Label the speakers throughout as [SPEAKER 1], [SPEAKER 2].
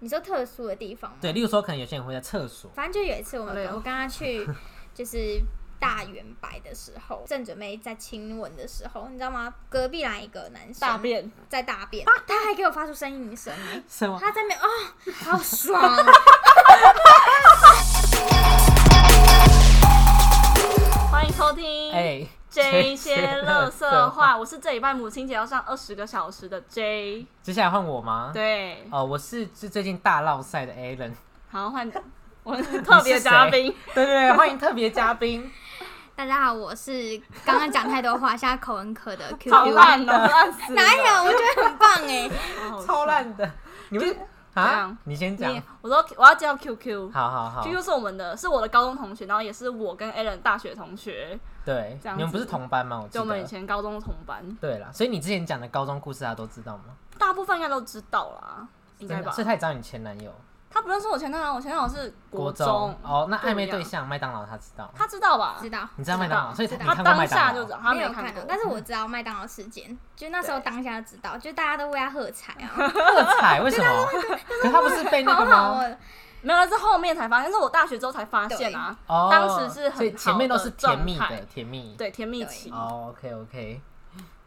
[SPEAKER 1] 你说特殊的地方吗？
[SPEAKER 2] 对，例如说可能有些人会在厕所，
[SPEAKER 1] 反正就有一次我们
[SPEAKER 3] 哎呦
[SPEAKER 1] 我跟他 去就是大圆白的时候，正准备在亲吻的时候，你知道吗？隔壁来一个男生
[SPEAKER 3] 大便，啊
[SPEAKER 1] 在大便，他还给我发出呻吟声欸，
[SPEAKER 2] 什么？
[SPEAKER 1] 他在那边哦，好 爽。
[SPEAKER 3] 欢迎收听。
[SPEAKER 2] 哎
[SPEAKER 3] J 一些乐色
[SPEAKER 2] 色
[SPEAKER 3] 话，。我是这礼拜母亲节要上二十个小时的 J。
[SPEAKER 2] 接下来换我吗？。
[SPEAKER 3] 对，
[SPEAKER 2] 哦，我是最最近大闹赛的 Alan，
[SPEAKER 3] 好换我们的特别嘉宾
[SPEAKER 2] 你是谁对对对，欢迎特别嘉宾。
[SPEAKER 1] 大家好，我是刚刚讲太多话，现在口很渴的 QQ。
[SPEAKER 3] 好烂 哦，烂死了！
[SPEAKER 1] 啊哪有？我觉得很棒哎。
[SPEAKER 3] 好
[SPEAKER 2] 超烂 的，你们啊
[SPEAKER 3] 样？
[SPEAKER 2] 你先讲
[SPEAKER 3] 你。我说我要叫 QQ。
[SPEAKER 2] 好好好，
[SPEAKER 3] QQ 是我们的，是我的高中同学，然后也是我跟 Alan 大学同学，
[SPEAKER 2] 对
[SPEAKER 3] 这样，
[SPEAKER 2] 你
[SPEAKER 3] 子
[SPEAKER 2] 们不是同班吗？我记
[SPEAKER 3] 就我们以
[SPEAKER 2] 得。
[SPEAKER 3] 前高中同班，
[SPEAKER 2] 对啦，所以你之前讲的高中故事，大家都知道吗？
[SPEAKER 3] 大部分应该都知道啦，应该
[SPEAKER 2] 真的
[SPEAKER 3] 吧
[SPEAKER 2] 所？以他也知道你前男友，
[SPEAKER 3] 他不认识我前男友，我前男友是国
[SPEAKER 2] 中
[SPEAKER 3] 中，
[SPEAKER 2] 哦，那暧昧对
[SPEAKER 3] 不一样，
[SPEAKER 2] 象麦当劳他知道，
[SPEAKER 3] 他知道吧？
[SPEAKER 1] 知 道，
[SPEAKER 2] 你知道麦当劳，所以他
[SPEAKER 1] 知
[SPEAKER 2] 你
[SPEAKER 1] 道
[SPEAKER 2] 看
[SPEAKER 3] 他
[SPEAKER 2] 过
[SPEAKER 3] 当
[SPEAKER 2] 麦
[SPEAKER 3] 下
[SPEAKER 2] 当
[SPEAKER 3] 就
[SPEAKER 2] 劳
[SPEAKER 3] 知道，他
[SPEAKER 1] 没有
[SPEAKER 3] 看
[SPEAKER 1] 到
[SPEAKER 3] 过，，
[SPEAKER 1] 但是我知道麦当劳事件，就那时候
[SPEAKER 3] 对
[SPEAKER 1] 当下知道，就大家都为他喝彩 啊，
[SPEAKER 2] 喝彩，为什么？
[SPEAKER 3] 啊
[SPEAKER 2] 可是他不是被那
[SPEAKER 1] 好
[SPEAKER 2] 个
[SPEAKER 1] 好
[SPEAKER 2] 吗？
[SPEAKER 1] 哦。
[SPEAKER 3] 没有，那是后面才发现，是我大学之后才发现啊。
[SPEAKER 2] 哦，
[SPEAKER 3] 当时是很
[SPEAKER 2] 所以前面都是甜蜜
[SPEAKER 3] 好的
[SPEAKER 2] 的
[SPEAKER 3] 状
[SPEAKER 2] 甜蜜。
[SPEAKER 3] 对，甜蜜期。好
[SPEAKER 2] 哦，OK OK，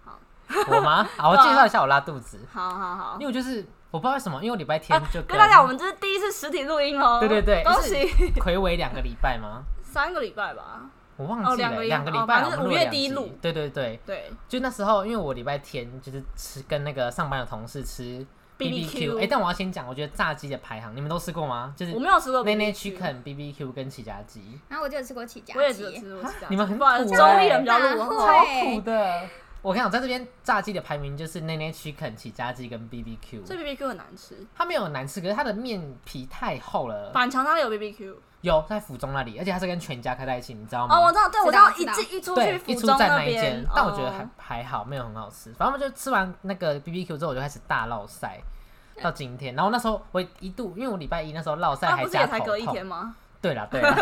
[SPEAKER 3] 好，啊
[SPEAKER 2] 我吗？好，我介绍一下我拉肚子，
[SPEAKER 3] 好好
[SPEAKER 2] 因。为我就是我不知道为什么，因为我礼拜天
[SPEAKER 3] 啊
[SPEAKER 2] 就
[SPEAKER 3] 跟大家，我们这是第一次实体录音哦。
[SPEAKER 2] 对对对，
[SPEAKER 3] 恭
[SPEAKER 2] 是
[SPEAKER 3] 喜！
[SPEAKER 2] 暌违两个礼拜吗？
[SPEAKER 3] 三个礼拜吧。
[SPEAKER 2] 我忘
[SPEAKER 3] 哦
[SPEAKER 2] 记
[SPEAKER 3] 两
[SPEAKER 2] 了，
[SPEAKER 3] 个
[SPEAKER 2] 两个礼
[SPEAKER 3] 哦
[SPEAKER 2] 拜
[SPEAKER 3] 反
[SPEAKER 2] 我
[SPEAKER 3] 正
[SPEAKER 2] 们
[SPEAKER 3] 五
[SPEAKER 2] 了
[SPEAKER 3] 月
[SPEAKER 2] 两
[SPEAKER 3] 第一
[SPEAKER 2] 集
[SPEAKER 3] 录
[SPEAKER 2] 对对对，
[SPEAKER 3] 对
[SPEAKER 2] 就那时候，因为我礼拜天就是吃跟那个上班的同事吃
[SPEAKER 3] BBQ
[SPEAKER 2] 哎、但我要先讲，我觉得炸鸡的排行，你们都吃过吗？就是
[SPEAKER 3] 我没有吃过
[SPEAKER 2] n a n a
[SPEAKER 3] BBQ
[SPEAKER 2] Chicken、BBQ 跟起家鸡，
[SPEAKER 1] 然后我就有吃过起家
[SPEAKER 3] 我也只有
[SPEAKER 1] 鸡，
[SPEAKER 3] 吃过这样。
[SPEAKER 2] 你们很
[SPEAKER 3] 不好意思
[SPEAKER 2] 土
[SPEAKER 3] 中
[SPEAKER 2] 欸
[SPEAKER 3] 立人比较弱。
[SPEAKER 1] 哪
[SPEAKER 3] 哦
[SPEAKER 1] 会
[SPEAKER 2] 苦的。我跟你讲，在这边炸鸡的排名就是 n a n a Chicken、起家鸡跟 BBQ，
[SPEAKER 3] 所以 BBQ 很难吃。
[SPEAKER 2] 它没有难吃，可是它的面皮太厚了。
[SPEAKER 3] 板桥那里有 BBQ
[SPEAKER 2] 有在府中那里，而且它是跟全家开在一起，你知道吗？
[SPEAKER 3] 哦，我知道，对我
[SPEAKER 1] 知道
[SPEAKER 3] 一
[SPEAKER 1] 知道
[SPEAKER 3] 进一出去
[SPEAKER 2] 对，
[SPEAKER 3] 府
[SPEAKER 2] 一出
[SPEAKER 3] 中
[SPEAKER 2] 站那一
[SPEAKER 3] 边
[SPEAKER 2] 间，，但我觉得
[SPEAKER 3] 哦
[SPEAKER 2] 还还好，没有很好吃。反正我就吃完那个 BBQ 之后，我就开始大落塞，到今天。然后那时候我一度，因为我礼拜一那时候落塞
[SPEAKER 3] 啊
[SPEAKER 2] 还
[SPEAKER 3] 不是也
[SPEAKER 2] 加
[SPEAKER 3] 才
[SPEAKER 2] 头
[SPEAKER 3] 隔一天
[SPEAKER 2] 痛。
[SPEAKER 3] 吗？
[SPEAKER 2] 对啦，对 啦，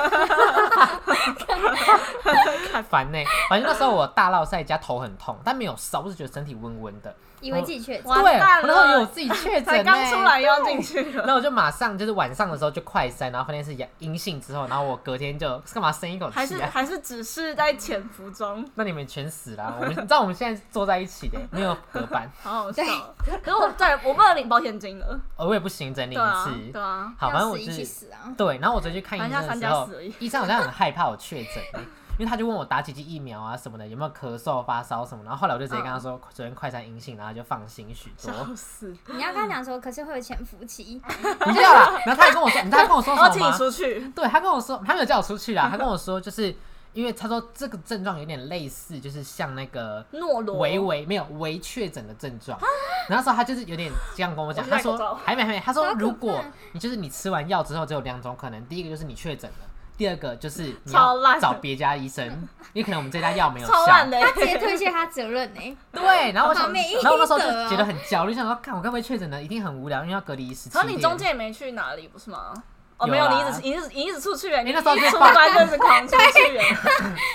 [SPEAKER 2] 太烦呢、欸反正那时候我大落塞加头很痛，但没有烧，我是觉得身体温温的。
[SPEAKER 1] 以为自己确诊
[SPEAKER 2] 对，
[SPEAKER 3] 完
[SPEAKER 2] 我
[SPEAKER 3] 蛋
[SPEAKER 2] 那时候
[SPEAKER 3] 了
[SPEAKER 2] 有自己确诊、
[SPEAKER 3] 才
[SPEAKER 2] 呢。
[SPEAKER 3] 刚出来要进去
[SPEAKER 2] 然
[SPEAKER 3] 了。
[SPEAKER 2] 后我就马上 就是啊晚上的时候就快筛，然后发现是阳阴性之后，然后我隔天就干嘛生一口
[SPEAKER 3] 还是
[SPEAKER 2] 气啊？
[SPEAKER 3] 还是只是在潜伏中，
[SPEAKER 2] 那你们全死啦！我们 你知道我们现在坐在一起的，没有隔板，
[SPEAKER 3] 好好笑哦。可是我对我不能领保险金了。
[SPEAKER 2] 哦我也不行，整理一
[SPEAKER 3] 对啊，对
[SPEAKER 2] 次。
[SPEAKER 3] 啊。
[SPEAKER 2] 好，反正
[SPEAKER 1] 要
[SPEAKER 2] 我
[SPEAKER 1] 死
[SPEAKER 2] 就
[SPEAKER 1] 一起
[SPEAKER 2] 是
[SPEAKER 1] 死啊！
[SPEAKER 2] 对，然后我昨天去看医
[SPEAKER 3] 反正
[SPEAKER 2] 生
[SPEAKER 3] 三
[SPEAKER 2] 的时
[SPEAKER 3] 加
[SPEAKER 2] 候
[SPEAKER 3] 四而已，
[SPEAKER 2] 医生好像很害怕我确诊欸，因为他就问我打几剂疫苗啊什么的，有没有咳嗽、发烧什么，然后后来我就直接跟他说昨天快筛阴性，然后他就放心许多。
[SPEAKER 3] 嗯笑死！
[SPEAKER 1] 你要跟他讲说，可是会有潜伏期，
[SPEAKER 2] 不要啦，然后他还跟我说，你知道他跟我说
[SPEAKER 3] 然后
[SPEAKER 2] 什
[SPEAKER 3] 请
[SPEAKER 2] 么
[SPEAKER 3] 你
[SPEAKER 2] 吗？
[SPEAKER 3] 出去，
[SPEAKER 2] 对他跟我说，他没有叫我出去啊啦，他 跟我说就是因为他说这个症状有点类似，就是像那个
[SPEAKER 3] 诺罗
[SPEAKER 2] 微微没有微确诊的症状。然后那时候他就是有点这样跟我讲，
[SPEAKER 3] 啊
[SPEAKER 2] 他
[SPEAKER 3] 我戴口
[SPEAKER 2] 说
[SPEAKER 3] 罩
[SPEAKER 2] 还没还没，他
[SPEAKER 1] 好
[SPEAKER 2] 说
[SPEAKER 1] 可
[SPEAKER 2] 如
[SPEAKER 1] 怕
[SPEAKER 2] 果你就是你吃完药之后只有两种可能，第一个就是你确诊了。第二个就是你
[SPEAKER 3] 超
[SPEAKER 2] 要
[SPEAKER 3] 烂
[SPEAKER 2] 找别家医生，因为可能我们这家药没有效。
[SPEAKER 3] 超烂的欸，
[SPEAKER 1] 直接推卸他责任欸呢。
[SPEAKER 2] 对，然后我
[SPEAKER 1] 好
[SPEAKER 2] 想，
[SPEAKER 1] 没
[SPEAKER 2] 然后我那时候
[SPEAKER 1] 医
[SPEAKER 2] 就
[SPEAKER 3] 啊
[SPEAKER 1] 德哦
[SPEAKER 2] 觉得很焦虑，想说，看我该不会确诊了，一定很无聊，因为要隔离十七
[SPEAKER 3] 可
[SPEAKER 2] 天。
[SPEAKER 3] 是你中间也没去哪里，不是吗？哦，
[SPEAKER 2] 有
[SPEAKER 3] 没有，
[SPEAKER 2] 啦
[SPEAKER 3] 你一直你一直你一直出去欸，你
[SPEAKER 2] 那时候
[SPEAKER 3] 一
[SPEAKER 2] 就
[SPEAKER 3] 出
[SPEAKER 2] 报
[SPEAKER 3] 关就是狂出 去欸，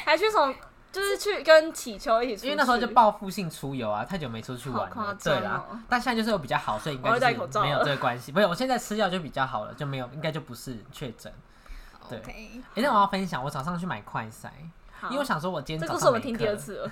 [SPEAKER 3] 还去从就是去跟祈求一起出去，
[SPEAKER 2] 因为那时候就报复性出游啊，太久没出去玩
[SPEAKER 3] 好夸
[SPEAKER 2] 了，
[SPEAKER 3] 张
[SPEAKER 2] 对
[SPEAKER 3] 哦
[SPEAKER 2] 啦。但现在就是有比较好，所以应该
[SPEAKER 3] 我会戴口
[SPEAKER 2] 就
[SPEAKER 3] 罩
[SPEAKER 2] 是没有
[SPEAKER 3] 了
[SPEAKER 2] 这个关系。不是，我现在吃药就比较好了，就没有，应该就不是确诊。对
[SPEAKER 1] OK，
[SPEAKER 2] 哎、那我要分享，我早上去买快筛，
[SPEAKER 3] 好，
[SPEAKER 2] 因为我想说，我今天
[SPEAKER 3] 这
[SPEAKER 2] 早
[SPEAKER 3] 故事
[SPEAKER 2] 上
[SPEAKER 3] 我们
[SPEAKER 2] 没
[SPEAKER 3] 听
[SPEAKER 2] 课
[SPEAKER 3] 第二，次了，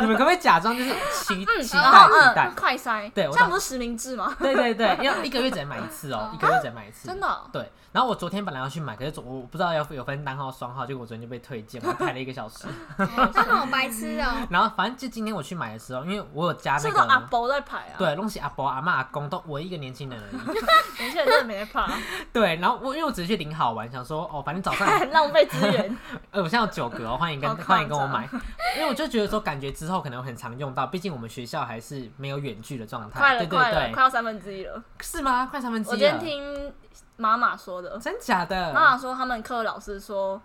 [SPEAKER 2] 你们可不可以假装就是期 期
[SPEAKER 3] 然
[SPEAKER 2] 待
[SPEAKER 3] 后
[SPEAKER 2] 期
[SPEAKER 3] 嗯，
[SPEAKER 2] 待？
[SPEAKER 3] 快塞，
[SPEAKER 2] 对我
[SPEAKER 3] 这样不是实名制吗？
[SPEAKER 2] 对对对，要一个月只能买一次哦、一个月只能买一次，
[SPEAKER 3] 真的哦
[SPEAKER 2] 对，然后我昨天本来要去买，可是昨我不知道要有分单号双号，结果我昨天就被推荐，我排了一个小 时。
[SPEAKER 1] 他好白痴哦。
[SPEAKER 2] 然后反正就今天我去买的时候，因为我有加
[SPEAKER 3] 是
[SPEAKER 2] 那
[SPEAKER 3] 不是都阿
[SPEAKER 2] 个，
[SPEAKER 3] 伯在排啊？，
[SPEAKER 2] 对，弄起阿伯阿妈阿公都我一个年轻人而已。
[SPEAKER 3] 有些人真的没在啊怕，
[SPEAKER 2] 对，然后我因为我只是去领好玩，想说哦，反正早上，
[SPEAKER 3] 很浪费资源，
[SPEAKER 2] 呃，我现在有九个哦，欢迎跟
[SPEAKER 3] 好
[SPEAKER 2] 欢迎跟我
[SPEAKER 3] 夸张啊
[SPEAKER 2] 买，因为我就觉得说，感觉之后可能很常用到，毕竟我们学校还是没有远距的状
[SPEAKER 3] 快
[SPEAKER 2] 态，
[SPEAKER 3] 了
[SPEAKER 2] 对
[SPEAKER 3] 快了，
[SPEAKER 2] 对
[SPEAKER 3] 快
[SPEAKER 2] 对，
[SPEAKER 3] 要三分之一了。
[SPEAKER 2] 是吗？快三分之一
[SPEAKER 3] 我
[SPEAKER 2] 了，
[SPEAKER 3] 今天听妈妈说的，
[SPEAKER 2] 真假
[SPEAKER 3] 妈妈
[SPEAKER 2] 的？
[SPEAKER 3] 说他们课老师说，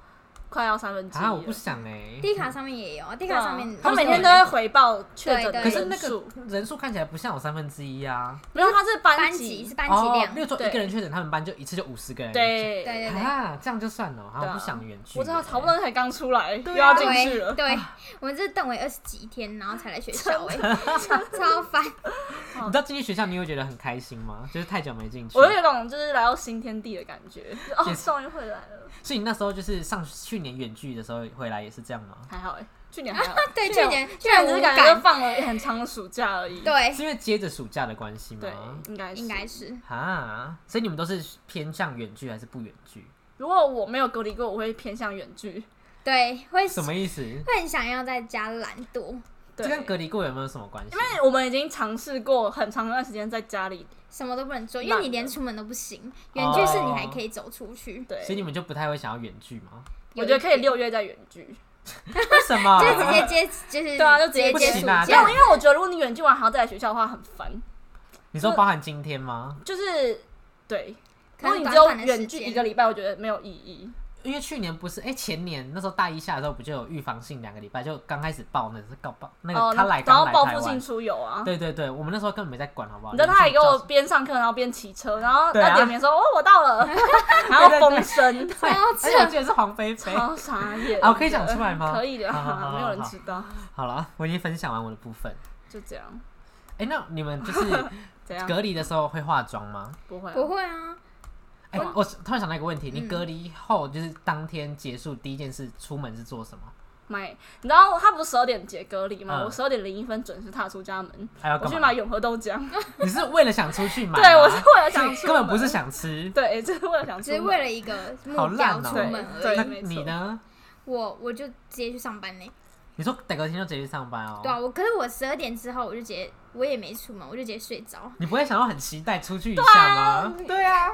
[SPEAKER 3] 快要三分之一
[SPEAKER 2] 啊，我不
[SPEAKER 3] 了。
[SPEAKER 2] 想哎、
[SPEAKER 1] d 卡上面也有啊，D
[SPEAKER 3] 对
[SPEAKER 1] 卡
[SPEAKER 3] 啊
[SPEAKER 1] 上面
[SPEAKER 3] 他每天
[SPEAKER 1] 有
[SPEAKER 3] 都会回报确诊
[SPEAKER 1] 对
[SPEAKER 3] 的
[SPEAKER 2] 可是
[SPEAKER 3] 人
[SPEAKER 2] 那
[SPEAKER 3] 数
[SPEAKER 2] 个，人数看起来不像有三分之一啊。
[SPEAKER 3] 没有，他是
[SPEAKER 1] 班级
[SPEAKER 3] 级
[SPEAKER 1] 是，班级
[SPEAKER 2] 哦，
[SPEAKER 1] 量
[SPEAKER 2] 例，如说
[SPEAKER 3] 对
[SPEAKER 2] 一个人确诊，他们班就一次就五十个人。。
[SPEAKER 1] 对
[SPEAKER 3] 对
[SPEAKER 1] 对对
[SPEAKER 2] 啊，这样就算了，啊，
[SPEAKER 3] 对啊
[SPEAKER 2] 我不想远距离。欸
[SPEAKER 3] 我知道，好不容易才刚出来，又对啊要进
[SPEAKER 1] 对
[SPEAKER 3] 去了，
[SPEAKER 1] 对，我们这等为二十几天，然后才来学校哎、 超烦。
[SPEAKER 2] 你知道进去学校，你会觉得很开心吗？就是太久没进去，
[SPEAKER 3] 我有一种就是来到新天地的感觉，就哦，
[SPEAKER 2] Yes
[SPEAKER 3] 终于回来了，
[SPEAKER 2] 所以你那时候就是上去年远距的时候回来也是这样吗？
[SPEAKER 3] 还好哎，去年还好，
[SPEAKER 1] 对，
[SPEAKER 3] 去
[SPEAKER 1] 去
[SPEAKER 3] 年
[SPEAKER 1] 年
[SPEAKER 3] 去
[SPEAKER 1] 去
[SPEAKER 3] 年
[SPEAKER 1] 年
[SPEAKER 3] 只是
[SPEAKER 1] 无
[SPEAKER 3] 感觉就
[SPEAKER 1] 感，
[SPEAKER 3] 放了很长的暑假而已，
[SPEAKER 1] 对，
[SPEAKER 2] 是因为接着暑假的关系吗？
[SPEAKER 3] 哎对，应该是
[SPEAKER 1] 应该是
[SPEAKER 2] 啊，所以你们都是偏向远距还是不远距？
[SPEAKER 3] 如果我没有隔离过，我会偏向远距。
[SPEAKER 1] 对，会
[SPEAKER 2] 什么意思？
[SPEAKER 1] 会很想要在家懒惰，
[SPEAKER 3] 对，
[SPEAKER 2] 这跟
[SPEAKER 3] 因
[SPEAKER 2] 隔离过有没有什么关系？
[SPEAKER 3] 为我们已经尝试过很长一段时间在家里，
[SPEAKER 1] 什么都不能做，因
[SPEAKER 3] 懒
[SPEAKER 1] 为
[SPEAKER 3] 得
[SPEAKER 1] 你连出门都不行。远距是你还可以走出去，
[SPEAKER 3] 对，
[SPEAKER 2] 所以你们就不太会想要远距吗？
[SPEAKER 3] 我觉得可以六月再远距。
[SPEAKER 2] 为什么？
[SPEAKER 1] 就直接接，就是
[SPEAKER 3] 对啊就直接
[SPEAKER 1] 接接
[SPEAKER 2] 不
[SPEAKER 1] 触
[SPEAKER 2] 行啊
[SPEAKER 3] 没有，
[SPEAKER 2] 但
[SPEAKER 3] 因为我觉得如果你远距完还要再来学校的话，很烦。
[SPEAKER 2] 你说包含今天吗？
[SPEAKER 3] 就是对，
[SPEAKER 1] 可
[SPEAKER 3] 如
[SPEAKER 1] 能
[SPEAKER 3] 果你
[SPEAKER 1] 短
[SPEAKER 3] 只有
[SPEAKER 1] 短的时
[SPEAKER 3] 远距一个
[SPEAKER 1] 间。
[SPEAKER 3] 礼拜，我觉得没有意义。
[SPEAKER 2] 因为去年不是哎、前年那时候大一下的时候不就有预防性两个礼拜，就刚开始报那是告报那
[SPEAKER 3] 哦
[SPEAKER 2] 个他来
[SPEAKER 3] 然
[SPEAKER 2] 刚
[SPEAKER 3] 后
[SPEAKER 2] 来
[SPEAKER 3] 报
[SPEAKER 2] 台
[SPEAKER 3] 复性
[SPEAKER 2] 湾，
[SPEAKER 3] 出游啊。
[SPEAKER 2] 对对对，我们那时候根本没在管好不好？
[SPEAKER 3] 你知道他还
[SPEAKER 2] 远
[SPEAKER 3] 给
[SPEAKER 2] 距
[SPEAKER 3] 我
[SPEAKER 2] 照
[SPEAKER 3] 边上课，然后边骑车，然后
[SPEAKER 2] 对啊
[SPEAKER 3] 他点名说：“哦，我 到了。”然后风声，
[SPEAKER 2] 对，
[SPEAKER 1] 超
[SPEAKER 2] 而且哎我记得是黄飞飞。
[SPEAKER 3] 超傻眼。
[SPEAKER 2] 啊我可以讲出来吗
[SPEAKER 3] 可以的
[SPEAKER 2] 好好好好，好
[SPEAKER 3] 没有人知道，
[SPEAKER 2] 好了，我已经分享完我的部分。
[SPEAKER 3] 就这样。
[SPEAKER 2] 哎、那你们就是
[SPEAKER 3] 怎样？
[SPEAKER 2] 隔离的时候会化妆吗？
[SPEAKER 3] 不会啊，
[SPEAKER 1] 不会啊，
[SPEAKER 2] 哎、我突然想到一个问题，你
[SPEAKER 1] 嗯
[SPEAKER 2] 隔离后就是当天结束第一件事出门是做什么？
[SPEAKER 3] 买，你知道他不是十二点解隔离吗？
[SPEAKER 2] 嗯
[SPEAKER 3] 我十二点零一分准时踏出家门，
[SPEAKER 2] 还要
[SPEAKER 3] 我
[SPEAKER 2] 干
[SPEAKER 3] 去
[SPEAKER 2] 嘛
[SPEAKER 3] 买？永和豆浆。
[SPEAKER 2] 你是为了想出去买吗？
[SPEAKER 3] 对，我是为了想 出
[SPEAKER 2] 根本不是
[SPEAKER 3] 门，
[SPEAKER 2] 想吃。
[SPEAKER 3] 对，就是为了想出
[SPEAKER 1] 只是
[SPEAKER 3] 门，
[SPEAKER 1] 为了一个
[SPEAKER 2] 好
[SPEAKER 1] 目
[SPEAKER 2] 烂
[SPEAKER 1] 标
[SPEAKER 2] 哦
[SPEAKER 1] 出门而
[SPEAKER 3] 对
[SPEAKER 2] 那
[SPEAKER 1] 已。
[SPEAKER 3] 没错
[SPEAKER 2] 你呢？
[SPEAKER 1] 我我就直接去上班呢、
[SPEAKER 2] 你说等隔天就直接去上班哦？
[SPEAKER 1] 对啊，我可是我十二点之后我就直接我也没出门，我就直接睡着。
[SPEAKER 2] 你不会想要很期待出去一下吗？
[SPEAKER 3] 对啊。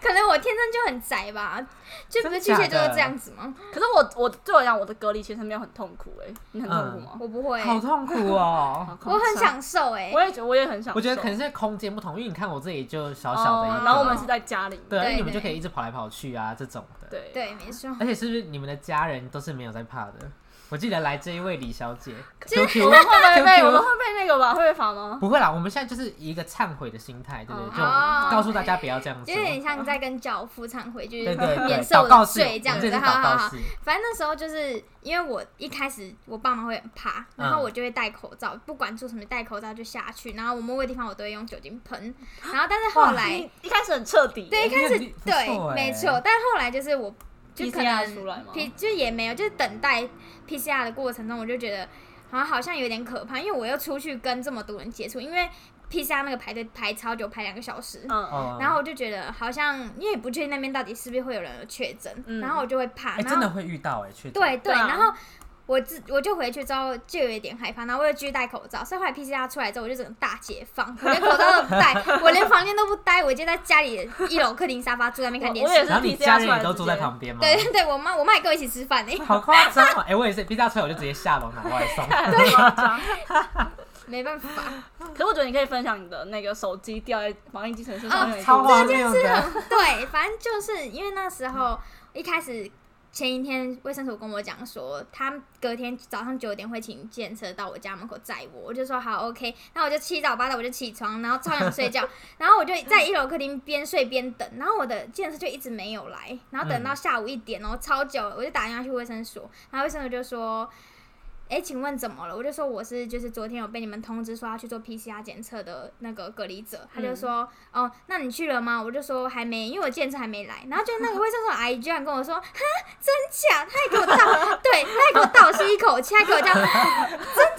[SPEAKER 1] 可能我天生就很宅吧，就不是巨
[SPEAKER 2] 真的
[SPEAKER 1] 蟹
[SPEAKER 2] 假
[SPEAKER 1] 座
[SPEAKER 2] 的
[SPEAKER 1] 都这样子吗？
[SPEAKER 3] 可是我我对我来讲，我的隔离其实没有很痛苦哎、你很痛苦
[SPEAKER 2] 嗯
[SPEAKER 3] 吗？
[SPEAKER 1] 我不会、欸
[SPEAKER 2] 好痛苦哦！
[SPEAKER 3] 好
[SPEAKER 1] 我很
[SPEAKER 3] 夸张，
[SPEAKER 1] 享受哎、
[SPEAKER 3] 我也觉得我也很想受，
[SPEAKER 2] 我觉得可能是空间不同，因为你看我这里就小小的一个，
[SPEAKER 3] 哦然后我们是在家里，
[SPEAKER 2] 对，因为你们
[SPEAKER 1] 对
[SPEAKER 2] 就可以一直跑来跑去啊，这种的。
[SPEAKER 3] 对
[SPEAKER 1] 对，没错。
[SPEAKER 2] 而且是不是你们的家人都是没有在怕的？我记得来这一位李小姐
[SPEAKER 3] 我
[SPEAKER 2] ，QQ
[SPEAKER 3] 们会被被
[SPEAKER 2] QQ
[SPEAKER 3] 我们会被那个吧？会被罚吗？
[SPEAKER 2] 不会啦，我们现在就是以一个忏悔的心态，对不对？就
[SPEAKER 1] 哦
[SPEAKER 2] 告诉大家不要这样做
[SPEAKER 1] 有。点像在跟教父忏悔，就是
[SPEAKER 2] 对 对对，
[SPEAKER 1] 免受
[SPEAKER 2] 祷
[SPEAKER 1] 我的
[SPEAKER 2] 告式，
[SPEAKER 1] 罪这样
[SPEAKER 2] 我们
[SPEAKER 1] 子。
[SPEAKER 2] 这是
[SPEAKER 1] 好
[SPEAKER 2] 祷
[SPEAKER 1] 好
[SPEAKER 2] 告
[SPEAKER 1] 好
[SPEAKER 2] 式，，
[SPEAKER 1] 反正那时候就是因为我一开始我爸妈会很怕，然后
[SPEAKER 2] 嗯
[SPEAKER 1] 我就会戴口罩，不管做什么戴口罩就下去，然后我摸过的地方我都会用酒精喷，然后但是后来
[SPEAKER 3] 一一开始很彻底，欸
[SPEAKER 1] 对一开始
[SPEAKER 2] 啊你不错
[SPEAKER 1] 对
[SPEAKER 2] 欸
[SPEAKER 1] 没错，但后来就是我就可
[SPEAKER 3] PCR 出来
[SPEAKER 1] 能
[SPEAKER 3] 吗
[SPEAKER 1] P 就也没有，就是等待 PCR 的过程中，我就觉得好像好像有点可怕，因为我又出去跟这么多人接触，因为 PCR 那个排队排超久，排两个小时，
[SPEAKER 3] 嗯，
[SPEAKER 2] 嗯
[SPEAKER 1] 然后我就觉得好像因为也不确定那边到底是不是会有人有确诊，
[SPEAKER 3] 嗯
[SPEAKER 1] 然后我就会怕，
[SPEAKER 2] 哎，
[SPEAKER 1] 然
[SPEAKER 2] 真的
[SPEAKER 1] 后
[SPEAKER 2] 会遇到哎，确实
[SPEAKER 1] 对对，
[SPEAKER 3] 对啊
[SPEAKER 1] 然后我自我就回去之后就有一点害怕，然后我又继续戴口罩，所以后来 PCR 出来之后我就整个大解放，我连口罩都不戴， 我连房间都不待，我就在家里的一楼客厅沙发坐在那边看电
[SPEAKER 3] 我也
[SPEAKER 1] 视，
[SPEAKER 3] 是
[SPEAKER 2] 然后你
[SPEAKER 3] PCR
[SPEAKER 2] 家人
[SPEAKER 3] 出来
[SPEAKER 2] 也都
[SPEAKER 3] 直
[SPEAKER 2] 坐在
[SPEAKER 3] 接
[SPEAKER 2] 旁边吗？
[SPEAKER 1] 对对对，我妈我妈也跟我一起吃饭欸呢、
[SPEAKER 2] 好夸张哦！哎、我也是，披萨出来我就直接下楼拿外送。
[SPEAKER 1] 没办法，
[SPEAKER 3] 可是我觉得你可以分享你的那个手机掉在防疫计程车上面的
[SPEAKER 2] 超
[SPEAKER 3] 故事，
[SPEAKER 2] 荒谬的，
[SPEAKER 1] 对，反正就是因为那时候一开始。前一天卫生所跟我讲说，他隔天早上九点会请计程车到我家门口载我，我就说好 OK，那我就七早八早我就起床，然后超想睡觉，然后我就在一楼客厅边睡边等，然后我的计程车就一直没有来，然后等到下午一点哦，超久了，我就打电话去卫生所，然后卫生所就说。哎，请问怎么了？我就说我是就是昨天有被你们通知说要去做 PCR 检测的那个隔离者，他就说、哦，那你去了吗？我就说还没，因为我检测还没来。然后就那个卫生所阿姨居然跟我说，哈，真假？他还给我倒， 对，他还给我倒吸一口气，还给我这样，真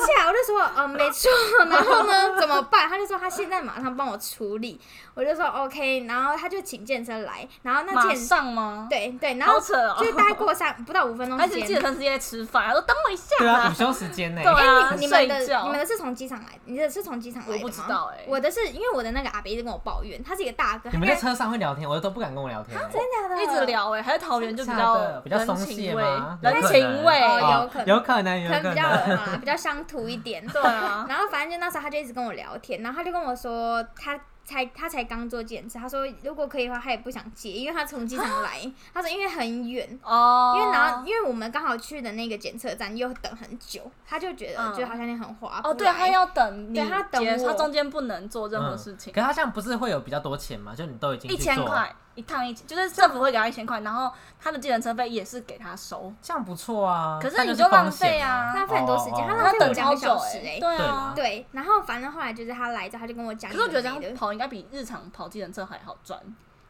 [SPEAKER 1] 假？我就说嗯、呃没错。然后呢，怎么办？他就说他现在马上帮我处理。我就说 OK，然后他就请健身来，然后那
[SPEAKER 3] 马
[SPEAKER 1] 健
[SPEAKER 3] 上吗？
[SPEAKER 1] 对对，然
[SPEAKER 3] 好
[SPEAKER 1] 后
[SPEAKER 3] 扯哦
[SPEAKER 1] 就是大概过三不到五分钟
[SPEAKER 3] 而
[SPEAKER 1] 时
[SPEAKER 3] 且计
[SPEAKER 1] 间
[SPEAKER 3] 程。车直接在吃饭，他说等我一下
[SPEAKER 2] 对啊，
[SPEAKER 3] 啦
[SPEAKER 2] 午，休时间呢、
[SPEAKER 3] 对
[SPEAKER 1] 哎、
[SPEAKER 3] 啊，
[SPEAKER 1] 你你们的
[SPEAKER 3] 睡觉
[SPEAKER 1] 你们的是从机场来的，你的是从机场来的吗？
[SPEAKER 3] 我不知道哎
[SPEAKER 1] 我的是因为我的那个阿伯一直跟我抱怨，他是一个大哥，
[SPEAKER 2] 你
[SPEAKER 1] 他
[SPEAKER 2] 们
[SPEAKER 1] 大概
[SPEAKER 2] 在车上会聊天，我都不敢跟我聊天。
[SPEAKER 1] 啊
[SPEAKER 2] 哦
[SPEAKER 1] 真的假的
[SPEAKER 3] 一直，聊哎，还是桃园就比
[SPEAKER 2] 真的假
[SPEAKER 3] 较
[SPEAKER 2] 的比较松
[SPEAKER 3] 人
[SPEAKER 2] 懈
[SPEAKER 3] 情味
[SPEAKER 2] 吗，
[SPEAKER 3] 人情味，
[SPEAKER 1] 哦
[SPEAKER 2] 哦
[SPEAKER 1] 有
[SPEAKER 2] 有可能，有
[SPEAKER 1] 可能
[SPEAKER 2] 可
[SPEAKER 1] 比较
[SPEAKER 2] 能。
[SPEAKER 1] 啊比较乡土一点。
[SPEAKER 3] 对啊，
[SPEAKER 1] 然后反正就那时候他就一直跟我聊天，然后他就跟我说他才他才刚做检测，他说如果可以的话，他也不想接，因为他从机场来， 他说因为很远，
[SPEAKER 3] 哦，
[SPEAKER 1] 因为然后因为我们刚好去的那个检测站又等很久，他就觉得
[SPEAKER 3] 嗯
[SPEAKER 1] 就好像你很划
[SPEAKER 3] 哦，
[SPEAKER 1] 不
[SPEAKER 3] 对，
[SPEAKER 1] 来
[SPEAKER 3] 他要等你
[SPEAKER 1] 对
[SPEAKER 3] 结，
[SPEAKER 1] 他等我
[SPEAKER 3] 他中间不能做任何事
[SPEAKER 2] 嗯
[SPEAKER 3] 情
[SPEAKER 2] 可。是他这样不是会有比较多钱吗？就你都已经
[SPEAKER 3] 一
[SPEAKER 2] 去
[SPEAKER 3] 千
[SPEAKER 2] 做了，
[SPEAKER 3] 块一趟一，就是政府会给他一千块，然后他的计程车费也是给他
[SPEAKER 1] 哦
[SPEAKER 3] 收，
[SPEAKER 2] 这样不错啊。
[SPEAKER 3] 可是
[SPEAKER 2] 但
[SPEAKER 3] 你
[SPEAKER 2] 就
[SPEAKER 3] 就浪
[SPEAKER 2] 风险
[SPEAKER 3] 费啊
[SPEAKER 1] 浪费很多时间
[SPEAKER 2] 哦哦哦
[SPEAKER 1] 他浪
[SPEAKER 3] 他
[SPEAKER 1] 费
[SPEAKER 3] 等
[SPEAKER 1] 我两
[SPEAKER 3] 超
[SPEAKER 1] 个
[SPEAKER 3] 久
[SPEAKER 1] 小时
[SPEAKER 3] 哎、
[SPEAKER 1] 欸
[SPEAKER 3] 对
[SPEAKER 2] 对
[SPEAKER 3] 啊
[SPEAKER 2] 啦。
[SPEAKER 1] 对，然后反正后来就是他来之后，他就跟我讲
[SPEAKER 3] 可
[SPEAKER 1] 有
[SPEAKER 3] 是
[SPEAKER 1] 的没的，
[SPEAKER 3] 我觉得这样跑应该比日常跑计程车还好赚。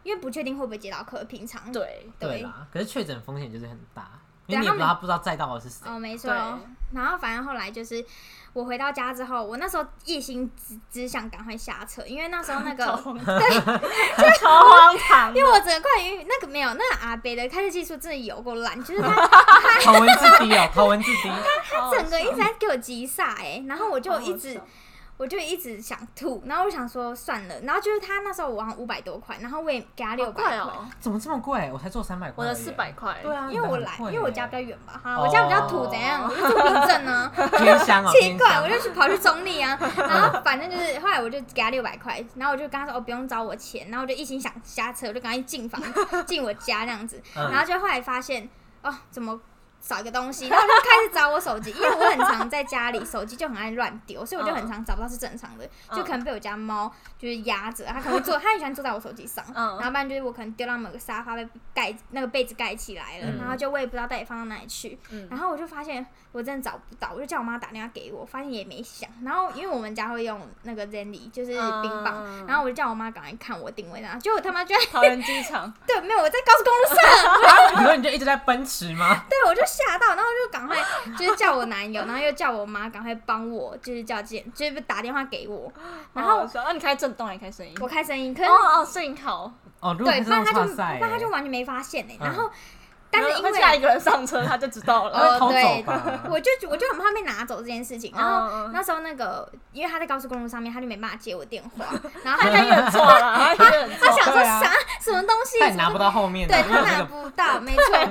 [SPEAKER 1] 因为不确定会不会接到客，平常
[SPEAKER 3] 对，
[SPEAKER 2] 对
[SPEAKER 1] 对
[SPEAKER 2] 啦，可是确诊风险就是很大，
[SPEAKER 1] 对
[SPEAKER 2] 因为你
[SPEAKER 1] 他
[SPEAKER 2] 也不
[SPEAKER 1] 们
[SPEAKER 2] 知道不知道载到的是 谁。
[SPEAKER 1] 哦，没错
[SPEAKER 3] 对。
[SPEAKER 1] 然后反正后来就是我回到家之后，我那时候一心只只想赶快下车，因为那时候 那
[SPEAKER 3] 超
[SPEAKER 1] 个。
[SPEAKER 3] 荒唐，超 荒唐的
[SPEAKER 1] 因为我整个快于那个没有，那个阿北的开车技术真的有够烂，就是他
[SPEAKER 2] 头文字 D 哦，头文字 D。
[SPEAKER 1] 他整个一直在给我急刹哎、然后我就一直
[SPEAKER 3] 哦好好笑
[SPEAKER 1] 我就一直想吐，然后我想说算了，然后就是他那时候我好像五百多块，然后我也给他六
[SPEAKER 3] 好
[SPEAKER 1] 百
[SPEAKER 3] 快
[SPEAKER 1] 块，
[SPEAKER 3] 哦，
[SPEAKER 2] 怎么这么贵？我才做三百块
[SPEAKER 3] 我
[SPEAKER 2] 而已，
[SPEAKER 3] 的四百块，
[SPEAKER 2] 对啊，
[SPEAKER 1] 因为我
[SPEAKER 2] 你的
[SPEAKER 1] 来
[SPEAKER 2] 很，贵
[SPEAKER 1] 因为我家
[SPEAKER 2] 耶
[SPEAKER 1] 比较远吧，哈，我家比较土，
[SPEAKER 2] 哦
[SPEAKER 1] 怎样？我就住啊平镇呢、
[SPEAKER 2] 偏乡哦，
[SPEAKER 1] 奇
[SPEAKER 2] 偏
[SPEAKER 1] 怪，
[SPEAKER 2] 乡
[SPEAKER 1] 我就去跑去中立啊，然后反正就是后来我就给他六百块，然后我就跟他说哦不用找我钱，然后我就一心想下车，我就赶快进房进我家这样子，
[SPEAKER 2] 嗯
[SPEAKER 1] 然后就后来发现哦怎么。少一个东西，然后我就开始找我手机，因为我很常在家里，手机就很爱乱丢，所以我就很常找不到是正常的，
[SPEAKER 3] 嗯
[SPEAKER 1] 就可能被我家猫就是压着，它可能会坐，它很喜欢坐在我手机上，
[SPEAKER 3] 嗯
[SPEAKER 1] 然后不然就是我可能丢到某个沙发被盖那个被子盖起来了，
[SPEAKER 2] 嗯
[SPEAKER 1] 然后就我也不知道到底放到哪里去，
[SPEAKER 3] 嗯
[SPEAKER 1] 然后我就发现我真的找不到，我就叫我妈打电话给我，发现也没响。然后因为我们家会用那个 Zenly，就是冰棒，
[SPEAKER 3] 嗯
[SPEAKER 1] 然后我就叫我妈赶快看我定位然后结果我他妈就在
[SPEAKER 3] 桃园机场，
[SPEAKER 1] 对，没有我在高速公路上，
[SPEAKER 2] 啊你说你就一直在奔驰吗？
[SPEAKER 1] 对我就吓到，然后就赶快就是叫我男友，然后又叫我妈赶快帮我，就是叫见，就是打电话给我， 然
[SPEAKER 3] 好
[SPEAKER 1] 后
[SPEAKER 3] 好笑那你开震动还是开声音？
[SPEAKER 1] 我开声音，可是、
[SPEAKER 3] 哦哦哦，摄影好，
[SPEAKER 2] 哦，如果
[SPEAKER 1] 对，
[SPEAKER 2] 是
[SPEAKER 1] 不
[SPEAKER 2] 这
[SPEAKER 1] 然
[SPEAKER 2] 种
[SPEAKER 1] 他就
[SPEAKER 2] 哇
[SPEAKER 1] 不
[SPEAKER 2] 塞，
[SPEAKER 1] 然他就完全没发现呢、欸
[SPEAKER 2] 嗯
[SPEAKER 1] 然后但是因
[SPEAKER 3] 会
[SPEAKER 1] 为
[SPEAKER 3] 下一个人上车他就知道了。
[SPEAKER 1] 哦
[SPEAKER 2] 会偷走
[SPEAKER 1] 对
[SPEAKER 2] 吧？
[SPEAKER 1] 我就我就很怕被拿走这件事情，然
[SPEAKER 3] 嗯
[SPEAKER 1] 后
[SPEAKER 3] 嗯
[SPEAKER 1] 那时候那个，因为他在高速公路上面，他就没办法接我电 话，然后
[SPEAKER 3] 他
[SPEAKER 1] 他
[SPEAKER 3] 应该认错了，他应该认
[SPEAKER 1] 他
[SPEAKER 3] 错。
[SPEAKER 1] 想说
[SPEAKER 2] 对啊
[SPEAKER 1] 啥什么东西，
[SPEAKER 2] 他也
[SPEAKER 1] 什么
[SPEAKER 2] 拿不到后面的，
[SPEAKER 1] 对
[SPEAKER 2] 没有
[SPEAKER 1] 他
[SPEAKER 2] 那
[SPEAKER 1] 拿
[SPEAKER 2] 个
[SPEAKER 1] 不到，没错。然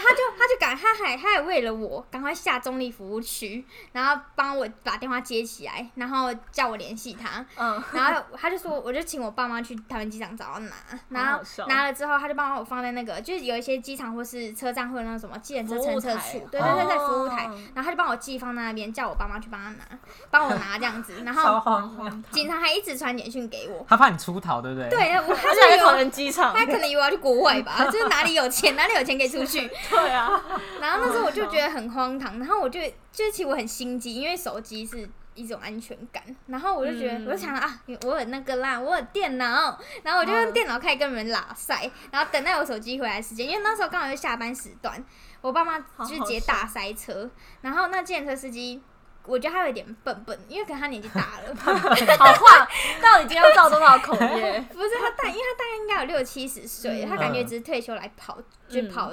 [SPEAKER 1] 后他就他就赶他还他还为了我赶快下中立服务区，然后帮我把电话接起来，然后叫我联系他。
[SPEAKER 3] 嗯，
[SPEAKER 1] 然后他就说，我就请我爸妈去台湾机场找他拿，然
[SPEAKER 3] 好
[SPEAKER 1] 后
[SPEAKER 3] 好笑
[SPEAKER 1] 拿了之后，他就帮我放在那个，就是有一些机场或是车站会有那种什么计程车
[SPEAKER 3] 服
[SPEAKER 1] 乘
[SPEAKER 3] 务
[SPEAKER 1] 车
[SPEAKER 3] 台
[SPEAKER 1] 处，对对对，在
[SPEAKER 3] 哦
[SPEAKER 1] 服务台，然后他就帮我寄放在那边，叫我爸妈去帮他拿，帮我拿这样子，然后
[SPEAKER 2] 超荒谬。
[SPEAKER 1] 警察还一直传简讯给 我，
[SPEAKER 2] 他怕你出逃，对不对？
[SPEAKER 1] 对，我他
[SPEAKER 3] 而
[SPEAKER 1] 就
[SPEAKER 3] 且还在
[SPEAKER 1] 以
[SPEAKER 3] 桃
[SPEAKER 1] 为
[SPEAKER 3] 园机场。
[SPEAKER 1] 他可能以为我要去国外吧，就是哪里有钱哪里有钱可以出去，
[SPEAKER 3] 对啊，
[SPEAKER 1] 然后那时候我就觉得很荒唐，然后我就就是其实我很心机，因为手机是一种安全感，然后我就觉得、
[SPEAKER 3] 嗯
[SPEAKER 1] 我就想啊，我有那个啦，我有电脑，然后我就用电脑开始跟人拉塞， 然后等待我手机回来的时间，因为那时候刚好是下班时段，我爸妈就是直接大塞车，然后那电车司机。我觉得他有点笨笨，因为可能他年纪大 了，
[SPEAKER 3] 好话到底今天要造多少口 业？
[SPEAKER 1] 不是他大，因为他大概应该有六七十岁，
[SPEAKER 3] 嗯
[SPEAKER 1] 他感觉只是退休来跑，就
[SPEAKER 3] 嗯
[SPEAKER 1] 跑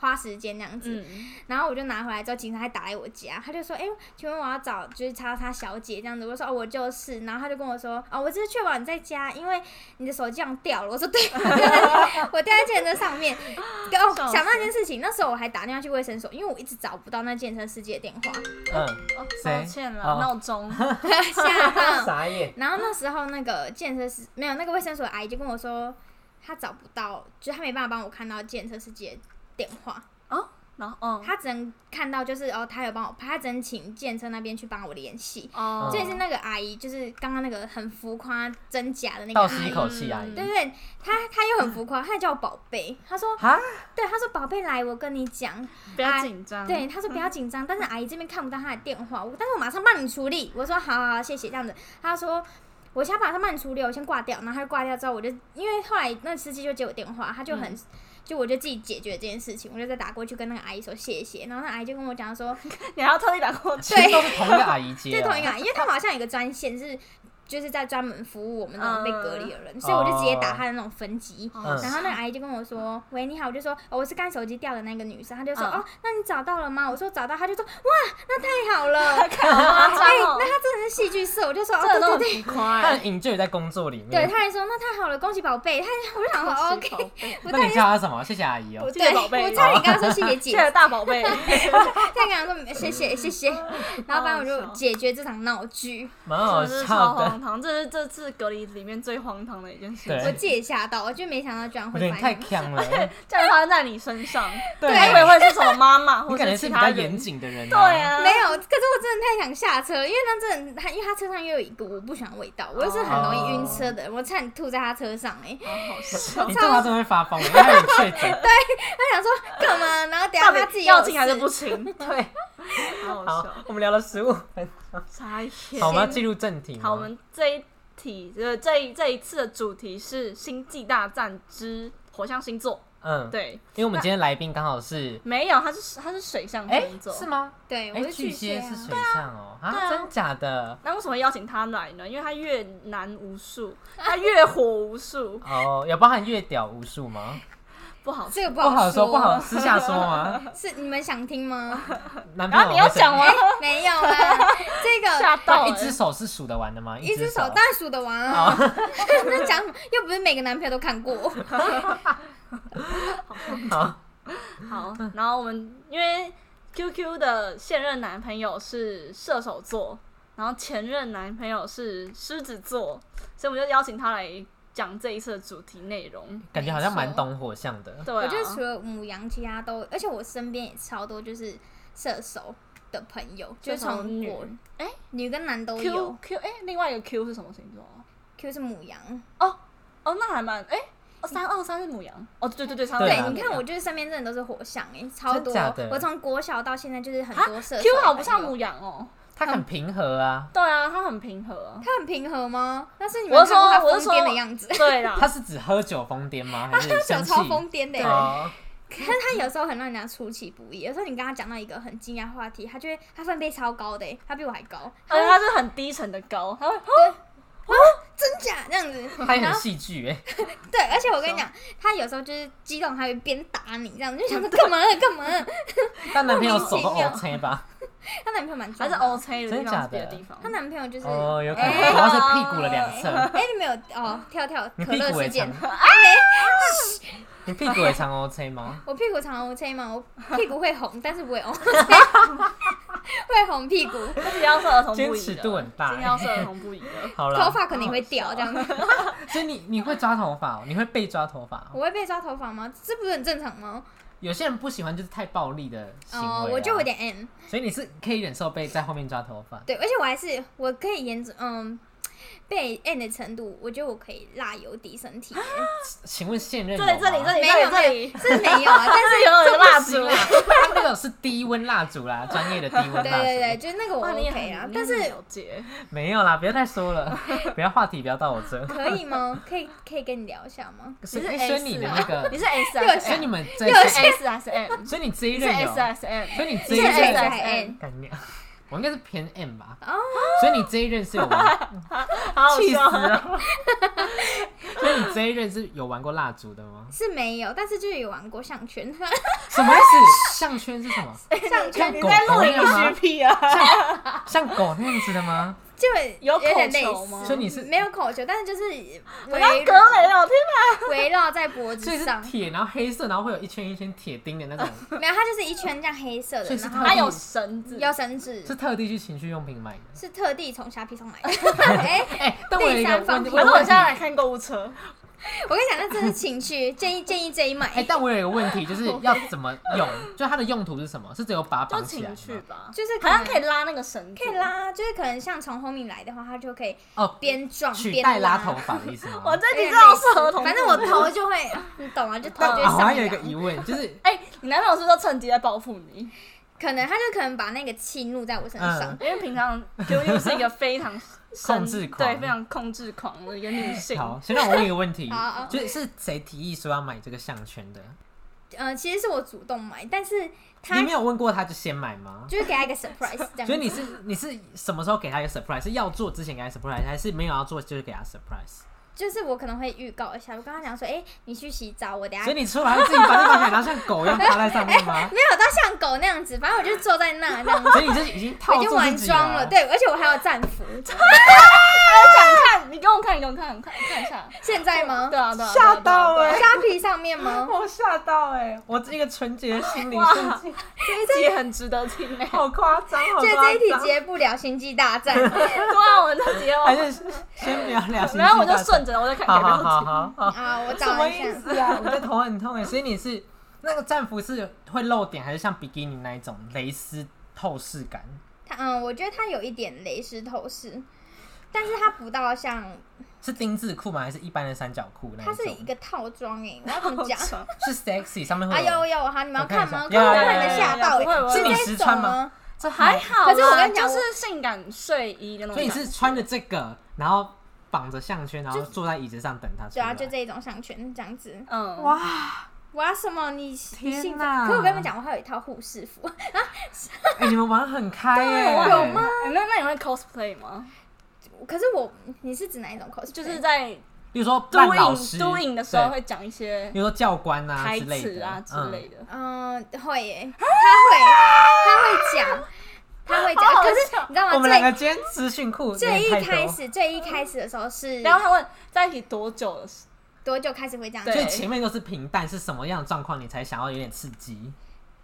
[SPEAKER 1] 花时间那样子。
[SPEAKER 3] 嗯，
[SPEAKER 1] 然后我就拿回来之后，警察还打来我家，他就说：“哎、请问我要找就是叉叉小姐这样子。”我说：“哦，我就是。”然后他就跟我说：“哦，我只是确保你在家，因为你的手机好像掉了。”我说：“对， 我掉在我掉在健身上面。”哦，
[SPEAKER 3] 笑死
[SPEAKER 1] 想到那件事情，那时候我还打电话去卫生所，因为我一直找不到那健身司机的电话，
[SPEAKER 2] 嗯，
[SPEAKER 3] 哦
[SPEAKER 2] 谁
[SPEAKER 3] 抱歉了，
[SPEAKER 2] 哦
[SPEAKER 3] 闹钟。
[SPEAKER 1] 吓到。
[SPEAKER 2] 傻眼。
[SPEAKER 1] 然后那时候那个健身师没有那个卫生所的阿姨就跟我说，她找不到，就是她没办法帮我看到健身司机的电话，
[SPEAKER 3] 哦，然后嗯，
[SPEAKER 1] 她只能看到就是哦，她有帮我拍，她只能请健身那边去帮我联系。
[SPEAKER 3] 哦，
[SPEAKER 1] 这也是那个阿姨，就是刚刚那个很浮夸真假的那个
[SPEAKER 2] 倒
[SPEAKER 1] 阿
[SPEAKER 2] 吸一
[SPEAKER 1] 姨。
[SPEAKER 2] 口气啊！
[SPEAKER 1] 对不对？她她又很浮夸，她还叫我宝贝。她说
[SPEAKER 2] 哈，：“
[SPEAKER 1] 对，她说宝贝来，我跟你讲。
[SPEAKER 3] 不要紧张。
[SPEAKER 1] 对，，她说不要紧张，但是阿姨这边看不到她的电话，我但是我马上帮你处理。我说好好好，谢谢这样子。她说我先马上帮你处理，哦我先挂掉。然后她就挂掉之后，我就因为后来那司机就接我电话，他就很、就我就自己解决这件事情，我就再打过去跟那个阿姨说谢谢。然后那阿姨就跟我讲说，
[SPEAKER 3] 你还要特地打过去。
[SPEAKER 1] 对
[SPEAKER 2] 都是同一个阿姨接
[SPEAKER 1] 这
[SPEAKER 2] 啊，
[SPEAKER 1] 同一个，因为他们好像有一个专线是就是在专门服务我们那种被隔离的人，所以我就直接打他的那种分机。
[SPEAKER 3] 嗯哦
[SPEAKER 2] 嗯
[SPEAKER 1] 然后那个阿姨就跟我说：“喂，你好。”我就说：“哦、我是刚手机掉的那个女生。”她就说：“
[SPEAKER 3] 嗯
[SPEAKER 1] 哦，那你找到了吗？”我说：“找到。”她就说：“哇，那太好 了！”
[SPEAKER 3] 夸张
[SPEAKER 1] 哎
[SPEAKER 3] 哦，
[SPEAKER 1] 那她真的是戏剧社。我就说：“哦，
[SPEAKER 3] 这
[SPEAKER 1] 对
[SPEAKER 3] 都
[SPEAKER 1] 对对。
[SPEAKER 3] 很浮夸
[SPEAKER 2] 他
[SPEAKER 3] 欸。
[SPEAKER 2] 很 enjoy 在工作里”
[SPEAKER 1] 对，
[SPEAKER 2] 面。
[SPEAKER 1] 她还说：“那太好了，恭喜宝贝。”她我就想说哦：“OK。”
[SPEAKER 3] ，OK，
[SPEAKER 1] 我
[SPEAKER 2] 那
[SPEAKER 1] 差
[SPEAKER 2] 你
[SPEAKER 1] 点
[SPEAKER 2] 叫他什么？谢谢阿姨哦。
[SPEAKER 1] 我
[SPEAKER 3] 谢谢
[SPEAKER 1] 对，
[SPEAKER 3] 宝贝
[SPEAKER 1] 我差点跟她 说谢谢姐
[SPEAKER 3] 谢谢大宝贝。
[SPEAKER 1] 再跟她说谢谢谢谢，然后反正我
[SPEAKER 3] 好好
[SPEAKER 1] 就
[SPEAKER 3] 笑
[SPEAKER 1] 解决这场闹剧。
[SPEAKER 2] 蛮好
[SPEAKER 3] 真的是
[SPEAKER 2] 笑
[SPEAKER 3] 超荒荒唐，这是这次隔离里面最荒唐的一件事
[SPEAKER 2] 对
[SPEAKER 3] 情，
[SPEAKER 1] 我自己也吓到，我就没想到居然
[SPEAKER 2] 我
[SPEAKER 1] 会
[SPEAKER 2] 觉得你
[SPEAKER 1] 发
[SPEAKER 2] 太
[SPEAKER 1] 生。
[SPEAKER 2] 强了，嗯
[SPEAKER 3] 这样发生在你身上，
[SPEAKER 2] 对
[SPEAKER 3] 我以为会是什么妈妈
[SPEAKER 2] 你
[SPEAKER 3] 或
[SPEAKER 2] 感觉
[SPEAKER 3] 者
[SPEAKER 2] 是
[SPEAKER 3] 其
[SPEAKER 2] 比
[SPEAKER 3] 他
[SPEAKER 2] 较严
[SPEAKER 3] 人，
[SPEAKER 2] 谨的人、
[SPEAKER 3] 对，啊，
[SPEAKER 1] 没有，可是我真的太想下车，因为他真的，他因为他车上又有一股我不喜欢的味道，我又是很容
[SPEAKER 3] 哦
[SPEAKER 1] 易晕车的人，我差点吐在他车上哎、欸。
[SPEAKER 3] 好好笑。
[SPEAKER 2] 你这话真的会发疯，因为他有确诊。
[SPEAKER 1] 他想说干嘛，然后等下
[SPEAKER 3] 到底
[SPEAKER 1] 他自己
[SPEAKER 3] 要
[SPEAKER 1] 有
[SPEAKER 3] 亲还是
[SPEAKER 1] 事
[SPEAKER 3] 不亲？对， 好好
[SPEAKER 2] 好
[SPEAKER 3] 笑，，
[SPEAKER 2] 我们聊了十五分钟，
[SPEAKER 3] 傻眼。
[SPEAKER 2] 好，我们要进入正题吗。
[SPEAKER 3] 好，我们这一题，呃，这一这一次的主题是《星际大战之火象星座》。
[SPEAKER 2] 嗯，
[SPEAKER 3] 对，
[SPEAKER 2] 因为我们今天来宾刚好是，
[SPEAKER 3] 没有，它是它是水象
[SPEAKER 2] 哎、
[SPEAKER 3] 星座。
[SPEAKER 2] 是吗？
[SPEAKER 1] 对，
[SPEAKER 2] 哎、
[SPEAKER 1] 我是
[SPEAKER 2] 巨
[SPEAKER 1] 蟹、
[SPEAKER 2] 蟹
[SPEAKER 1] 啊。
[SPEAKER 2] 是水象哦、啊，
[SPEAKER 3] 对啊
[SPEAKER 2] 真假的？
[SPEAKER 3] 那为什么邀请他来呢？因为他越难无数，他越火无数，
[SPEAKER 2] 哦，有包含月屌无数吗？
[SPEAKER 3] 不好
[SPEAKER 1] 这个不
[SPEAKER 2] 不好
[SPEAKER 1] 说，
[SPEAKER 2] 说，不好私下 说吗？
[SPEAKER 1] 是你们想听 吗？哎
[SPEAKER 2] 男朋友
[SPEAKER 3] 然啊后你
[SPEAKER 2] 会
[SPEAKER 3] 要
[SPEAKER 2] 生
[SPEAKER 3] 讲
[SPEAKER 2] 气
[SPEAKER 3] 吗？
[SPEAKER 1] 没有啦，这个
[SPEAKER 3] 吓到
[SPEAKER 2] 一
[SPEAKER 3] 欸
[SPEAKER 2] 只手是数得完的吗？
[SPEAKER 1] 一只
[SPEAKER 2] 只
[SPEAKER 1] 手
[SPEAKER 2] 手
[SPEAKER 1] 当然数得完啊。那讲又不是每个男朋友都看 过。
[SPEAKER 3] 啊
[SPEAKER 2] 好，
[SPEAKER 3] 好，然后我们因为 QQ 的现任男朋友是射手座，然后前任男朋友是狮子座，所以我们就邀请他来讲这一次的主题内容。
[SPEAKER 2] 感觉好像蛮
[SPEAKER 1] 没错
[SPEAKER 2] 懂火象的。
[SPEAKER 3] 对、啊，
[SPEAKER 1] 我觉得除了母羊，其他啊都，而且我身边也超多就是射手的朋友，就是
[SPEAKER 3] 射手
[SPEAKER 1] 从
[SPEAKER 3] 女
[SPEAKER 1] 我
[SPEAKER 3] 哎
[SPEAKER 1] 女跟男都
[SPEAKER 3] Q
[SPEAKER 1] 有。
[SPEAKER 3] Q 哎、另外一个 Q 是什么星座啊？
[SPEAKER 1] Q 是母羊，
[SPEAKER 3] 哦哦，那还蛮哎，三二三是母羊。哦，对对对，三二
[SPEAKER 2] 对
[SPEAKER 1] 对
[SPEAKER 2] 啊，
[SPEAKER 3] 三。
[SPEAKER 1] 你看我就是身边真的都是火象哎，超多
[SPEAKER 2] 真假的。
[SPEAKER 1] 我从国小到现在就是很
[SPEAKER 3] 啊
[SPEAKER 1] 多射手。
[SPEAKER 3] Q 好不像母，羊哦。
[SPEAKER 2] 他很平和啊，
[SPEAKER 3] 对啊，他很平和。
[SPEAKER 1] 他很平和吗？但是你
[SPEAKER 3] 我
[SPEAKER 1] 们
[SPEAKER 3] 是
[SPEAKER 1] 看过他
[SPEAKER 3] 说我
[SPEAKER 1] 疯
[SPEAKER 3] 是
[SPEAKER 1] 癫
[SPEAKER 3] 说
[SPEAKER 1] 的样子，
[SPEAKER 3] 对啦，
[SPEAKER 2] 他是指喝酒疯癫吗？还是
[SPEAKER 1] 手
[SPEAKER 2] 生气？
[SPEAKER 1] 超疯癫的欸。
[SPEAKER 2] 哦，
[SPEAKER 1] 可是他有时候很让人家出其不意，有时候你跟他讲到一个很惊讶话题，他就会他分贝超高的欸，他比我还高，
[SPEAKER 2] 哦
[SPEAKER 3] 而且他是很低沉的高，他会
[SPEAKER 1] 真假这样子，
[SPEAKER 2] 他也哦
[SPEAKER 1] 然
[SPEAKER 2] 很
[SPEAKER 1] 后
[SPEAKER 2] 戏剧 哎，
[SPEAKER 1] 对，而且我跟你讲，他有时候就是激动，他会边打你这样子，就 想说干嘛干嘛，
[SPEAKER 2] 但男朋友手都
[SPEAKER 1] 莫名其妙
[SPEAKER 2] OK 吧？
[SPEAKER 1] 她男朋友蛮
[SPEAKER 3] 还
[SPEAKER 1] 壮的
[SPEAKER 3] 是
[SPEAKER 1] 啊
[SPEAKER 3] OK 的地
[SPEAKER 2] 真假
[SPEAKER 3] 方是别的
[SPEAKER 2] 的
[SPEAKER 3] 地方
[SPEAKER 1] 她。男朋友就是
[SPEAKER 2] 哦，有可能，
[SPEAKER 1] 哎
[SPEAKER 2] 然后是屁股的两侧，
[SPEAKER 1] 哎，你没有哦，跳跳
[SPEAKER 2] 你
[SPEAKER 1] 可
[SPEAKER 2] 屁
[SPEAKER 1] 乐
[SPEAKER 2] 股
[SPEAKER 1] 事
[SPEAKER 2] 也
[SPEAKER 1] 件
[SPEAKER 2] 长，，
[SPEAKER 1] 哎
[SPEAKER 2] 你屁股也长 OK 吗？
[SPEAKER 1] 我屁股常 OK 吗？ 我屁股会红， 但是不会 OK，会红屁股，
[SPEAKER 3] 他只要是儿童不宜
[SPEAKER 2] 坚
[SPEAKER 3] 的，
[SPEAKER 2] 持度很大欸
[SPEAKER 3] 今天要是儿童不宜 的。
[SPEAKER 2] 好了，
[SPEAKER 1] 头发肯定会掉这样子。
[SPEAKER 2] 所以你你会抓头发、哦，你会被抓头发哦、
[SPEAKER 1] 我会被抓头发吗？这不是很正常吗？
[SPEAKER 2] 有些人不喜欢就是太暴力的行为、啊
[SPEAKER 1] 哦，我就有，点 M。
[SPEAKER 2] 所以你是可以忍受被在后面抓头发。
[SPEAKER 1] 对，而且我还是我可以沿着嗯被 N 的程度，我觉得我可以辣油底身
[SPEAKER 3] 啊
[SPEAKER 1] 体耶。
[SPEAKER 2] 请问现任
[SPEAKER 3] 这里
[SPEAKER 2] 有
[SPEAKER 3] 这里
[SPEAKER 2] 吗
[SPEAKER 3] 这里
[SPEAKER 1] 没有
[SPEAKER 3] 这里，
[SPEAKER 1] 是没 有啊，但
[SPEAKER 3] 这啊
[SPEAKER 1] 是
[SPEAKER 3] 里有有蜡烛
[SPEAKER 2] 行啦，他那个是低温蜡烛啦，专业的低温蜡
[SPEAKER 1] 对
[SPEAKER 2] 烛。
[SPEAKER 1] 对对，就是那个我
[SPEAKER 3] 哇，你也
[SPEAKER 1] OK 啦
[SPEAKER 3] 很，
[SPEAKER 1] 但
[SPEAKER 3] 你也
[SPEAKER 1] 是
[SPEAKER 3] 很了解，
[SPEAKER 2] 没有啦，不要再说了， 不要话题不要到我这。
[SPEAKER 1] 可以吗？可以可以跟你聊一下 吗？
[SPEAKER 2] 所以
[SPEAKER 3] 是
[SPEAKER 2] 哎
[SPEAKER 3] S
[SPEAKER 2] 所以你的那个
[SPEAKER 3] 你， 是 S
[SPEAKER 1] 又
[SPEAKER 3] 还是
[SPEAKER 2] 所以你
[SPEAKER 3] M？你
[SPEAKER 2] 们这
[SPEAKER 1] 有
[SPEAKER 2] 一
[SPEAKER 3] 是 S 还是 M？
[SPEAKER 2] 所以你这一
[SPEAKER 3] 你是
[SPEAKER 2] 任有
[SPEAKER 3] S，还是 M？
[SPEAKER 2] 所以你这
[SPEAKER 1] 你
[SPEAKER 2] 一
[SPEAKER 1] 是 S
[SPEAKER 2] 任
[SPEAKER 3] 还
[SPEAKER 1] 还
[SPEAKER 3] 是啊
[SPEAKER 1] 是
[SPEAKER 3] M？
[SPEAKER 1] N？
[SPEAKER 2] 干娘，我应该是偏 M 吧。
[SPEAKER 1] 哦
[SPEAKER 2] 所以你这一任是有玩，
[SPEAKER 3] 好好
[SPEAKER 2] 气死
[SPEAKER 3] 笑。
[SPEAKER 2] 了。 所以你这一任是有玩过蜡烛的吗？
[SPEAKER 1] 是没有，但是就是有玩过项圈，
[SPEAKER 2] 什么意思？项圈是什么？
[SPEAKER 1] 项圈
[SPEAKER 2] 像
[SPEAKER 3] 哎你
[SPEAKER 2] 狗
[SPEAKER 3] 在录
[SPEAKER 2] 狗
[SPEAKER 3] 影
[SPEAKER 2] 那样吗？
[SPEAKER 3] GP 啊？
[SPEAKER 2] 像像狗那样子的吗？
[SPEAKER 1] 就
[SPEAKER 3] 有口
[SPEAKER 1] 点类
[SPEAKER 3] 球
[SPEAKER 1] 似
[SPEAKER 3] 吗
[SPEAKER 2] 所以你是
[SPEAKER 1] 没有口球，但是就是
[SPEAKER 3] 我要
[SPEAKER 1] 围
[SPEAKER 3] 格雷哦了，天
[SPEAKER 1] 围 绕在脖
[SPEAKER 2] 所以
[SPEAKER 1] 子
[SPEAKER 2] 是
[SPEAKER 1] 上，
[SPEAKER 2] 铁，然后黑色，然后会有一圈一圈铁钉的那种，
[SPEAKER 1] 没有，它就是一圈这样黑色
[SPEAKER 2] 所
[SPEAKER 1] 的，
[SPEAKER 2] 以是
[SPEAKER 1] 然
[SPEAKER 3] 哪！
[SPEAKER 1] 后
[SPEAKER 2] 它
[SPEAKER 3] 他有绳子，
[SPEAKER 1] 有绳子，
[SPEAKER 2] 是特地去情趣用品买的。
[SPEAKER 1] 是特地从虾皮上买的。 哎、
[SPEAKER 2] 哎、但我有
[SPEAKER 1] 第
[SPEAKER 2] 一个
[SPEAKER 1] 三方
[SPEAKER 2] 问题，
[SPEAKER 1] 品
[SPEAKER 3] 还
[SPEAKER 2] 我
[SPEAKER 3] 是
[SPEAKER 2] 有
[SPEAKER 3] 我
[SPEAKER 2] 问
[SPEAKER 3] 现
[SPEAKER 2] 题
[SPEAKER 3] 在来看购物车？
[SPEAKER 1] 我跟你讲，那真是情趣，建议建议这一买。
[SPEAKER 2] 哎、但我有一个问题，就是要怎么用？就它的用途是什么？是只有把它
[SPEAKER 3] 就
[SPEAKER 2] 绑起来
[SPEAKER 3] 情
[SPEAKER 2] 吗？
[SPEAKER 3] 趣吧，
[SPEAKER 1] 就是
[SPEAKER 3] 好像可以
[SPEAKER 1] 以
[SPEAKER 3] 拉那个绳子，
[SPEAKER 1] 可以。拉，就是可能像从后面来的话，它就可以
[SPEAKER 2] 哦，
[SPEAKER 1] 边撞
[SPEAKER 2] 取
[SPEAKER 1] 边
[SPEAKER 2] 代拉头发的意思吗？
[SPEAKER 3] 我这
[SPEAKER 1] 有
[SPEAKER 3] 题
[SPEAKER 1] 点
[SPEAKER 3] 真的好
[SPEAKER 1] 类似
[SPEAKER 3] 适合同志
[SPEAKER 1] 反正我头就会，你懂啊，就头
[SPEAKER 2] 但
[SPEAKER 1] 就会
[SPEAKER 2] 啊我
[SPEAKER 1] 上
[SPEAKER 2] 还
[SPEAKER 1] 扬。
[SPEAKER 2] 有一个疑问，就是
[SPEAKER 3] 哎、你男朋友是不是都趁机在报复你？
[SPEAKER 1] 可能他就可能把那个气怒在我身上。
[SPEAKER 2] 嗯
[SPEAKER 3] 因为平常 Q Q 是一个非常深
[SPEAKER 2] 控制狂
[SPEAKER 3] 对，非常控制狂的一个女性。
[SPEAKER 2] 好，先让我问一个问题
[SPEAKER 1] 好，
[SPEAKER 2] 就是是谁提议说要买这个项圈的？
[SPEAKER 1] 呃，其实是我主动买，但是他
[SPEAKER 2] 你没有问过他就先买吗？
[SPEAKER 1] 就是给他一个 surprise 这样
[SPEAKER 2] 所
[SPEAKER 1] 子。
[SPEAKER 2] 以你是你是什么时候给他一个 surprise？是要做之前给他 surprise，还是没有要做就是给他 surprise？
[SPEAKER 1] 就是我可能会预告一下，我跟他讲说，哎、你去洗澡，我等下
[SPEAKER 2] 所以你出来会自己把那绑起来，然后像狗一样趴在上面 吗？
[SPEAKER 1] 没有到像狗那样子，反正我就是坐在那这样子。
[SPEAKER 2] 所以你就是已经
[SPEAKER 1] 我
[SPEAKER 2] 套
[SPEAKER 1] 已经
[SPEAKER 2] 住
[SPEAKER 1] 完
[SPEAKER 2] 自己
[SPEAKER 1] 妆了，。对，而且我还有战服，
[SPEAKER 3] 想看，看，你给我看，你给我看，看看一下。
[SPEAKER 1] 现在吗哎
[SPEAKER 3] 对？啊，对啊，
[SPEAKER 2] 吓
[SPEAKER 3] 对啊
[SPEAKER 2] 到
[SPEAKER 3] 对啊对啊
[SPEAKER 2] 欸
[SPEAKER 1] 虾皮上面吗？
[SPEAKER 2] 我吓到哎、我这个纯洁的心灵瞬间，
[SPEAKER 3] 这一集很值得听哎诶、
[SPEAKER 2] 好夸张，好
[SPEAKER 1] 觉得
[SPEAKER 2] 夸
[SPEAKER 1] 这一题
[SPEAKER 2] 张。
[SPEAKER 1] 结不了《星际大战》
[SPEAKER 3] 对啊，我们这集
[SPEAKER 2] 还
[SPEAKER 3] 哦，
[SPEAKER 2] 是先不要聊星际大战，
[SPEAKER 3] 然后我就顺着，我就看
[SPEAKER 2] 好
[SPEAKER 3] 给
[SPEAKER 2] 好
[SPEAKER 3] 标
[SPEAKER 2] 好
[SPEAKER 3] 题。
[SPEAKER 2] 好好，
[SPEAKER 1] 啊，我
[SPEAKER 2] 什
[SPEAKER 1] 找
[SPEAKER 2] 么
[SPEAKER 1] 一
[SPEAKER 2] 意
[SPEAKER 1] 下。
[SPEAKER 2] 思啊？我的头很痛哎、所以你是那个战服是会露点，还是像比基尼那一种蕾丝透视感？
[SPEAKER 1] 它嗯，我觉得它有一点蕾丝透视，但是它不到像
[SPEAKER 2] 是丁字裤吗？还是一般的三角裤那
[SPEAKER 1] 它
[SPEAKER 2] 一
[SPEAKER 1] 是
[SPEAKER 2] 种？
[SPEAKER 1] 一个套装哎、我要怎么讲？
[SPEAKER 2] 是 sexy 上面会
[SPEAKER 1] 啊有
[SPEAKER 2] 有
[SPEAKER 1] 有哈，你们要
[SPEAKER 2] 我看
[SPEAKER 1] 看吗？
[SPEAKER 2] 一下有
[SPEAKER 1] 看我
[SPEAKER 2] 有有
[SPEAKER 1] 看
[SPEAKER 2] 有
[SPEAKER 1] 的
[SPEAKER 2] 有
[SPEAKER 1] 吓
[SPEAKER 3] 有
[SPEAKER 1] 到
[SPEAKER 3] 不会
[SPEAKER 1] 哎，
[SPEAKER 3] 不会
[SPEAKER 2] 是你
[SPEAKER 1] 这
[SPEAKER 2] 实
[SPEAKER 1] 种
[SPEAKER 2] 穿吗
[SPEAKER 1] 吗？
[SPEAKER 2] 这还，
[SPEAKER 3] 还好
[SPEAKER 1] 可
[SPEAKER 3] 啦，
[SPEAKER 1] 是我跟你讲
[SPEAKER 3] 就是性感睡衣的那种
[SPEAKER 2] 所
[SPEAKER 3] 感
[SPEAKER 2] 以
[SPEAKER 3] 觉。
[SPEAKER 2] 你是穿着这个，然后绑着项圈，然后坐在椅子上等他出
[SPEAKER 1] 对
[SPEAKER 2] 来。
[SPEAKER 1] 啊，就这一种项圈这样子。
[SPEAKER 3] 嗯，
[SPEAKER 2] 哇，
[SPEAKER 1] 我要什么？你你信
[SPEAKER 2] 天
[SPEAKER 1] 这
[SPEAKER 2] 哪
[SPEAKER 1] 可我跟你们讲，我还有一套护士服，
[SPEAKER 2] 哎、你们玩很开耶、
[SPEAKER 3] 对
[SPEAKER 1] 有吗？
[SPEAKER 3] 哎那那你会 cosplay 吗？
[SPEAKER 1] 可是我你是指哪一种 cos？
[SPEAKER 3] 就是在
[SPEAKER 2] 比如说扮老
[SPEAKER 3] doing
[SPEAKER 2] 师
[SPEAKER 3] doing 的时候
[SPEAKER 2] 对
[SPEAKER 3] 会讲一些
[SPEAKER 2] 比如说教官啊
[SPEAKER 3] 台
[SPEAKER 2] 之类
[SPEAKER 3] 词
[SPEAKER 2] 的
[SPEAKER 3] 啊之类
[SPEAKER 2] 的。
[SPEAKER 3] 的。
[SPEAKER 1] 嗯，会耶，他会，他会讲，他会讲。
[SPEAKER 3] 好好
[SPEAKER 1] 可是
[SPEAKER 3] 笑
[SPEAKER 1] 你知道
[SPEAKER 2] 我
[SPEAKER 1] 吗？
[SPEAKER 2] 们两
[SPEAKER 1] 最
[SPEAKER 2] 个今天资讯库有
[SPEAKER 1] 最
[SPEAKER 2] 点太
[SPEAKER 1] 一
[SPEAKER 2] 多嗯
[SPEAKER 1] 开，始，最一开始的时候是
[SPEAKER 3] 然后他问在一起多久了？
[SPEAKER 1] 多久开始会这样？
[SPEAKER 3] 对
[SPEAKER 2] 所以前面都是平淡，是什么样的状况你才想要有点刺激？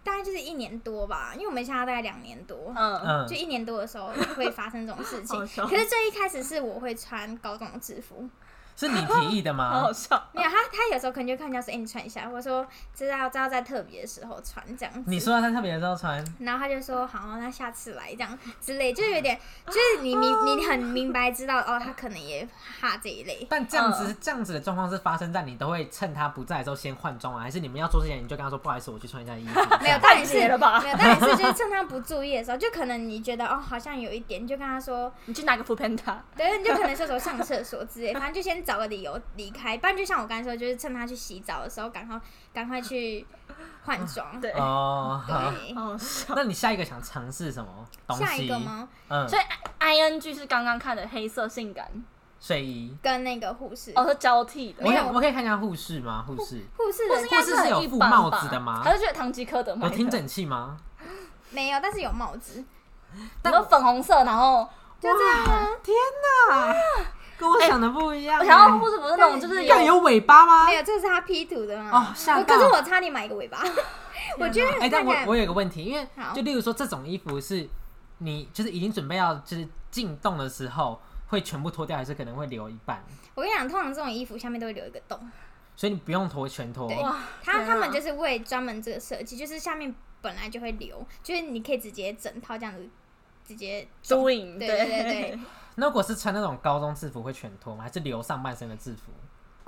[SPEAKER 1] 大概就是一年多吧，因为我们现在大概两年多，
[SPEAKER 3] 嗯，
[SPEAKER 2] 嗯
[SPEAKER 1] 就，一年多的时候会发生这种事情
[SPEAKER 3] 好。笑
[SPEAKER 1] 可是最一开始是我会穿高中的制服，
[SPEAKER 2] 是你提议的
[SPEAKER 3] 好
[SPEAKER 2] 吗
[SPEAKER 3] 好？笑。
[SPEAKER 1] 没有他，他有时候可能就看人家说：“哎、你穿一下。”我说：“知道，知道，在特别的时候穿这样子。”
[SPEAKER 2] 你说他特别的时候穿，
[SPEAKER 1] 然后他就说好，那下次来这样之类，就是有点，
[SPEAKER 3] 啊
[SPEAKER 1] 就是你明你很明白知道哦，他可能也怕这一类。
[SPEAKER 2] 但这样子、
[SPEAKER 3] 嗯
[SPEAKER 2] 这样子的状况是发生在你都会趁他不在的时候先换装吗？还是你们要做之前你就跟他说不好意思，我去穿一下衣 服？
[SPEAKER 1] 没有，
[SPEAKER 2] 这样
[SPEAKER 1] 但是
[SPEAKER 3] 太
[SPEAKER 1] 没
[SPEAKER 3] 绝
[SPEAKER 1] 有，
[SPEAKER 3] 了吧
[SPEAKER 1] 但是就是趁他不注意的时候，就可能你觉得哦，好像有一点，你就跟他说，
[SPEAKER 3] 你去拿个 food panda，
[SPEAKER 1] 对，你就可能这时候上厕所之类，反正就先找个理由离开。不然就像我刚才说，就是趁他去洗澡的时候，赶快赶快去换装。
[SPEAKER 3] 啊对，好
[SPEAKER 2] 哦，好。
[SPEAKER 1] 对，
[SPEAKER 3] 好笑。
[SPEAKER 2] 那你下一个想尝试什么东西？
[SPEAKER 1] 下一个？吗？
[SPEAKER 2] 嗯
[SPEAKER 3] 所，以 I N G 是刚刚看的黑色性感，
[SPEAKER 2] 睡衣。
[SPEAKER 1] 跟那个护士，
[SPEAKER 3] 哦，是交替的
[SPEAKER 2] 我
[SPEAKER 1] 没。有
[SPEAKER 2] 可以我可以看一下护士吗？护士
[SPEAKER 1] 护士
[SPEAKER 3] 护
[SPEAKER 1] 的
[SPEAKER 3] 士应该
[SPEAKER 2] 护士是
[SPEAKER 3] 很
[SPEAKER 2] 有
[SPEAKER 3] 一
[SPEAKER 2] 附
[SPEAKER 3] 般
[SPEAKER 2] 帽
[SPEAKER 3] 吧
[SPEAKER 2] 子的吗
[SPEAKER 3] 还是觉得唐吉诃德买
[SPEAKER 2] 有
[SPEAKER 3] 的？
[SPEAKER 2] 听诊器吗？
[SPEAKER 1] 没有，但是有帽子，
[SPEAKER 3] 你说粉红色，然后
[SPEAKER 1] 就这样啊。
[SPEAKER 2] 天哪，
[SPEAKER 1] 哎
[SPEAKER 2] 跟我想的不一样
[SPEAKER 3] 我
[SPEAKER 2] 欸。
[SPEAKER 3] 想要护士不是那种就是
[SPEAKER 2] 干有尾巴吗
[SPEAKER 1] 没？有，这是他 P 图的
[SPEAKER 2] 哦
[SPEAKER 1] 嘛？
[SPEAKER 2] 吓
[SPEAKER 1] 我
[SPEAKER 2] 到
[SPEAKER 1] 可是我差点买一个尾巴， 我觉得 看起
[SPEAKER 2] 哎、但我
[SPEAKER 1] 来
[SPEAKER 2] 我有个问题，因为
[SPEAKER 1] 好
[SPEAKER 2] 就例如说这种衣服是你就是已经准备要就是进洞的时候会全部脱掉，还是可能会留一半？
[SPEAKER 1] 我跟你讲，通常这种衣服下面都会留一个洞，
[SPEAKER 2] 所以你不用脱全脱。
[SPEAKER 1] 对
[SPEAKER 3] 哇，
[SPEAKER 1] 他
[SPEAKER 3] 天啊
[SPEAKER 1] 他们就是为专门这个设计，就是下面本来就会留，就是你可以直接整套这样子直接装。
[SPEAKER 3] doing，
[SPEAKER 1] 对
[SPEAKER 3] 对
[SPEAKER 1] 对对，
[SPEAKER 2] 那如果是穿那种高中制服会全脱吗？还是留上半身的制服？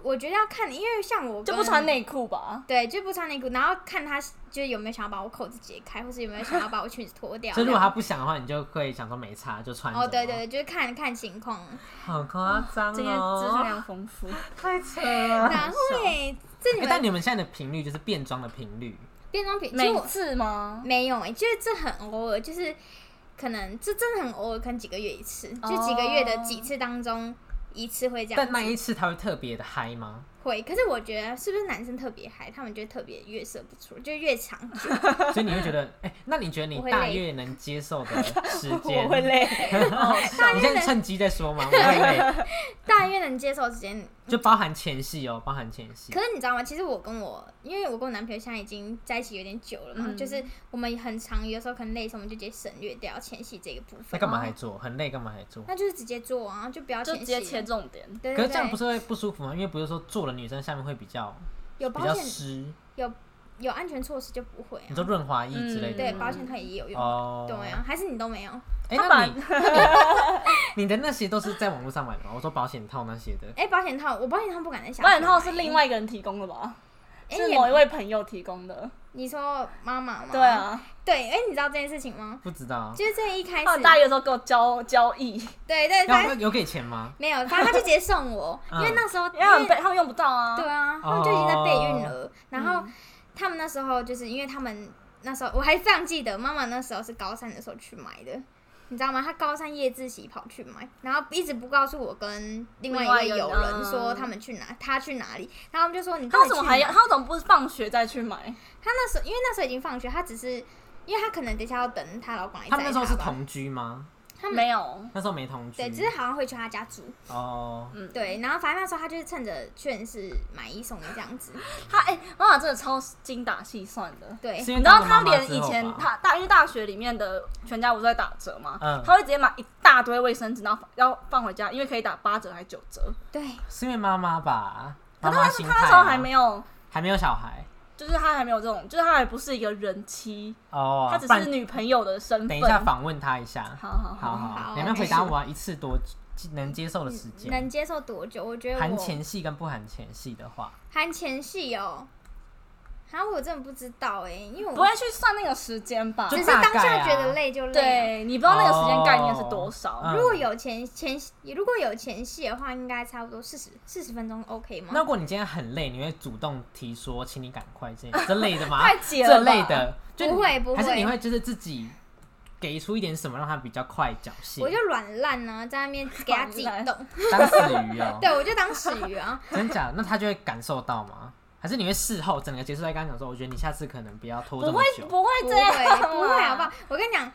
[SPEAKER 1] 我觉得要看，因为像我
[SPEAKER 3] 就不
[SPEAKER 1] 跟
[SPEAKER 3] 穿，内裤吧？
[SPEAKER 1] 对，就不穿内裤，然后看他就是有没有想要把我扣子解开，或是有没有想要把我裙子脱掉。
[SPEAKER 2] 所以如果他不想的话，你就会想说没差就穿着。
[SPEAKER 1] 哦，对对，对，就是看看情 况。
[SPEAKER 2] 好夸张
[SPEAKER 3] 今天资讯
[SPEAKER 2] 哦，
[SPEAKER 3] 量丰富，
[SPEAKER 2] 太扯了。
[SPEAKER 1] 然后嘞，这你
[SPEAKER 2] 哎
[SPEAKER 1] 们
[SPEAKER 2] 但你们现在的频率就是变装的频率，
[SPEAKER 1] 变装品，其实
[SPEAKER 3] 每
[SPEAKER 1] 我
[SPEAKER 3] 次吗？
[SPEAKER 1] 没有哎、欸，就是这很偶尔，就是可能这真的很偶尔，可能几个月一次，
[SPEAKER 2] 哦
[SPEAKER 1] 就几个月的几次当中一次会这样
[SPEAKER 2] 但那
[SPEAKER 1] 子。
[SPEAKER 2] 一次他会特别的嗨吗？
[SPEAKER 1] 会，可是我觉得是不是男生特别嗨，他们就特别越射不出，就越长久。
[SPEAKER 2] 所以你会觉得，哎、那你觉得你
[SPEAKER 1] 我会累
[SPEAKER 2] 大约能接受的时 间？
[SPEAKER 3] 我会累，
[SPEAKER 2] 你现在趁机再说吗？我会累，
[SPEAKER 1] 大约能接受时间，
[SPEAKER 2] 就包含前戏哦，包含前戏
[SPEAKER 1] 可。是你知道吗？其实我跟我，因为我跟我男朋友现在已经在一起有点久了嘛，
[SPEAKER 3] 嗯
[SPEAKER 1] 就是我们很常有时候可能累的时候，我们就直接省略掉前戏这个部
[SPEAKER 2] 那
[SPEAKER 1] 分，哦
[SPEAKER 2] 干嘛还做？很累，干嘛还做？
[SPEAKER 3] 哦
[SPEAKER 1] 那就是直接做啊，就不要
[SPEAKER 3] 就
[SPEAKER 1] 前戏
[SPEAKER 3] 直接
[SPEAKER 1] 了。
[SPEAKER 3] 切重点。
[SPEAKER 1] 对对对，
[SPEAKER 2] 可是这样不是会不舒服吗？因为不是说做了女生下面会比较
[SPEAKER 1] 有
[SPEAKER 2] 比
[SPEAKER 1] 保
[SPEAKER 2] 较
[SPEAKER 1] 险
[SPEAKER 2] 湿，
[SPEAKER 1] 有有安全措施就不会啊
[SPEAKER 2] 你。说嗯润滑液之类的。
[SPEAKER 3] 嗯
[SPEAKER 1] 对，保险套也有用。
[SPEAKER 2] 哦，
[SPEAKER 1] 对啊，还是你都没有？
[SPEAKER 2] 哎、
[SPEAKER 3] 他
[SPEAKER 2] 那
[SPEAKER 3] 把
[SPEAKER 2] 你 你的那些都是在网络上买的吗？我说保险套那些的，
[SPEAKER 1] 哎、保险套，我保险套不敢再想。
[SPEAKER 3] 保险套是另，外一个人提供的吧？
[SPEAKER 1] 哎、
[SPEAKER 3] 是
[SPEAKER 1] 也
[SPEAKER 3] 某一位朋友提供的。
[SPEAKER 1] 你说妈妈吗？
[SPEAKER 3] 对，啊，
[SPEAKER 1] 对，哎、你知道这件事情吗？
[SPEAKER 2] 不知道
[SPEAKER 1] 就是这一开
[SPEAKER 3] 他
[SPEAKER 1] 始，
[SPEAKER 3] 大一的时候给我交交易，
[SPEAKER 1] 对对，反
[SPEAKER 2] 要
[SPEAKER 1] 正
[SPEAKER 2] 有给钱吗？
[SPEAKER 1] 没有，反正他就直接送 我，因
[SPEAKER 2] 嗯
[SPEAKER 1] 为那时候
[SPEAKER 3] 因为他
[SPEAKER 1] 因
[SPEAKER 3] 们
[SPEAKER 1] 为
[SPEAKER 3] 备他们用不到啊。嗯
[SPEAKER 1] 对啊，他们就已经在备孕了，然后他们那时候就是因为他们那时候我还非常记得，妈妈那时候是高三的时候去买的。你知道吗？他高三夜自习跑去买，然后一直不告诉我跟另外一位
[SPEAKER 3] 另
[SPEAKER 1] 友
[SPEAKER 3] 外一个人嗯
[SPEAKER 1] 人说他们去哪，他去哪里，然后他们就说你到
[SPEAKER 3] 他
[SPEAKER 1] 底
[SPEAKER 3] 怎么
[SPEAKER 1] 去
[SPEAKER 3] 还
[SPEAKER 1] 哪
[SPEAKER 3] 要？他怎么不是放学再去买？
[SPEAKER 1] 她那
[SPEAKER 3] 哎
[SPEAKER 1] 时候因为那时候已经放学，她只是因为她可能等一下要等她老公来载
[SPEAKER 2] 他们那时候是
[SPEAKER 1] 吧
[SPEAKER 2] 同居吗？嗯
[SPEAKER 1] 他们
[SPEAKER 3] 没有，
[SPEAKER 2] 那时候没同居
[SPEAKER 1] 对，只是好像会去他家住，
[SPEAKER 2] 哦，
[SPEAKER 3] 嗯，
[SPEAKER 1] 对，然后反正那时候他就是趁着券是买一送一这样子，
[SPEAKER 3] 他哎，妈妈真的超精打细算的。
[SPEAKER 1] 对
[SPEAKER 2] 是，因为
[SPEAKER 3] 你知
[SPEAKER 2] 当
[SPEAKER 3] 道
[SPEAKER 2] 了
[SPEAKER 3] 哎他
[SPEAKER 2] 妈妈
[SPEAKER 3] 连
[SPEAKER 2] 之
[SPEAKER 3] 以
[SPEAKER 2] 后
[SPEAKER 3] 前
[SPEAKER 2] 吧
[SPEAKER 3] 他大因为大学里面的全家不是在打折嘛，
[SPEAKER 2] 嗯
[SPEAKER 3] 他会直接买一大堆卫生纸，然后要放回家，因为可以打八折还九折。
[SPEAKER 1] 对，
[SPEAKER 2] 是因为妈妈吧，妈
[SPEAKER 3] 可是
[SPEAKER 2] 妈
[SPEAKER 3] 他是
[SPEAKER 2] 心
[SPEAKER 3] 他
[SPEAKER 2] 态
[SPEAKER 3] 那时候
[SPEAKER 2] 啊
[SPEAKER 3] 还没有，
[SPEAKER 2] 还没有小孩
[SPEAKER 3] 就是他还没有这种，就是他还不是一个人妻，
[SPEAKER 2] 哦，
[SPEAKER 3] 他只
[SPEAKER 2] 不然
[SPEAKER 3] 是女朋友的身份。
[SPEAKER 2] 等一下访问他一下，
[SPEAKER 3] 好好
[SPEAKER 2] 好
[SPEAKER 3] 好，
[SPEAKER 1] 好
[SPEAKER 2] 好，你们
[SPEAKER 1] 没
[SPEAKER 2] 回
[SPEAKER 1] 事
[SPEAKER 2] 答我啊，一次多能接受的时
[SPEAKER 1] 能
[SPEAKER 2] 间，
[SPEAKER 1] 接受多久？我觉得
[SPEAKER 2] 含
[SPEAKER 1] 我
[SPEAKER 2] 前戏跟不含前戏的话，
[SPEAKER 1] 含前戏哦，啊，我真的不知道哎、因为
[SPEAKER 3] 不
[SPEAKER 1] 我
[SPEAKER 3] 会去算那个时间吧？
[SPEAKER 1] 只
[SPEAKER 2] 就是大
[SPEAKER 1] 当
[SPEAKER 2] 概
[SPEAKER 1] 下
[SPEAKER 2] 啊
[SPEAKER 1] 觉得累就累啊。
[SPEAKER 3] 对你不知道那个时间概念是多少。
[SPEAKER 2] 哦嗯
[SPEAKER 1] 如果有前前如果有前戏的话，应该差不多四十四十分钟 OK
[SPEAKER 3] 嗯
[SPEAKER 1] 吗？
[SPEAKER 2] 那如果你今天很累，你会主动提说，请你赶快这 样这类的吗？
[SPEAKER 3] 太解了
[SPEAKER 2] 这
[SPEAKER 3] 吧
[SPEAKER 2] 类的，就你
[SPEAKER 1] 不会不会
[SPEAKER 2] 还是你会就是自己给出一点什么，让他比较快缴械
[SPEAKER 1] 我，就软烂呢，在那边给他自己
[SPEAKER 3] 软
[SPEAKER 1] 动，，
[SPEAKER 2] 当死鱼哦
[SPEAKER 1] 对我就当死鱼啊。
[SPEAKER 2] 真假？那他就会感受到吗？还是你会事后整个结束再跟他讲说，我觉得你下次可能不要拖这
[SPEAKER 3] 不
[SPEAKER 2] 么啊
[SPEAKER 3] 会
[SPEAKER 2] 久，
[SPEAKER 3] 不会
[SPEAKER 1] 不
[SPEAKER 3] 这
[SPEAKER 1] 会
[SPEAKER 3] 样啊啦，
[SPEAKER 1] 不会好不好？我跟你讲。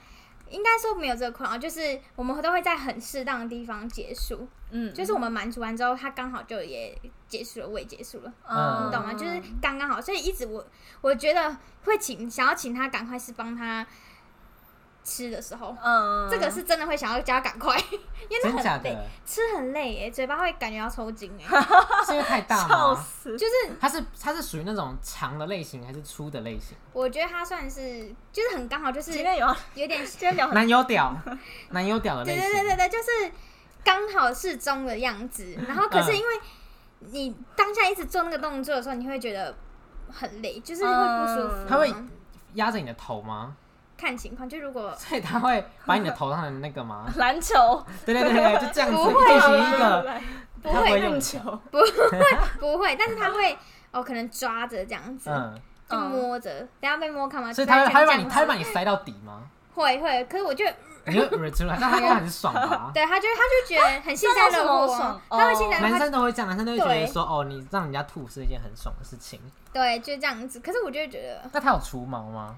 [SPEAKER 1] 应该说没有这个困扰，就是我们都会在很适当的地方结束。
[SPEAKER 3] 嗯，
[SPEAKER 1] 就是我们满足完之后，他刚好就也结束了，我也结束了，
[SPEAKER 2] 嗯
[SPEAKER 1] 你懂吗？就是刚刚好，所以一直我我觉得会请想要请他赶快是帮他吃的时候，
[SPEAKER 3] 嗯，
[SPEAKER 1] 这个是真的会想要叫他赶快， 因为那
[SPEAKER 2] 真假
[SPEAKER 1] 很累，
[SPEAKER 2] 的？
[SPEAKER 1] 吃很累耶，嘴巴会感觉要抽筋哎，
[SPEAKER 2] 是因为太大
[SPEAKER 3] 笑
[SPEAKER 2] 吗？
[SPEAKER 3] 死，
[SPEAKER 1] 就是
[SPEAKER 2] 它是它是属于那种长的类型还是粗的类型？
[SPEAKER 1] 我觉得他算是就是很刚好，就是
[SPEAKER 3] 今天有要
[SPEAKER 1] 有点
[SPEAKER 3] 今天聊很
[SPEAKER 2] 男友 屌，男友屌的
[SPEAKER 1] 对
[SPEAKER 2] 类
[SPEAKER 1] 对对
[SPEAKER 2] 型
[SPEAKER 1] 对对，就是刚好适中的样子。然后可是
[SPEAKER 2] 嗯
[SPEAKER 1] 因为你当下一直做那个动作的时候，你会觉得很累，就是会不舒服。
[SPEAKER 3] 嗯
[SPEAKER 2] 他会压着你的 头吗？
[SPEAKER 1] 看情况，就如果
[SPEAKER 2] 所以他会把你的头上的那 个吗？
[SPEAKER 3] 篮球，
[SPEAKER 2] 对对对对，就这样
[SPEAKER 1] 不
[SPEAKER 2] 子
[SPEAKER 1] 会
[SPEAKER 2] 进行一个
[SPEAKER 3] 来
[SPEAKER 1] 不
[SPEAKER 2] 他
[SPEAKER 1] 会
[SPEAKER 2] 会
[SPEAKER 3] 运
[SPEAKER 2] 用
[SPEAKER 3] 球，
[SPEAKER 1] 不会，但是他会哦，可能抓着这样子。
[SPEAKER 2] 嗯，
[SPEAKER 1] 就摸着，等下被摸看嘛，
[SPEAKER 2] 所以他
[SPEAKER 1] 就
[SPEAKER 2] 会他会把
[SPEAKER 1] 这
[SPEAKER 2] 你
[SPEAKER 1] 样子
[SPEAKER 2] 他会把你塞到底 吗？
[SPEAKER 1] 会会，可是我就
[SPEAKER 2] 你会忍出来，那他应该很爽吧？
[SPEAKER 1] 对他就他就觉得很幸 灾乐
[SPEAKER 3] 这有
[SPEAKER 1] 祸
[SPEAKER 3] 什么爽
[SPEAKER 1] 啊，他会幸灾乐
[SPEAKER 2] 哦男
[SPEAKER 1] 祸，
[SPEAKER 2] 生都会这样，男生都会觉
[SPEAKER 1] 对
[SPEAKER 2] 得说哦，你让人家吐是一件很爽的事情。
[SPEAKER 1] 对，就这样子。可是我就会觉得
[SPEAKER 2] 那他有除毛吗？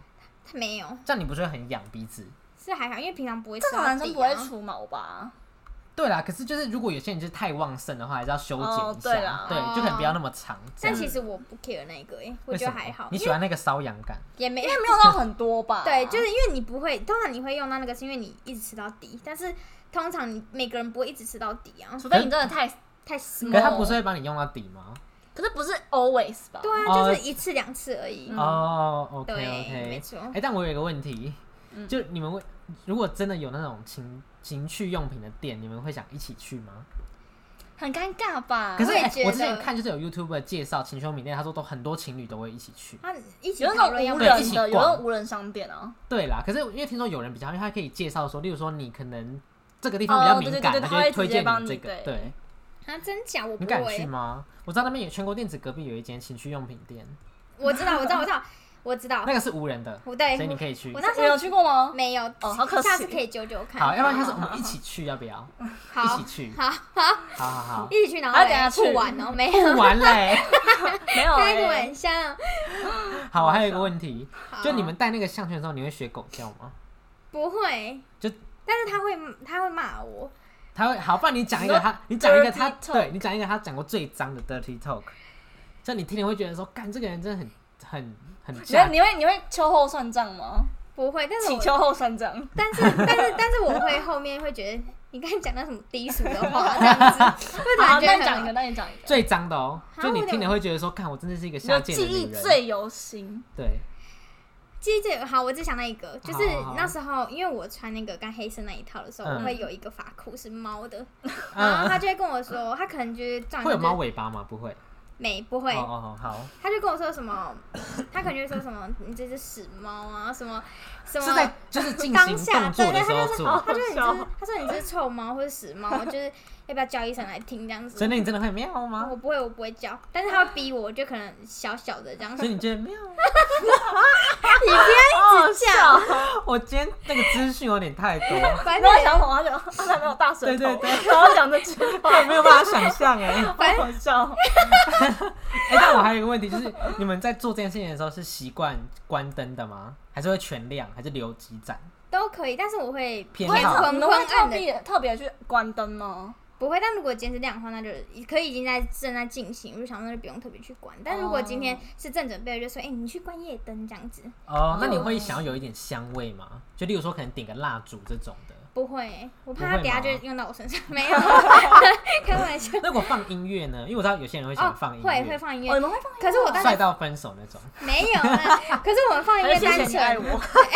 [SPEAKER 1] 他没有，
[SPEAKER 2] 这样你不是会很痒鼻子？
[SPEAKER 1] 是还好，因为平常不会。啊
[SPEAKER 3] 正常男生不会，除毛吧？
[SPEAKER 2] 对啦，可是就是如果有些人就是太旺盛的话，还是要修
[SPEAKER 3] 哦
[SPEAKER 2] 剪一
[SPEAKER 3] 对
[SPEAKER 2] 下
[SPEAKER 3] 啦，
[SPEAKER 2] 对，就可能不要那么长。这
[SPEAKER 1] 但
[SPEAKER 2] 样
[SPEAKER 1] 其实我不 care 那个，哎，我
[SPEAKER 2] 为
[SPEAKER 1] 觉
[SPEAKER 2] 什
[SPEAKER 1] 得
[SPEAKER 2] 么
[SPEAKER 1] 还好，
[SPEAKER 2] 你
[SPEAKER 1] 因
[SPEAKER 2] 喜
[SPEAKER 1] 为
[SPEAKER 2] 欢那个瘙痒感？
[SPEAKER 1] 也没
[SPEAKER 3] 也没有到很多吧？
[SPEAKER 1] 对，就是因为你不会，通常你会用到那个，是因为你一直吃到底，但是通常你每个人不会一直吃到底啊，
[SPEAKER 3] 除非你真的太，
[SPEAKER 1] 太
[SPEAKER 2] 可
[SPEAKER 1] small。
[SPEAKER 2] 是他不是会帮你用到底吗？
[SPEAKER 3] 可是不是 always 吧？
[SPEAKER 1] 对啊，就是一次两次而已。
[SPEAKER 2] 哦
[SPEAKER 1] 嗯
[SPEAKER 2] ，OK
[SPEAKER 1] 对
[SPEAKER 2] OK，
[SPEAKER 1] 没错嗯
[SPEAKER 2] 哎、但我有一个问题，就你们会如果真的有那种情情趣用品的店，你们会想一起去吗？
[SPEAKER 3] 很尴尬吧？
[SPEAKER 2] 可是、
[SPEAKER 1] 啊我也
[SPEAKER 2] 哎
[SPEAKER 1] 觉
[SPEAKER 2] 我之前
[SPEAKER 1] 得
[SPEAKER 2] 看就是有 YouTube 介绍情趣用品店，他说都很多情侣都会一起去。
[SPEAKER 1] 他一起
[SPEAKER 3] 有
[SPEAKER 1] 讨
[SPEAKER 3] 那
[SPEAKER 1] 论要
[SPEAKER 3] 种无
[SPEAKER 1] 不要
[SPEAKER 2] 一
[SPEAKER 3] 人
[SPEAKER 2] 起
[SPEAKER 3] 的，
[SPEAKER 2] 逛
[SPEAKER 3] 有那种无人商店啊。
[SPEAKER 2] 对啦，可是因为听说有人比较，因为他可以介绍说，例如说你可能这个地方比较
[SPEAKER 3] 哦对对
[SPEAKER 2] 敏感，
[SPEAKER 3] 对
[SPEAKER 2] 他
[SPEAKER 3] 对他
[SPEAKER 2] 就
[SPEAKER 3] 会
[SPEAKER 2] 会
[SPEAKER 3] 直
[SPEAKER 2] 推
[SPEAKER 3] 接
[SPEAKER 2] 荐
[SPEAKER 3] 帮你
[SPEAKER 2] 这个
[SPEAKER 3] 对。
[SPEAKER 2] 对，
[SPEAKER 1] 啊，真假我
[SPEAKER 2] 你
[SPEAKER 1] 不
[SPEAKER 2] 敢去
[SPEAKER 1] 会，
[SPEAKER 2] 吗？我知道那边有全国电子隔壁有一间情趣用品店，
[SPEAKER 1] 我知道，我知道，我知道，我知道
[SPEAKER 2] 那，个是无人的，
[SPEAKER 1] 我对
[SPEAKER 2] 所以你可以去
[SPEAKER 1] 我。那时
[SPEAKER 3] 你有
[SPEAKER 1] 候
[SPEAKER 3] 去过吗？
[SPEAKER 1] 没有，
[SPEAKER 3] 哦好可惜
[SPEAKER 1] 下次可以揪揪看。
[SPEAKER 2] 好，要不然下次我们一起去，要 不要？一
[SPEAKER 1] 好
[SPEAKER 2] 起，去，
[SPEAKER 1] 好
[SPEAKER 2] 好好好，
[SPEAKER 1] 一起去，然后
[SPEAKER 3] 啊等下
[SPEAKER 1] 来
[SPEAKER 3] 去
[SPEAKER 1] 不玩哦，没有，
[SPEAKER 2] 不玩 嘞。
[SPEAKER 3] 没有
[SPEAKER 1] 开个
[SPEAKER 3] 欸，
[SPEAKER 1] 玩笑。
[SPEAKER 2] 好，我还有一个问题，
[SPEAKER 1] 好
[SPEAKER 2] 就你们戴那个项圈的时候，你会学狗叫吗？
[SPEAKER 1] 不会，
[SPEAKER 2] 就
[SPEAKER 1] 但是他会他会骂我，
[SPEAKER 2] 他会好，不然你讲一个
[SPEAKER 3] 说
[SPEAKER 2] 他，你讲一个
[SPEAKER 3] dirty
[SPEAKER 2] 他，
[SPEAKER 3] talk
[SPEAKER 2] 对你讲一个他讲过最脏的 dirty talk，就你听你会觉得说，干这个人真的很很很
[SPEAKER 3] 你会
[SPEAKER 2] 假。
[SPEAKER 3] 你会你会秋后算账吗？
[SPEAKER 1] 不会，但是
[SPEAKER 3] 请
[SPEAKER 1] 我
[SPEAKER 3] 秋后算账。
[SPEAKER 1] 但是但是但是我会后面会觉得你刚才讲到什么低俗的话，这样子，会突然
[SPEAKER 3] 好，
[SPEAKER 1] 觉
[SPEAKER 3] 那
[SPEAKER 1] 得
[SPEAKER 3] 你讲一个，
[SPEAKER 1] 很
[SPEAKER 3] 那你讲一个，
[SPEAKER 2] 最脏的哦，
[SPEAKER 1] 啊
[SPEAKER 2] 就你
[SPEAKER 1] 我有
[SPEAKER 2] 听了会觉得说，看我真的是一个
[SPEAKER 3] 你
[SPEAKER 2] 下
[SPEAKER 3] 的
[SPEAKER 2] 贱
[SPEAKER 3] 记
[SPEAKER 2] 的
[SPEAKER 3] 忆
[SPEAKER 2] 女人。
[SPEAKER 3] 最犹新。
[SPEAKER 2] 对，
[SPEAKER 1] 记这好，我只想到一个，就是
[SPEAKER 2] 好好好
[SPEAKER 1] 那时候因为我穿那个刚黑色那一套的时候，
[SPEAKER 2] 嗯
[SPEAKER 1] 我会有一个发箍是猫的，然后
[SPEAKER 2] 嗯，
[SPEAKER 1] 他就会跟我说，他可能就是撞
[SPEAKER 2] 会有猫
[SPEAKER 1] 就是
[SPEAKER 2] 尾巴吗？不会。
[SPEAKER 1] 没不会
[SPEAKER 2] 哦，哦哦，好，
[SPEAKER 1] 他就跟我说什么，他可能就会说什么你这只屎猫啊，什么什么
[SPEAKER 2] 是在就是进
[SPEAKER 1] 当
[SPEAKER 2] 行
[SPEAKER 1] 下
[SPEAKER 2] 动作的时
[SPEAKER 1] 对
[SPEAKER 2] 候
[SPEAKER 1] 对
[SPEAKER 2] 做，
[SPEAKER 1] 他就你
[SPEAKER 3] 好
[SPEAKER 1] 这
[SPEAKER 3] 笑，
[SPEAKER 1] 他说你这是臭猫或者死猫，就是要不要叫医生来听这样子
[SPEAKER 2] 所以？那你真的会喵吗
[SPEAKER 1] 我？不会，我不会叫，但是他会逼我，我就可能小小的这样
[SPEAKER 2] 所
[SPEAKER 1] 子。
[SPEAKER 2] 以你觉得喵？
[SPEAKER 1] 你别，
[SPEAKER 3] 哦，笑。
[SPEAKER 2] 我今天那个资讯有点太多，
[SPEAKER 1] 反
[SPEAKER 3] 没
[SPEAKER 1] 正
[SPEAKER 3] 有想什么，他就他还没有大舌头，
[SPEAKER 2] 对对对
[SPEAKER 3] 然后讲这句话，
[SPEAKER 2] 我没有办法想象哎。
[SPEAKER 1] 反
[SPEAKER 3] 好好笑。
[SPEAKER 2] 哎、但我还有一个问题，就是你们在做这件事情的时候，是习惯关灯的吗？还是会全亮，还是留几盏？
[SPEAKER 1] 都可以，但是我会
[SPEAKER 2] 偏
[SPEAKER 1] 会
[SPEAKER 2] 好
[SPEAKER 1] 昏昏
[SPEAKER 3] 你们会特
[SPEAKER 1] 暗的，
[SPEAKER 3] 别特别去关灯哦吗？
[SPEAKER 1] 不会。但如果今天是亮的话，那就可以已经在正在进行，我就想说那就不用特别去关。但如果今天
[SPEAKER 3] 哦
[SPEAKER 1] 是正准备，就说哎、你去关夜灯这样子，
[SPEAKER 2] 哦，那你会
[SPEAKER 3] 哦
[SPEAKER 2] 想要有一点香味吗？就例如说，可能点个蜡烛这种的。
[SPEAKER 1] 不会，我
[SPEAKER 2] 不
[SPEAKER 1] 怕他
[SPEAKER 2] 会
[SPEAKER 1] 等下就
[SPEAKER 2] 吗
[SPEAKER 1] 用到我身上，没 有，开玩笑。
[SPEAKER 2] 那如果放音乐呢？因为我知道有些人会喜
[SPEAKER 1] 哦
[SPEAKER 2] 欢放，音
[SPEAKER 1] 会
[SPEAKER 2] 乐
[SPEAKER 1] 会，放音乐
[SPEAKER 3] 哦，你，们会放音乐哦？
[SPEAKER 1] 可是我当
[SPEAKER 2] 帅
[SPEAKER 1] 时
[SPEAKER 2] 到分手那种。
[SPEAKER 1] 没有啊。可是我们放音
[SPEAKER 3] 还
[SPEAKER 1] 乐
[SPEAKER 3] 是谢谢
[SPEAKER 1] 单
[SPEAKER 3] 你爱我
[SPEAKER 1] 纯，。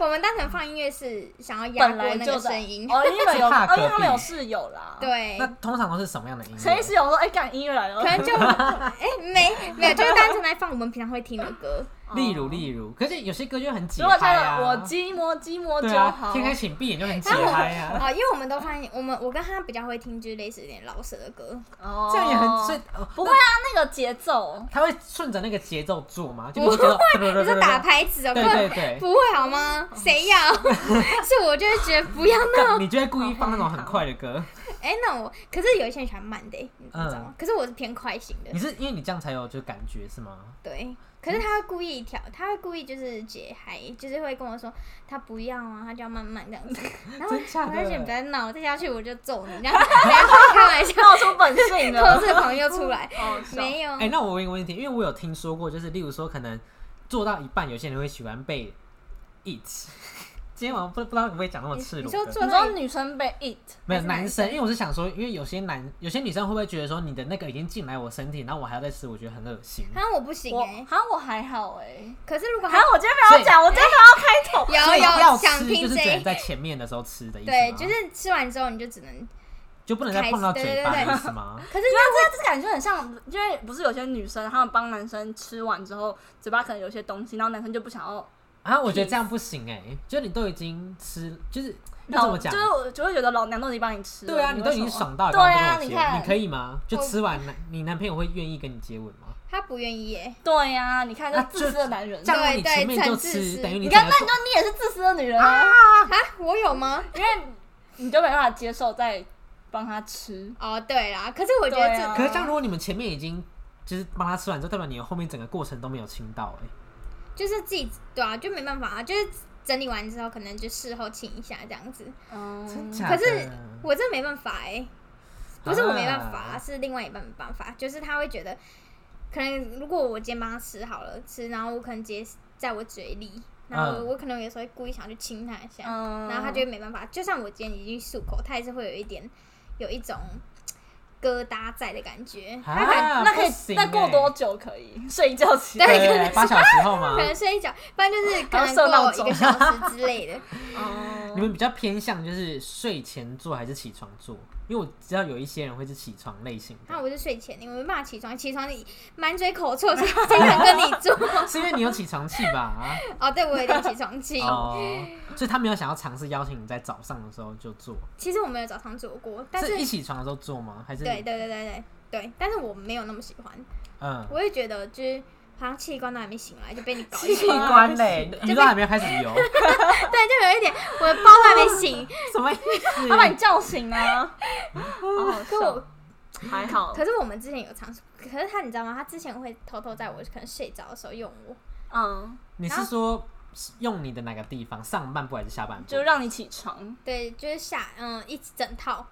[SPEAKER 1] 我们单纯放音乐是想要压
[SPEAKER 3] 本
[SPEAKER 1] 过
[SPEAKER 3] 来
[SPEAKER 1] 那
[SPEAKER 3] 就
[SPEAKER 1] 个
[SPEAKER 3] 在
[SPEAKER 1] 声音。
[SPEAKER 3] 哦，因为有，
[SPEAKER 2] 怕
[SPEAKER 3] 哦，因为
[SPEAKER 2] 隔
[SPEAKER 3] 他们
[SPEAKER 2] 壁
[SPEAKER 3] 有室友啦。，
[SPEAKER 1] 对
[SPEAKER 2] 那，通常都是什么样的音乐？
[SPEAKER 3] 谁室友说哎，干音乐来了
[SPEAKER 1] 可？ 能就哎、没没有，就是单纯来放我们平常会听的歌。
[SPEAKER 2] 例如，例如，可是有些歌就很解
[SPEAKER 3] 如果
[SPEAKER 2] 嗨
[SPEAKER 3] 他
[SPEAKER 2] 啊。
[SPEAKER 3] 的我寂寞寂寞
[SPEAKER 2] 对
[SPEAKER 3] 就
[SPEAKER 2] 啊，
[SPEAKER 3] 好，
[SPEAKER 2] 天黑请闭眼就很解
[SPEAKER 1] 然后我
[SPEAKER 2] 嗨啊。
[SPEAKER 1] 哦，因为我们都放我们我跟他比较会听，就是类似有点老舍的歌。
[SPEAKER 3] 哦
[SPEAKER 2] 这样也很是，哦
[SPEAKER 3] 不会啊，那个节奏
[SPEAKER 2] 他会顺着那个节奏做吗？就
[SPEAKER 1] 不
[SPEAKER 2] 会，
[SPEAKER 1] 你
[SPEAKER 2] 你
[SPEAKER 1] 说打拍子哦，
[SPEAKER 2] 对
[SPEAKER 1] 不
[SPEAKER 2] 对对，
[SPEAKER 1] 不会好 吗？谁要？是我就是觉得不要那
[SPEAKER 2] 干你就会故意放那种很快的歌。
[SPEAKER 1] 哎、那我可是有一些人喜欢慢的、欸，你知道
[SPEAKER 2] 嗯
[SPEAKER 1] 吗？可是我是偏快型的
[SPEAKER 2] 你，是因为你这样才有就感觉是吗？
[SPEAKER 1] 对。可是他会故意调，他会故意就是解嗨，就是会跟我说他不要啊，他就要慢慢这 样子。然后我
[SPEAKER 2] 真假的
[SPEAKER 1] 就觉得不要闹，再下去我就揍你，然后开玩笑，
[SPEAKER 3] 闹出本性
[SPEAKER 1] 控
[SPEAKER 3] 了，
[SPEAKER 1] 制狂又 出来。
[SPEAKER 3] 好笑
[SPEAKER 1] 没有，
[SPEAKER 2] 哎、那我问一个问题，因为我有听说过，就是例如说，可能做到一半，有些人会喜欢被 eat。今 天晚上不不知道可不可以讲那么
[SPEAKER 1] 你
[SPEAKER 2] 赤
[SPEAKER 1] 你
[SPEAKER 2] 裸
[SPEAKER 1] 说
[SPEAKER 2] 的，
[SPEAKER 1] 做
[SPEAKER 3] 你说女生被 eat，
[SPEAKER 2] 没
[SPEAKER 1] 还
[SPEAKER 2] 有
[SPEAKER 1] 是
[SPEAKER 2] 男
[SPEAKER 1] 男
[SPEAKER 2] 生，
[SPEAKER 1] 生
[SPEAKER 2] 因为我是想说，因为有些男有些女生会不会觉得说你的那个已经进来我身体，然后我还要再吃，我觉得很恶心。
[SPEAKER 1] 好像我不行
[SPEAKER 3] 我
[SPEAKER 1] 哎、
[SPEAKER 3] 好像我还好哎，
[SPEAKER 1] 可是如果
[SPEAKER 3] 好
[SPEAKER 1] 他
[SPEAKER 3] 像我今天没有讲，我今天没有要开头。
[SPEAKER 1] 有
[SPEAKER 2] 所以要
[SPEAKER 1] 有想
[SPEAKER 2] 吃
[SPEAKER 1] 听
[SPEAKER 2] 就是只
[SPEAKER 1] 这
[SPEAKER 2] 能
[SPEAKER 1] 一，
[SPEAKER 2] 在前面的时候吃的意思
[SPEAKER 1] 对，
[SPEAKER 2] 吗
[SPEAKER 1] 就是吃完之后你就只能，
[SPEAKER 2] 就不能再
[SPEAKER 1] 开
[SPEAKER 2] 碰到
[SPEAKER 1] 对对
[SPEAKER 2] 嘴
[SPEAKER 1] 对
[SPEAKER 2] 巴的
[SPEAKER 1] 对
[SPEAKER 2] 意思吗？
[SPEAKER 1] 可是
[SPEAKER 3] 因为这这感觉很像，因为不是有些女生她们帮男生吃完之后，嘴巴可能有些东西，然后男生就不想要，
[SPEAKER 2] 啊，我觉得这样不行哎、就你都已经吃，就是要怎
[SPEAKER 3] 老
[SPEAKER 2] 么
[SPEAKER 3] 就
[SPEAKER 2] 讲？
[SPEAKER 3] 是我就会觉得老娘都已经帮你吃了，
[SPEAKER 2] 对啊，你
[SPEAKER 3] 你
[SPEAKER 2] 都
[SPEAKER 3] 为
[SPEAKER 2] 已经
[SPEAKER 3] 什么
[SPEAKER 2] 爽到了，
[SPEAKER 3] 对啊
[SPEAKER 2] 刚刚跟我
[SPEAKER 3] 你
[SPEAKER 2] 接
[SPEAKER 3] 看
[SPEAKER 2] 吻你可以吗？就
[SPEAKER 1] 我
[SPEAKER 2] 吃完，男你男朋友会愿意跟你接吻吗？
[SPEAKER 1] 他不愿意哎、
[SPEAKER 3] 对呀、你看这
[SPEAKER 2] 啊
[SPEAKER 3] 自私的男人，
[SPEAKER 2] 这样你
[SPEAKER 1] 对
[SPEAKER 2] 前面就
[SPEAKER 1] 趁自
[SPEAKER 2] 吃，
[SPEAKER 1] 私
[SPEAKER 2] 等于
[SPEAKER 3] 你
[SPEAKER 2] 整
[SPEAKER 3] 看
[SPEAKER 2] 个
[SPEAKER 3] 那你就你也是自私的女人啊，
[SPEAKER 1] 啊，我有吗？
[SPEAKER 3] 因为你就没办法接受再帮他吃，
[SPEAKER 1] 哦，对啦，可是我觉得
[SPEAKER 3] 对
[SPEAKER 1] 这，
[SPEAKER 3] 啊
[SPEAKER 2] 可是这样，如果你们前面已经就是帮他吃完之后，代表你后面整个过程都没有亲到哎、
[SPEAKER 1] 就是自己对啊，就没办法啊，就是整理完之后，可能就事后亲一下这样子。
[SPEAKER 3] 嗯
[SPEAKER 2] 真，假
[SPEAKER 1] 可
[SPEAKER 2] 的？
[SPEAKER 1] 是我这没办法哎、不是我没办法，
[SPEAKER 2] 啊
[SPEAKER 1] 是另外一半没办法，就是他会觉得，可能如果我今天帮他吃好了吃，然后我可能直接在我嘴里，然后
[SPEAKER 2] 嗯
[SPEAKER 1] 我可能有时候会故意想去亲他一下，
[SPEAKER 3] 嗯
[SPEAKER 1] 然后他就会没办法。就算我今天已经漱口，他也是会有一点有一种疙瘩在的感觉，他感
[SPEAKER 2] 啊
[SPEAKER 3] 那可以、
[SPEAKER 2] 不行
[SPEAKER 3] 那过
[SPEAKER 2] 欸
[SPEAKER 3] 多久可以睡一觉起来？
[SPEAKER 1] 对可
[SPEAKER 2] 对
[SPEAKER 1] 能
[SPEAKER 2] 八小时后吗
[SPEAKER 1] 可？能睡一觉，不然就是可
[SPEAKER 3] 还要
[SPEAKER 1] 能
[SPEAKER 3] 设闹
[SPEAKER 1] 过
[SPEAKER 3] 钟
[SPEAKER 1] 一个小时之类的。
[SPEAKER 3] 哦
[SPEAKER 2] 你们比较偏向就是睡前做还是起床做？因为我知道有一些人会是起床类型
[SPEAKER 1] 那
[SPEAKER 2] 的，
[SPEAKER 1] 我就睡前，我没办法起床，起床你满嘴口臭，所以经常跟你做。
[SPEAKER 2] 是因为你有起床气吧？
[SPEAKER 1] 哦，对我有点起床气。
[SPEAKER 2] 哦，所以他没有想要尝试邀请你在早上的时候就做，
[SPEAKER 1] 其实我没有早上做过，但是
[SPEAKER 2] 一起床的时候做吗？还是
[SPEAKER 1] 对对对对对对，但是我没有那么喜欢，
[SPEAKER 2] 嗯，
[SPEAKER 1] 我会觉得就是好像器官都还没醒来就被你搞一
[SPEAKER 2] 器
[SPEAKER 1] 下，
[SPEAKER 2] 官嘞，
[SPEAKER 1] 就
[SPEAKER 2] 你都
[SPEAKER 1] 被
[SPEAKER 2] 还没有开始游，
[SPEAKER 1] 对，就有一点我的包都还没醒，
[SPEAKER 2] 什么意思？
[SPEAKER 3] 他把你叫 醒啊，好好
[SPEAKER 1] 可我
[SPEAKER 3] 笑，还好
[SPEAKER 1] 可，是我们之前有尝试，可是他你知道吗？他之前会偷偷在我可能睡着的时候用我，
[SPEAKER 3] 嗯，
[SPEAKER 2] 你是说用你的哪个地方？上半部还是下半部？
[SPEAKER 3] 就让你起床，
[SPEAKER 1] 对，就是下嗯一整套，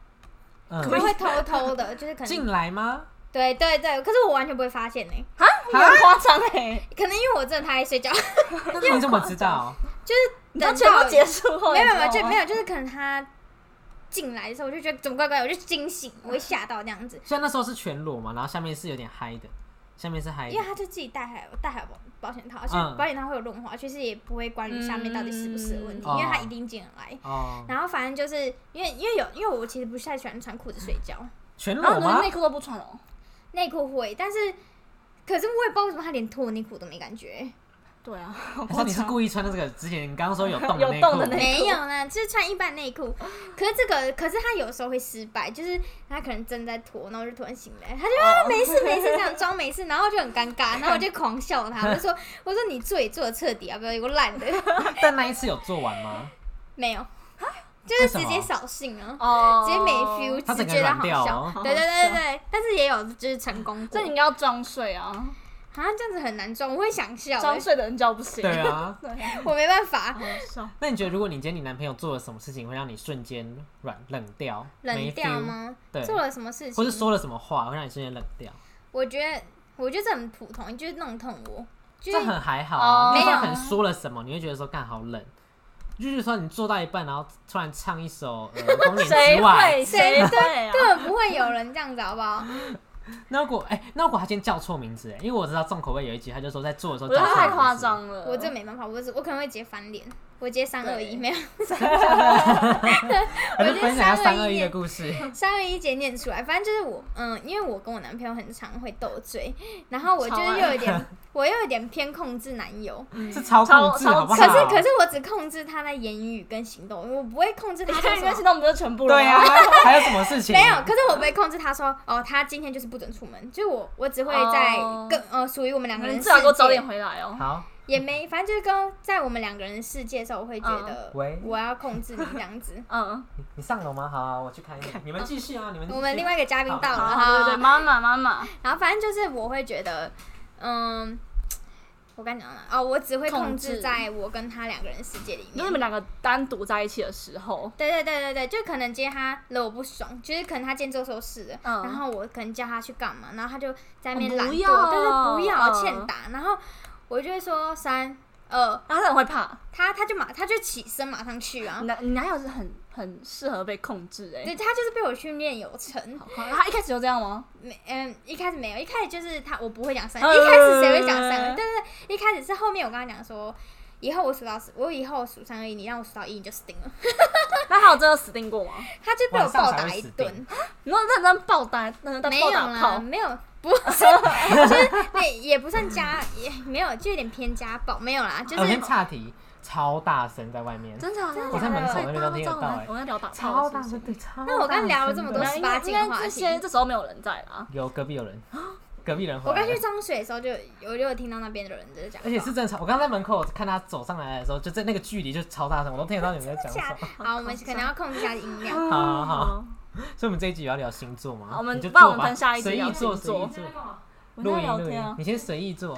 [SPEAKER 1] 他
[SPEAKER 2] 嗯，
[SPEAKER 1] 会偷偷 的，就是可能
[SPEAKER 2] 进来吗？
[SPEAKER 1] 对对对，可是我完全不会发现呢、欸
[SPEAKER 3] 你很夸张哎，
[SPEAKER 1] 可能因为我真的太爱睡觉，
[SPEAKER 2] 你怎么知道？
[SPEAKER 3] 你
[SPEAKER 1] 等
[SPEAKER 3] 都全部
[SPEAKER 1] 到
[SPEAKER 3] 结束后，
[SPEAKER 1] 没有没有没有
[SPEAKER 3] 你知道
[SPEAKER 1] 就
[SPEAKER 3] 吗
[SPEAKER 1] 没有，就是可能他进来的时候，我就觉得怎么怪怪，我就惊醒，我会吓到这样子，
[SPEAKER 2] 虽然那时候是全裸嘛，然后下面是有点嗨的，下面是
[SPEAKER 3] 哎
[SPEAKER 2] 嗨
[SPEAKER 1] 因为
[SPEAKER 2] 的。
[SPEAKER 1] 他就自己戴海戴海保保险套，而且
[SPEAKER 2] 嗯
[SPEAKER 1] 保险套会有润滑，其实也不会关于下面到底是不是的问题，因
[SPEAKER 2] 嗯
[SPEAKER 1] 为他一定进来。
[SPEAKER 2] 哦，
[SPEAKER 1] 然后反正就是因为因为有因为我其实不太喜欢穿裤子睡觉，
[SPEAKER 2] 全
[SPEAKER 3] 然后
[SPEAKER 2] 裸
[SPEAKER 3] 你连
[SPEAKER 2] 吗
[SPEAKER 3] 内？裤都不穿哦。
[SPEAKER 1] 内裤会，但是可是我也不知道为什么他连脱内裤都没感觉，
[SPEAKER 3] 对啊，
[SPEAKER 2] 还是哦你是故意穿的这个？之前你刚刚说有洞
[SPEAKER 3] 有
[SPEAKER 2] 内
[SPEAKER 3] 洞
[SPEAKER 2] 裤
[SPEAKER 3] 的，内裤
[SPEAKER 1] 没有呢，就是穿一般内裤。可是这个，可是他有时候会失败，就是他可能正在脱，然后我就突然醒来，他就啊
[SPEAKER 2] 哦
[SPEAKER 1] 没事没事这样装没事，然后就很尴尬，然后我就狂笑他，我就说我说你做也做的彻底，啊要不要有个烂的？
[SPEAKER 2] 但那一次有做完吗？
[SPEAKER 1] 没有， 就是
[SPEAKER 2] 啊为
[SPEAKER 1] 直
[SPEAKER 2] 什
[SPEAKER 1] 接
[SPEAKER 2] 么
[SPEAKER 1] 扫兴啊，
[SPEAKER 3] 哦
[SPEAKER 1] 直接没 feel，
[SPEAKER 2] 他
[SPEAKER 1] 只
[SPEAKER 2] 整个
[SPEAKER 1] 觉得
[SPEAKER 2] 软掉
[SPEAKER 1] 好
[SPEAKER 2] 哦
[SPEAKER 1] 笑。对对对对对，但是也有就是成功
[SPEAKER 3] 这
[SPEAKER 1] 过
[SPEAKER 3] 你。应该要装睡啊，
[SPEAKER 1] 啊，这样子很难装，我会想笑、
[SPEAKER 3] 装
[SPEAKER 1] 欸，
[SPEAKER 3] 睡的人叫不醒。，
[SPEAKER 2] 对啊
[SPEAKER 3] 对，好
[SPEAKER 1] 我没办法。
[SPEAKER 3] 好笑。
[SPEAKER 2] 那你觉得如果你今天你男朋友做了什么事情会让你瞬间软冷掉？
[SPEAKER 1] 冷
[SPEAKER 2] 没
[SPEAKER 1] 掉
[SPEAKER 2] feel？
[SPEAKER 1] 吗？
[SPEAKER 2] 对，
[SPEAKER 1] 做了什么事情？
[SPEAKER 2] 或是说了什么话会让你瞬间冷掉？
[SPEAKER 1] 我觉得，我觉得这很普通，就是弄痛我，就
[SPEAKER 2] 这
[SPEAKER 1] 是
[SPEAKER 2] 很还好啊，
[SPEAKER 3] 哦
[SPEAKER 2] 没有
[SPEAKER 1] 没有
[SPEAKER 2] 可能说了什么，你会觉得说干好冷。就是说你做到一半，然后突然唱一首呃《光年
[SPEAKER 3] 谁
[SPEAKER 2] 之外
[SPEAKER 3] 会？》，谁
[SPEAKER 1] 谁
[SPEAKER 3] 会啊？
[SPEAKER 1] 根本不会有人这样子，好不好？
[SPEAKER 2] 那如果哎、那如果他今天叫错名字，哎，因为我知道重口味有一集，他就说在做的时
[SPEAKER 3] 我
[SPEAKER 2] 候
[SPEAKER 3] 觉
[SPEAKER 2] 叫
[SPEAKER 3] 得
[SPEAKER 2] 错
[SPEAKER 3] 太
[SPEAKER 2] 名
[SPEAKER 3] 夸
[SPEAKER 2] 字，
[SPEAKER 3] 张了。
[SPEAKER 1] 我这没办法，我只我可能会直接翻脸，我直接三二一，没有
[SPEAKER 2] 还是分享
[SPEAKER 1] 我觉得
[SPEAKER 2] 一下三二一
[SPEAKER 1] 321
[SPEAKER 2] 的故 事。
[SPEAKER 1] 三二一直接念出来。反正就是我，嗯，因为我跟我男朋友很常会斗嘴，然后我就
[SPEAKER 3] 超
[SPEAKER 1] 是
[SPEAKER 3] 爱
[SPEAKER 1] 又有 点，我又有点偏控制男友，
[SPEAKER 2] 是操
[SPEAKER 3] 超
[SPEAKER 2] 控制
[SPEAKER 3] 超
[SPEAKER 2] 好不好？
[SPEAKER 1] 可是可是我只控制他在言语跟行动，我不会控制
[SPEAKER 3] 你
[SPEAKER 1] 他
[SPEAKER 3] 看
[SPEAKER 1] 说什
[SPEAKER 3] 人家行
[SPEAKER 1] 么。
[SPEAKER 3] 动不就全部了 吗？
[SPEAKER 2] 对啊，还有什么 事情？
[SPEAKER 1] 没
[SPEAKER 3] 哦
[SPEAKER 1] 有，可是我不会控制他说哦，他今天就是不准出门，就是我我只会在
[SPEAKER 3] 哦
[SPEAKER 1] 跟、呃属于我们两个人
[SPEAKER 3] 你
[SPEAKER 1] 的
[SPEAKER 3] 至少给我
[SPEAKER 1] 世
[SPEAKER 3] 早
[SPEAKER 1] 界
[SPEAKER 3] 点回来哦。
[SPEAKER 2] 好，
[SPEAKER 1] 也没，反正就是跟在我们两个人的世界的时候，我会觉得
[SPEAKER 2] 喂
[SPEAKER 1] 我要控制你这样 子。
[SPEAKER 3] 嗯，
[SPEAKER 2] 你你上楼吗？好好，我去看一下。你们继续啊，你们继
[SPEAKER 3] 哦
[SPEAKER 2] 续
[SPEAKER 1] 我们另外一个嘉宾到
[SPEAKER 3] 好，
[SPEAKER 1] 了
[SPEAKER 3] 好对对对，
[SPEAKER 1] 哈，
[SPEAKER 3] 妈妈妈妈，
[SPEAKER 1] 然后反正就是我会觉得，嗯，我刚讲了哦，我只会控
[SPEAKER 3] 控
[SPEAKER 1] 制
[SPEAKER 3] 制
[SPEAKER 1] 在我跟他两个人世界里
[SPEAKER 3] 就
[SPEAKER 1] 面
[SPEAKER 3] 你。们两个单独在一起的时候，
[SPEAKER 1] 对对对对对，就可能今天他惹我不爽，就是可能他今天做错事了，
[SPEAKER 3] 嗯
[SPEAKER 1] 然后我可能叫他去干嘛，然后他就在那边
[SPEAKER 3] 哦
[SPEAKER 1] 懒
[SPEAKER 3] 不
[SPEAKER 1] 惰，
[SPEAKER 3] 要
[SPEAKER 1] 但是不要
[SPEAKER 3] 嗯
[SPEAKER 1] 欠打，然后我就会说三二，
[SPEAKER 3] 然后他很会怕。
[SPEAKER 1] 他他就马他就起身马上去啊
[SPEAKER 3] 你，男你男友是很很适合被控制哎、
[SPEAKER 1] 对他就是被我训练有成，
[SPEAKER 3] 好夸张他一开始就这样吗？
[SPEAKER 1] 没，嗯，一开始没有，一开始就是他，我不会讲三，
[SPEAKER 3] 呃
[SPEAKER 1] 一开始谁会讲三？但是一开始是后面我跟他讲说，以后我数到十，我以后数三而已，你让我数到一你就死定了。
[SPEAKER 3] 那他有真的死定过吗？
[SPEAKER 1] 他就被我暴打一顿，
[SPEAKER 3] 你说认真暴打，认真
[SPEAKER 1] 没
[SPEAKER 3] 暴
[SPEAKER 1] 有
[SPEAKER 3] 打炮
[SPEAKER 1] 啦，，没 有，不是，就是那也不算家，也没有，就有点偏家暴，没有啦，就
[SPEAKER 2] 哎我
[SPEAKER 1] 是
[SPEAKER 2] 先岔题，超大声在外面，
[SPEAKER 3] 真的啊真的啊，
[SPEAKER 1] 我在门口
[SPEAKER 3] 所以
[SPEAKER 2] 那边
[SPEAKER 3] 大家
[SPEAKER 2] 都
[SPEAKER 3] 知
[SPEAKER 2] 听得
[SPEAKER 3] 道我
[SPEAKER 2] 到
[SPEAKER 3] 们
[SPEAKER 2] 哎
[SPEAKER 3] 我们在聊打炮
[SPEAKER 2] 超
[SPEAKER 3] 的
[SPEAKER 2] 大
[SPEAKER 3] 事情，
[SPEAKER 2] 声，对，超大声。
[SPEAKER 1] 那我刚聊了这么多
[SPEAKER 3] 对啊
[SPEAKER 1] 十
[SPEAKER 3] 应
[SPEAKER 1] 八
[SPEAKER 3] 该
[SPEAKER 1] 禁
[SPEAKER 3] 应
[SPEAKER 1] 的
[SPEAKER 3] 该
[SPEAKER 1] 话
[SPEAKER 3] 这
[SPEAKER 1] 题
[SPEAKER 3] 些这时候没有人在啊啦，
[SPEAKER 2] 有隔壁有 人，
[SPEAKER 3] 哦
[SPEAKER 2] 隔壁人回
[SPEAKER 1] 我
[SPEAKER 2] 来
[SPEAKER 1] 刚去
[SPEAKER 2] 了。
[SPEAKER 1] 脏水的时候就有，我就有听到那边的人在讲话，
[SPEAKER 2] 而且是正常，我刚在门口看他走上来的时候，就在那个距离就超大声，我都听得到你们在讲什
[SPEAKER 1] 假
[SPEAKER 2] 么。
[SPEAKER 1] 好，我们可能要控制一下音量。
[SPEAKER 2] 好好好，所以我们这一集有要聊星座吗？
[SPEAKER 3] 哦好我们
[SPEAKER 2] 你就
[SPEAKER 3] 不然我
[SPEAKER 2] 做
[SPEAKER 3] 们
[SPEAKER 2] 吧，
[SPEAKER 3] 分下一集
[SPEAKER 2] 随
[SPEAKER 3] 聊
[SPEAKER 2] 意做，
[SPEAKER 3] 星
[SPEAKER 2] 随意
[SPEAKER 3] 座
[SPEAKER 2] 做，
[SPEAKER 3] 我
[SPEAKER 2] 录
[SPEAKER 3] 在
[SPEAKER 2] 音
[SPEAKER 3] 聊
[SPEAKER 2] 录
[SPEAKER 3] 天
[SPEAKER 2] 音
[SPEAKER 3] 啊，
[SPEAKER 2] 你先随意做。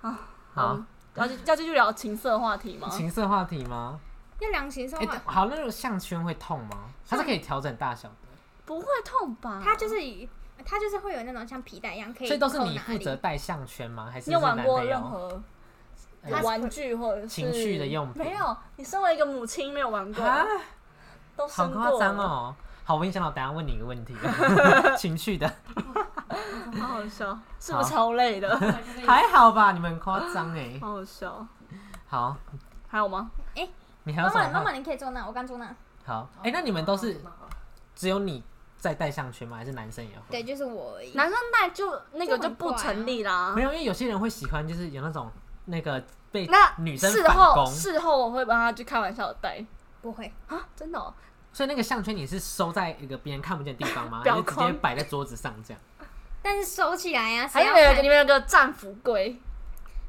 [SPEAKER 2] 好
[SPEAKER 3] 嗯，，然后就要继续聊情色话题吗？
[SPEAKER 2] 情色话题吗？
[SPEAKER 1] 要量形说
[SPEAKER 2] 哎，
[SPEAKER 1] 话，
[SPEAKER 2] 好，那种项圈会痛吗？它是可以调整大小的，
[SPEAKER 3] 不会痛吧？
[SPEAKER 1] 他就是以他就是会有那种像皮带一样可以
[SPEAKER 2] 所以都是
[SPEAKER 1] 扣
[SPEAKER 2] 你
[SPEAKER 1] 哪
[SPEAKER 2] 负责
[SPEAKER 1] 里
[SPEAKER 2] 戴项圈吗？还是
[SPEAKER 3] 你有
[SPEAKER 2] 是
[SPEAKER 3] 玩
[SPEAKER 2] 男
[SPEAKER 3] 过
[SPEAKER 2] 朋
[SPEAKER 3] 任
[SPEAKER 2] 友
[SPEAKER 3] 何
[SPEAKER 2] 呃
[SPEAKER 1] 他
[SPEAKER 3] 玩具或者是
[SPEAKER 2] 情趣的用品
[SPEAKER 3] 没有，你身为一个母亲没有玩过，
[SPEAKER 2] 啊？
[SPEAKER 3] 都
[SPEAKER 2] 好
[SPEAKER 3] 生过
[SPEAKER 2] 夸
[SPEAKER 3] 了
[SPEAKER 2] 张，哦！好，我跟你讲，我等一下问你一个问题， 情趣的
[SPEAKER 3] 好好笑，是不是超累的？
[SPEAKER 2] 还好吧？你们很夸张哎。
[SPEAKER 3] 好好笑，
[SPEAKER 2] 好，
[SPEAKER 3] 还有吗？
[SPEAKER 2] 你还有
[SPEAKER 1] 妈
[SPEAKER 2] 什么
[SPEAKER 1] 妈，
[SPEAKER 2] 话？
[SPEAKER 1] 妈妈，你可以坐那，我刚坐那。
[SPEAKER 2] 好，哎，那你们都是只有你在戴项圈吗？还是男生也会？
[SPEAKER 1] 对，就是我而已。
[SPEAKER 3] 男生带就那个就不成立啦
[SPEAKER 2] 没。有，因为有些人会喜欢，就是有那种那个 被
[SPEAKER 3] 那
[SPEAKER 2] 女生
[SPEAKER 3] 事
[SPEAKER 2] 反
[SPEAKER 3] 后
[SPEAKER 2] 攻，
[SPEAKER 3] 事后我会帮他去开玩笑的带
[SPEAKER 1] 不会，
[SPEAKER 3] 啊，真的哦，
[SPEAKER 2] 所以那个项圈你是收在一个别人看不见的地方吗？还
[SPEAKER 3] 表
[SPEAKER 2] 是直接
[SPEAKER 3] 框
[SPEAKER 2] 摆在桌子上这样？
[SPEAKER 1] 但是收起来啊。
[SPEAKER 3] 还
[SPEAKER 1] 谁
[SPEAKER 3] 有
[SPEAKER 1] 要
[SPEAKER 3] 没有
[SPEAKER 1] 看
[SPEAKER 3] 你们有个战服柜？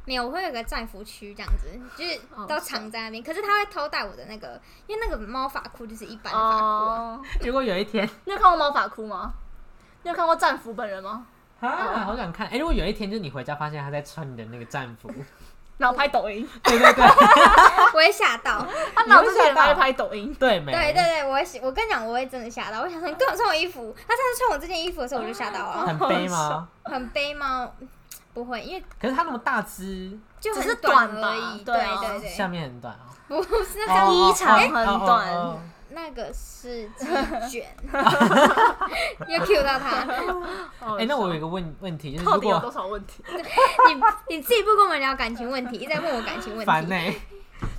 [SPEAKER 1] 没有，我会有个战服区这样子，就是
[SPEAKER 3] 哦
[SPEAKER 1] 都藏在那边。可是他会偷带我的那个，因为那个猫发裤就是一般的发裤啊。
[SPEAKER 3] 哦，
[SPEAKER 2] 如果有一天，
[SPEAKER 3] 你有看过猫法哭吗？你有看过战服本人吗？
[SPEAKER 2] 啊，好想看！哎、如果有一天就是你回家发现他在穿你的那个战 服，
[SPEAKER 3] 然后拍抖音，
[SPEAKER 2] 对对对，
[SPEAKER 1] 我会吓到，
[SPEAKER 3] 他脑子里也拍拍抖音。
[SPEAKER 2] 对没？
[SPEAKER 1] 对对对，我会喜，我跟你讲，我会真的吓到。我想说，你干嘛穿我衣服？他上次穿我这件衣服的时候，我就吓到了。
[SPEAKER 3] 哦
[SPEAKER 2] 很 悲吗？
[SPEAKER 1] 很悲吗？不会，因为
[SPEAKER 2] 可是他那么大只，
[SPEAKER 1] 就
[SPEAKER 3] 只
[SPEAKER 1] 很
[SPEAKER 3] 是
[SPEAKER 1] 短
[SPEAKER 3] 短吧
[SPEAKER 1] 而已。对
[SPEAKER 3] 对啊
[SPEAKER 1] 对
[SPEAKER 2] 下
[SPEAKER 1] 对，
[SPEAKER 2] 面很短哦。
[SPEAKER 1] 不是那
[SPEAKER 3] 哦
[SPEAKER 1] 个
[SPEAKER 3] 衣长很
[SPEAKER 2] 哦哦
[SPEAKER 3] 短
[SPEAKER 2] 哦
[SPEAKER 1] 那个是鸡 卷，又 Q 到他。
[SPEAKER 2] 哎、
[SPEAKER 3] 哎
[SPEAKER 2] 那我有一个问问题，就是
[SPEAKER 3] 到
[SPEAKER 2] 如
[SPEAKER 3] 底有多
[SPEAKER 2] 果
[SPEAKER 3] 少问 题？
[SPEAKER 1] 你你自己不跟我们聊感情问题，一直在问我感情问
[SPEAKER 2] 烦
[SPEAKER 1] 题。
[SPEAKER 2] 呢、
[SPEAKER 3] 欸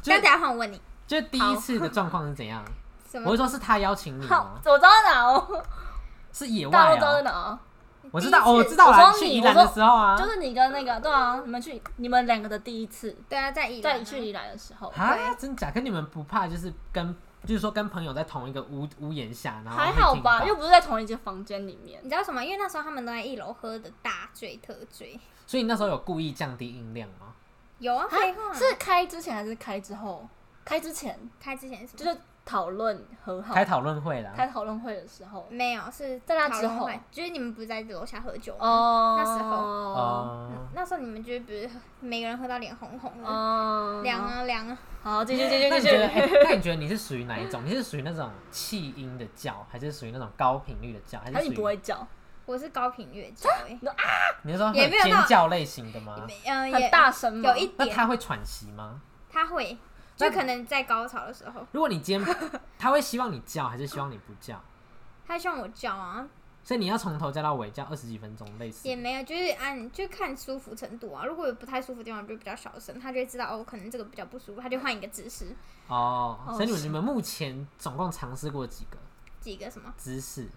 [SPEAKER 2] 就
[SPEAKER 1] 那等一下换我问你，
[SPEAKER 2] 就第一次的状况是怎样？
[SPEAKER 1] 什
[SPEAKER 2] 我
[SPEAKER 1] 么
[SPEAKER 2] 是？说是他邀请你
[SPEAKER 3] 好，
[SPEAKER 2] 吗？
[SPEAKER 3] 我知道在哪哦，
[SPEAKER 2] 是野
[SPEAKER 3] 大陆
[SPEAKER 2] 外
[SPEAKER 3] 知道在
[SPEAKER 2] 哦、
[SPEAKER 3] 哪哦，
[SPEAKER 2] 我知
[SPEAKER 1] 第
[SPEAKER 2] 道，
[SPEAKER 1] 一
[SPEAKER 2] 哦
[SPEAKER 1] 次
[SPEAKER 2] 我知道啦
[SPEAKER 3] 我，说
[SPEAKER 2] 去
[SPEAKER 3] 你
[SPEAKER 2] 宜兰的
[SPEAKER 3] 我说
[SPEAKER 2] 时候啊，
[SPEAKER 3] 就是你跟那个对啊，你们去你们两个的第一次，
[SPEAKER 1] 对啊，在宜
[SPEAKER 3] 在
[SPEAKER 1] 兰
[SPEAKER 3] 你
[SPEAKER 1] 啊
[SPEAKER 3] 去宜兰的时候，
[SPEAKER 2] 啊，真假？跟你们不怕就是跟，就是说跟朋友在同一个屋屋檐下，然后
[SPEAKER 3] 还
[SPEAKER 2] 会
[SPEAKER 3] 好
[SPEAKER 2] 听
[SPEAKER 3] 吧，
[SPEAKER 2] 到
[SPEAKER 3] 又不是在同一间房间里面
[SPEAKER 1] 你。知道什么？因为那时候他们都在一楼喝的大醉特醉。
[SPEAKER 2] 所以你那时候有故意降低音量吗？
[SPEAKER 1] 有啊，废话，
[SPEAKER 3] 是开之前还是开之后？开之前
[SPEAKER 1] 开之前什
[SPEAKER 3] 就
[SPEAKER 1] 么？
[SPEAKER 3] 是讨论和好，
[SPEAKER 2] 开讨论会啦，
[SPEAKER 3] 开讨论会的时候。
[SPEAKER 1] 没有，是
[SPEAKER 3] 在那
[SPEAKER 1] 讨
[SPEAKER 3] 之
[SPEAKER 1] 论
[SPEAKER 3] 后
[SPEAKER 1] 会就是你们不是在楼下喝酒吗？
[SPEAKER 3] 哦，
[SPEAKER 1] 那时候
[SPEAKER 2] 哦，
[SPEAKER 1] 那时候你们就是比如每个人喝到脸红红的，
[SPEAKER 3] 哦，
[SPEAKER 1] 凉啊凉啊，
[SPEAKER 3] 好，继续继续
[SPEAKER 2] 那
[SPEAKER 3] 继
[SPEAKER 2] 你觉得，
[SPEAKER 3] 续。
[SPEAKER 2] 哎那你觉得你是属于哪一种？你是属于那种气音的叫，还是属于那种高频率的叫？还
[SPEAKER 3] 还
[SPEAKER 2] 是
[SPEAKER 3] 是你不
[SPEAKER 2] 属
[SPEAKER 3] 会
[SPEAKER 2] 于
[SPEAKER 3] 叫，
[SPEAKER 1] 我是高频乐叫哎，
[SPEAKER 2] 你是说
[SPEAKER 1] 也
[SPEAKER 2] 很
[SPEAKER 1] 没有到
[SPEAKER 2] 尖叫类型的吗？
[SPEAKER 1] 嗯也
[SPEAKER 3] 啊很大声吗？
[SPEAKER 1] 有一
[SPEAKER 2] 那
[SPEAKER 1] 点，
[SPEAKER 2] 他会喘息吗？
[SPEAKER 1] 他会，就可能在高潮的时候，
[SPEAKER 2] 如果你 今天他会希望你叫，还是希望你不叫？
[SPEAKER 1] 他希望我叫啊，
[SPEAKER 2] 所以你要从头叫到尾，叫二十几分钟，类似
[SPEAKER 1] 也。没有，就是按就看舒服程度啊。如果有不太舒服的地方，我就比较小声，他就会知道哦，可能这个比较不舒服，他就换一个姿势，
[SPEAKER 2] 哦，
[SPEAKER 3] 哦
[SPEAKER 2] 所以你们
[SPEAKER 3] 是
[SPEAKER 2] 你们目前总共尝试过几个
[SPEAKER 1] 几个什么，
[SPEAKER 2] 姿势？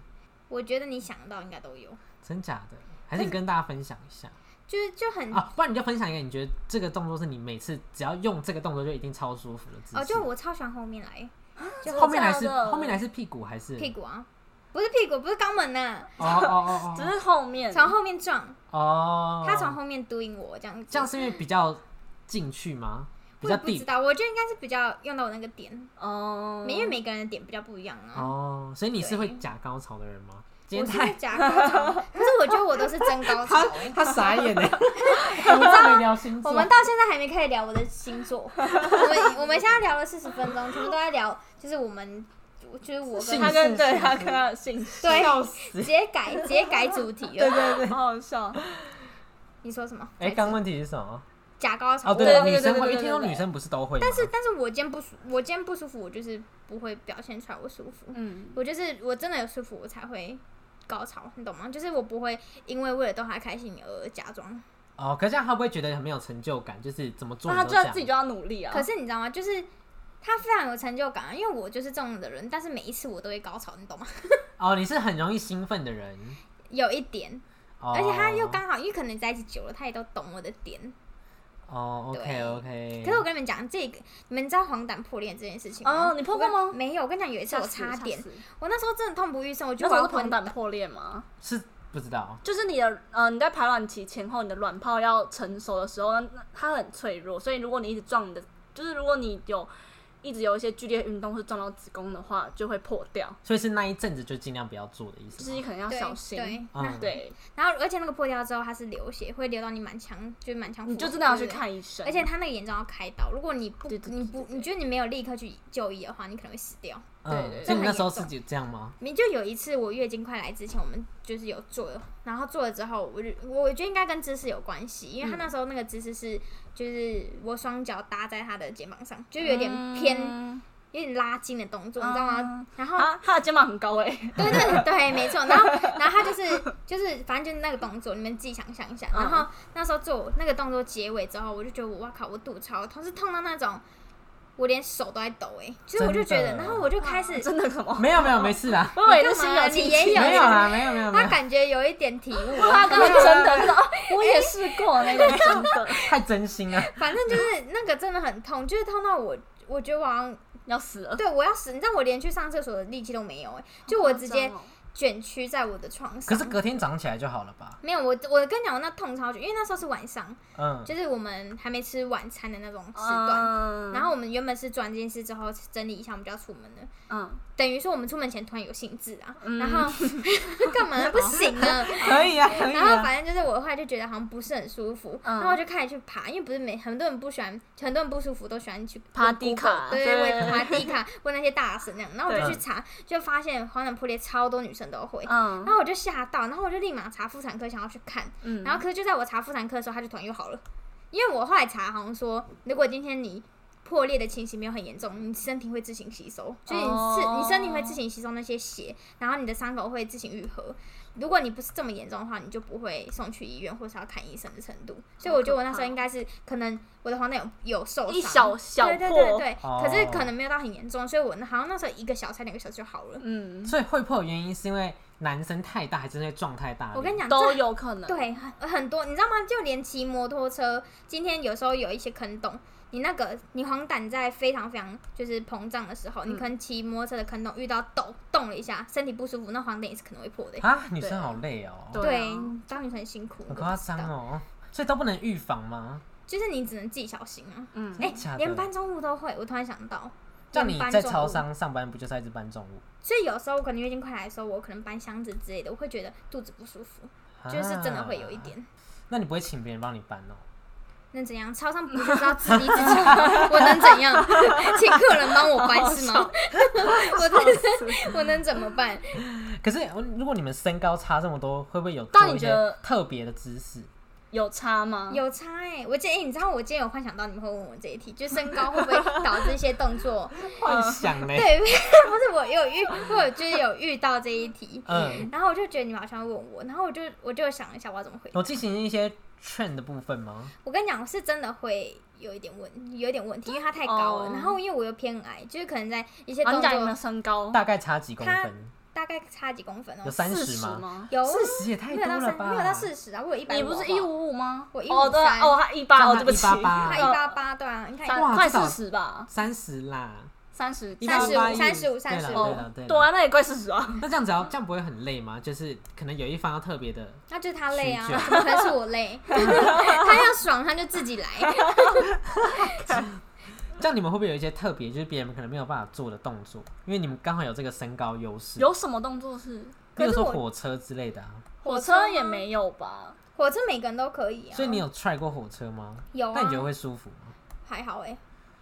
[SPEAKER 1] 我觉得你想得到应该都有，
[SPEAKER 2] 真假的？还是你跟大家分享一下
[SPEAKER 1] 就是就很
[SPEAKER 2] 啊？不然你就分享一个，你觉得这个动作是你每次只要用这个动作就一定超舒服的姿势。
[SPEAKER 1] 哦，就我超喜欢后面来
[SPEAKER 3] 真的
[SPEAKER 2] 后面来
[SPEAKER 3] 假
[SPEAKER 2] 是
[SPEAKER 3] 的
[SPEAKER 2] 后面来是屁股还是
[SPEAKER 1] 屁？股啊，不是屁股，不是肛门啊呐、
[SPEAKER 2] 哦哦哦
[SPEAKER 3] 只
[SPEAKER 2] 哦
[SPEAKER 3] 是后面
[SPEAKER 1] 从后面撞，
[SPEAKER 2] 哦，
[SPEAKER 1] 他从后面 doing 我这样子，
[SPEAKER 2] 这样是因为比较进去吗？比
[SPEAKER 1] 我
[SPEAKER 2] 较
[SPEAKER 1] 也不知
[SPEAKER 2] 地
[SPEAKER 1] 道，我觉得应该是比较用到我那个点，
[SPEAKER 3] 哦，
[SPEAKER 1] 每因为每个人的点比较不一样啊。
[SPEAKER 2] 哦，所以你是
[SPEAKER 1] 对
[SPEAKER 2] 会假高潮的人吗？今
[SPEAKER 1] 我
[SPEAKER 2] 天
[SPEAKER 1] 是
[SPEAKER 2] 太
[SPEAKER 1] 假高潮， 可是我觉得我都是真高潮
[SPEAKER 2] 他
[SPEAKER 1] 欸。
[SPEAKER 2] 他傻 眼了， 我们在聊星座，
[SPEAKER 1] 我们到现在还没开始聊我的星座，我们我们现在聊了四十分钟，全部都在聊，就是我们，就是我
[SPEAKER 2] 性
[SPEAKER 1] 跟
[SPEAKER 3] 他
[SPEAKER 1] 他
[SPEAKER 3] 跟
[SPEAKER 2] 是
[SPEAKER 3] 对
[SPEAKER 2] 是
[SPEAKER 3] 他
[SPEAKER 2] 是
[SPEAKER 3] 跟他的姓，
[SPEAKER 1] 对，直
[SPEAKER 2] 死。
[SPEAKER 1] 接改直接改主题了。
[SPEAKER 3] 对对，好好笑。
[SPEAKER 1] 你说什么？
[SPEAKER 2] 哎，刚刚问题是什么？
[SPEAKER 1] 假高潮。
[SPEAKER 2] 哦，对
[SPEAKER 1] 我
[SPEAKER 2] 了，
[SPEAKER 3] 对
[SPEAKER 2] 女生会，
[SPEAKER 3] 对对
[SPEAKER 2] 因为听说
[SPEAKER 3] 对对
[SPEAKER 2] 女生不是都会吗，
[SPEAKER 1] 但是但是我今天不舒，我今天不舒服，我就是不会表现出来我舒服。
[SPEAKER 3] 嗯，
[SPEAKER 1] 我就是我真的有舒服，我才会高潮，你懂吗？就是我不会因为为了逗他开心而假装。
[SPEAKER 2] 哦，可是这样她不会觉得很没有成就感，就是怎么做
[SPEAKER 3] 那他
[SPEAKER 2] 你都这
[SPEAKER 3] 就要
[SPEAKER 2] 样
[SPEAKER 3] 自己就要努力啊。
[SPEAKER 1] 可是你知道吗？就是他非常有成就感啊，因为我就是这种的人，但是每一次我都会高潮，你懂吗？
[SPEAKER 2] 哦，你是很容易兴奋的人，
[SPEAKER 1] 有一点，
[SPEAKER 2] 哦、
[SPEAKER 1] 而且他又刚好，因为可能在一起久了，他也都懂我的点。
[SPEAKER 2] 哦，OK
[SPEAKER 1] 对
[SPEAKER 2] OK，
[SPEAKER 3] 嗯
[SPEAKER 1] 可是我跟你们讲，这个你们知道黄疸破裂这件事情吗？
[SPEAKER 3] 哦，你破过
[SPEAKER 1] 我
[SPEAKER 3] 吗
[SPEAKER 1] 跟？没有，我跟你讲，有一次我
[SPEAKER 3] 吓
[SPEAKER 1] 差
[SPEAKER 3] 死
[SPEAKER 1] 点
[SPEAKER 3] 吓，死
[SPEAKER 1] 我那时候真的痛不欲生，我觉
[SPEAKER 3] 那
[SPEAKER 1] 得我
[SPEAKER 3] 时候
[SPEAKER 1] 要
[SPEAKER 3] 是黄
[SPEAKER 1] 昏
[SPEAKER 3] 疸破裂吗？
[SPEAKER 2] 是不知道
[SPEAKER 3] 就是你的呃，你在排卵期前后，你的卵泡要成熟的时候，那那它很脆弱，所以如果你一直撞你的，就是如果你有一直有一些剧烈运动是撞到子宫的话，就会破掉，
[SPEAKER 1] 嗯
[SPEAKER 2] 所以是那一阵子就尽量不要做的意
[SPEAKER 3] 就
[SPEAKER 2] 思
[SPEAKER 3] 是
[SPEAKER 2] 吗。
[SPEAKER 3] 你可能要
[SPEAKER 1] 对
[SPEAKER 3] 小心。
[SPEAKER 1] 对，
[SPEAKER 2] 嗯
[SPEAKER 1] 那
[SPEAKER 3] 对
[SPEAKER 1] 然后而且那个破掉之后，它是流血，会流到你满腔，就是满腔腹
[SPEAKER 3] 你
[SPEAKER 1] 部，
[SPEAKER 3] 就真的要去
[SPEAKER 1] 对不对。
[SPEAKER 3] 看医生。
[SPEAKER 1] 而且他那个严重要开刀，如果你不
[SPEAKER 3] 对对对
[SPEAKER 1] 你
[SPEAKER 3] 对
[SPEAKER 1] 不
[SPEAKER 3] 对
[SPEAKER 1] 你觉得你没有立刻去就医的话，你可能会死掉。
[SPEAKER 3] 对对
[SPEAKER 2] 嗯，
[SPEAKER 3] 对
[SPEAKER 2] 所以你那时候
[SPEAKER 1] 这
[SPEAKER 2] 是
[SPEAKER 1] 很
[SPEAKER 2] 就这样吗？
[SPEAKER 1] 你就有一次我月经快来之前，我们就是有做，然后做了之后，我就我觉得应该跟姿势有关系，因为
[SPEAKER 3] 嗯
[SPEAKER 1] 他那时候那个姿势是就是我双脚搭在他的肩膀上，就有点偏、
[SPEAKER 3] 嗯
[SPEAKER 1] 有点拉筋的动作，你知道吗？然后
[SPEAKER 3] 啊，他的肩膀很高哎、
[SPEAKER 1] 对对对，没错。然后然后他就是就是反正就是那个动作，你们自己想象一下。
[SPEAKER 3] 嗯
[SPEAKER 1] 然后那时候做那个动作结尾之后，我就觉得我哇靠，我肚超痛，是痛到那种我连手都在抖哎、欸，就是我就觉得，
[SPEAKER 2] 真的
[SPEAKER 1] 然后我就开始。
[SPEAKER 3] 真的什么？
[SPEAKER 2] 没有没有，没事啦，
[SPEAKER 3] 我以为是心有
[SPEAKER 1] 你干嘛嗯
[SPEAKER 3] 戚
[SPEAKER 1] 你
[SPEAKER 3] 戚，啊
[SPEAKER 1] 也有
[SPEAKER 2] 没有啦，没有没有没
[SPEAKER 1] 他
[SPEAKER 2] 有，
[SPEAKER 1] 感觉有一点体悟，啊
[SPEAKER 3] 他刚刚真的， 就是哦我也试过那个真的
[SPEAKER 2] 太真心了。
[SPEAKER 1] 反正就是那个真的很痛，就是痛到我，我觉得我好像
[SPEAKER 3] 要死了，
[SPEAKER 1] 对我要死，你知道我连去上厕所的力气都没有、哎，就我直接
[SPEAKER 3] 好夸张哦
[SPEAKER 1] 卷曲在我的床
[SPEAKER 2] 可
[SPEAKER 1] 上。
[SPEAKER 2] 是隔天早上起来就好了吧？
[SPEAKER 1] 没有我，我跟你讲，我那痛超久，因为那时候是晚上，
[SPEAKER 2] 嗯，
[SPEAKER 1] 就是我们还没吃晚餐的那种时段。
[SPEAKER 3] 嗯
[SPEAKER 1] 然后我们原本是做完这件事之后整理一下，我们就要出门了。
[SPEAKER 3] 嗯，
[SPEAKER 1] 等于说我们出门前突然有兴致 啊，
[SPEAKER 3] 嗯
[SPEAKER 1] 然后干嘛不行 呢？
[SPEAKER 2] 可以啊，可以
[SPEAKER 1] 然后
[SPEAKER 2] 啊。
[SPEAKER 1] 反正就是我后来就觉得好像不是很舒服，
[SPEAKER 3] 嗯
[SPEAKER 1] 然后我就开始去爬，因为不是每很多人不喜欢，很多人不舒服都喜欢去
[SPEAKER 3] 爬
[SPEAKER 1] 问
[SPEAKER 3] 低
[SPEAKER 1] Google，
[SPEAKER 3] 卡
[SPEAKER 1] 对
[SPEAKER 3] 对
[SPEAKER 1] 对对，爬低 卡问那些大神那样，然后我就
[SPEAKER 2] 对
[SPEAKER 1] 去查，就发现黄疸破裂超多女生都会，
[SPEAKER 3] 嗯
[SPEAKER 1] 然后我就吓到，然后我就立马查妇产科想要去看，
[SPEAKER 3] 嗯，
[SPEAKER 1] 然后可是就在我查妇产科的时候，他就突然又好了，因为我后来查好像说，如果今天你破裂的情形没有很严重，你身体会自行吸收，所以你是、你身体会自行吸收那些血，然后你的伤口会自行愈合。如果你不是这么严重的话，你就不会送去医院或是要看医生的程度。所以我觉得我那时候应该是可能我的黄疸有有受伤，
[SPEAKER 3] 一小小
[SPEAKER 1] 对对对
[SPEAKER 3] 破
[SPEAKER 1] 对，可是可能没有到很严重，所以我那好像那时候一个小菜两个小时就好了。
[SPEAKER 3] 嗯，
[SPEAKER 2] 所以会破的原因是因为男生太大，还是因为撞太大力？
[SPEAKER 1] 我跟你讲，
[SPEAKER 3] 都有可能。
[SPEAKER 1] 啊对，很很多，你知道吗？就连骑摩托车，今天有时候有一些坑洞，你那个你黄疸在非常非常就是膨胀的时候，
[SPEAKER 2] 嗯
[SPEAKER 1] 你可能骑摩托车的坑洞遇到抖动了一下，身体不舒服，那黄疸也是可能会破的欸。
[SPEAKER 2] 啊，女生好累哦，
[SPEAKER 3] 对
[SPEAKER 1] 对
[SPEAKER 3] 啊，
[SPEAKER 1] 当女生很辛苦，
[SPEAKER 2] 很夸张
[SPEAKER 1] 你知道，
[SPEAKER 2] 哦，所以都不能预防吗？
[SPEAKER 1] 就是你只能自己小心啊。
[SPEAKER 3] 嗯，
[SPEAKER 1] 哎、
[SPEAKER 2] 真的假的
[SPEAKER 1] 连搬重物都会，我突然想到，
[SPEAKER 2] 像
[SPEAKER 1] 连
[SPEAKER 2] 你
[SPEAKER 1] 搬
[SPEAKER 2] 在
[SPEAKER 1] 重
[SPEAKER 2] 超
[SPEAKER 1] 物
[SPEAKER 2] 商上班，不就是在这搬重物？
[SPEAKER 1] 所以有时候我可能月经快来的时候，我可能搬箱子之类的，我会觉得肚子不舒服，就是真的会有一
[SPEAKER 2] 啊。
[SPEAKER 1] 点。
[SPEAKER 2] 那你不会请别人帮你搬哦？
[SPEAKER 1] 那怎样？超商不就是要自立自 强？我能怎样？请客人帮我搬是吗？ 我能我能怎么办？
[SPEAKER 2] 可是呃如果你们身高差这么多，会不会有
[SPEAKER 3] 但
[SPEAKER 2] 做
[SPEAKER 3] 你
[SPEAKER 2] 一
[SPEAKER 3] 觉
[SPEAKER 2] 些
[SPEAKER 3] 得
[SPEAKER 2] 特别的姿 势？
[SPEAKER 3] 有差吗？啊
[SPEAKER 1] 有差哎、我建议你知道，我今天有幻想到你们会问我这一题，就身高会不会导致一些动 作？
[SPEAKER 2] 幻想嘞，
[SPEAKER 1] 对， 不是我有遇，我有就是有遇到这一题，
[SPEAKER 2] 嗯，
[SPEAKER 1] 然后我就觉得你们好像会问我，然后我就我就想一下我要怎么回。
[SPEAKER 3] 嗯
[SPEAKER 2] 有进行一些 trend 的部分吗？
[SPEAKER 1] 我跟你讲，我是真的会有一点问，有一点问题，因为它太高了
[SPEAKER 3] 哦
[SPEAKER 1] 然后因为我又偏矮，就是可能在一些
[SPEAKER 3] 啊，你
[SPEAKER 1] 动
[SPEAKER 3] 讲你
[SPEAKER 1] 作
[SPEAKER 3] 们身高
[SPEAKER 2] 大概差几公
[SPEAKER 1] 他
[SPEAKER 2] 分？
[SPEAKER 1] 大概差几公分哦
[SPEAKER 2] 有，三
[SPEAKER 3] 四
[SPEAKER 2] 十
[SPEAKER 3] 十
[SPEAKER 2] 吗？
[SPEAKER 3] 吗？
[SPEAKER 1] 有
[SPEAKER 2] 四十也太
[SPEAKER 1] 没有
[SPEAKER 2] 多
[SPEAKER 1] 到
[SPEAKER 2] 了
[SPEAKER 1] 三，
[SPEAKER 2] 吧？
[SPEAKER 1] 没有到四十啊，我有一百，
[SPEAKER 3] 你不是一五五吗？
[SPEAKER 1] 我
[SPEAKER 3] 哦，对啊，
[SPEAKER 1] 153
[SPEAKER 3] 哦，他一八，哦，
[SPEAKER 2] 这样他
[SPEAKER 3] 对不起，哦
[SPEAKER 2] 188
[SPEAKER 1] 他一八八，对啊，你看
[SPEAKER 3] 三
[SPEAKER 2] 哇
[SPEAKER 3] 快
[SPEAKER 2] 至少
[SPEAKER 3] 四十吧，
[SPEAKER 2] 三十啦，
[SPEAKER 3] 三十
[SPEAKER 2] 一
[SPEAKER 1] 三
[SPEAKER 2] 八
[SPEAKER 1] 十
[SPEAKER 2] 八
[SPEAKER 1] 五35
[SPEAKER 2] 一对啦
[SPEAKER 1] 35
[SPEAKER 2] 对
[SPEAKER 3] 哦
[SPEAKER 2] 啦，对
[SPEAKER 3] 对
[SPEAKER 2] 啦。
[SPEAKER 3] 啊，那也快四十啊。
[SPEAKER 2] 那这样子哦要这样不会很累吗？就是可能有一方要特别的，
[SPEAKER 1] 那就是他累啊，
[SPEAKER 2] 许久
[SPEAKER 1] 怎么可能是我 累？他要爽他就自己来，
[SPEAKER 2] 这样你们会不会有一些特别，就是别人可能没有办法做的动作？因为你们刚好有这个身高优势，
[SPEAKER 3] 有什么动作是
[SPEAKER 2] 比
[SPEAKER 1] 可
[SPEAKER 2] 如
[SPEAKER 1] 是
[SPEAKER 2] 说
[SPEAKER 1] 我
[SPEAKER 2] 火车之类的啊。
[SPEAKER 3] 火车也没有吧？
[SPEAKER 1] 火车每个人都可以啊，
[SPEAKER 2] 所以你有 try 过火车吗？
[SPEAKER 1] 有
[SPEAKER 2] 那你觉得
[SPEAKER 1] 啊，
[SPEAKER 2] 会舒服吗？
[SPEAKER 1] 还好哎、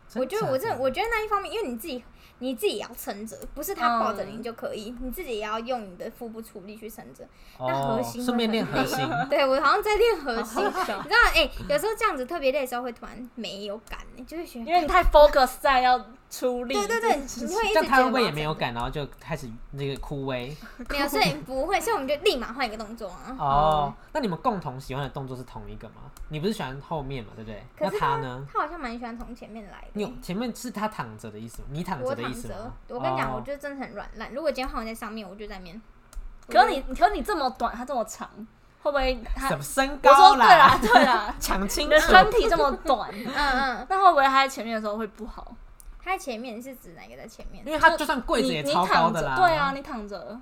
[SPEAKER 2] 真
[SPEAKER 1] 我觉得我
[SPEAKER 2] 假
[SPEAKER 1] 这，我觉得那一方面，因为你自己你自己也要撑着，不是他抱着
[SPEAKER 3] 嗯
[SPEAKER 1] 你就可以，你自己也要用你的腹部出力去撑着。那
[SPEAKER 2] 哦
[SPEAKER 1] 核，心会
[SPEAKER 2] 顺便练
[SPEAKER 1] 很
[SPEAKER 2] 核
[SPEAKER 1] 累
[SPEAKER 2] 心，
[SPEAKER 1] 对我好像在练核心，你
[SPEAKER 3] 好笑
[SPEAKER 1] 知道，哎、有时候这样子特别累的时候会突然没有感、你就会觉
[SPEAKER 3] 因
[SPEAKER 1] 得。
[SPEAKER 3] 为你太 focus 在要出力，
[SPEAKER 1] 对对对， 你会一
[SPEAKER 2] 这
[SPEAKER 1] 直
[SPEAKER 2] 样
[SPEAKER 1] 觉
[SPEAKER 2] 他会
[SPEAKER 1] 得
[SPEAKER 2] 不
[SPEAKER 1] 我
[SPEAKER 2] 会
[SPEAKER 1] 要
[SPEAKER 2] 也没有
[SPEAKER 1] 撑着，
[SPEAKER 2] 感，然后就开始那个枯萎？
[SPEAKER 1] 没有，所以不会，所以我们就立马换一个动作啊。
[SPEAKER 2] 哦，那你们共同喜欢的动作是同一个吗？你不是喜欢后面嘛，对不对？
[SPEAKER 1] 可
[SPEAKER 2] 那
[SPEAKER 1] 是
[SPEAKER 2] 他呢？
[SPEAKER 1] 他好像蛮喜欢从前面来
[SPEAKER 2] 啊你
[SPEAKER 1] 的
[SPEAKER 2] 有。前面是他躺着的意思吗，你躺
[SPEAKER 1] 我
[SPEAKER 2] 着的
[SPEAKER 1] 躺
[SPEAKER 2] 意思
[SPEAKER 1] 着
[SPEAKER 2] 吗？，
[SPEAKER 1] 我跟你讲，
[SPEAKER 2] 哦
[SPEAKER 1] 我就真的很软烂。如果今天换我在上面，我就在面。
[SPEAKER 3] 可是你，可是你这么短，它这么长，会不会它？
[SPEAKER 2] 什么身
[SPEAKER 3] 我说
[SPEAKER 2] 高，
[SPEAKER 3] 对啦，对啦
[SPEAKER 2] 抢清
[SPEAKER 3] 你
[SPEAKER 2] 楚
[SPEAKER 3] 的。身体这么 短，
[SPEAKER 1] 嗯嗯，
[SPEAKER 3] 那会不会它在前面的时候会不好？
[SPEAKER 1] 他在前面是指哪个在前面
[SPEAKER 2] 因？为他就算跪着也
[SPEAKER 3] 你你
[SPEAKER 2] 超高
[SPEAKER 3] 躺
[SPEAKER 2] 的
[SPEAKER 3] 着，
[SPEAKER 2] 啦，
[SPEAKER 3] 对啊，，你 躺着，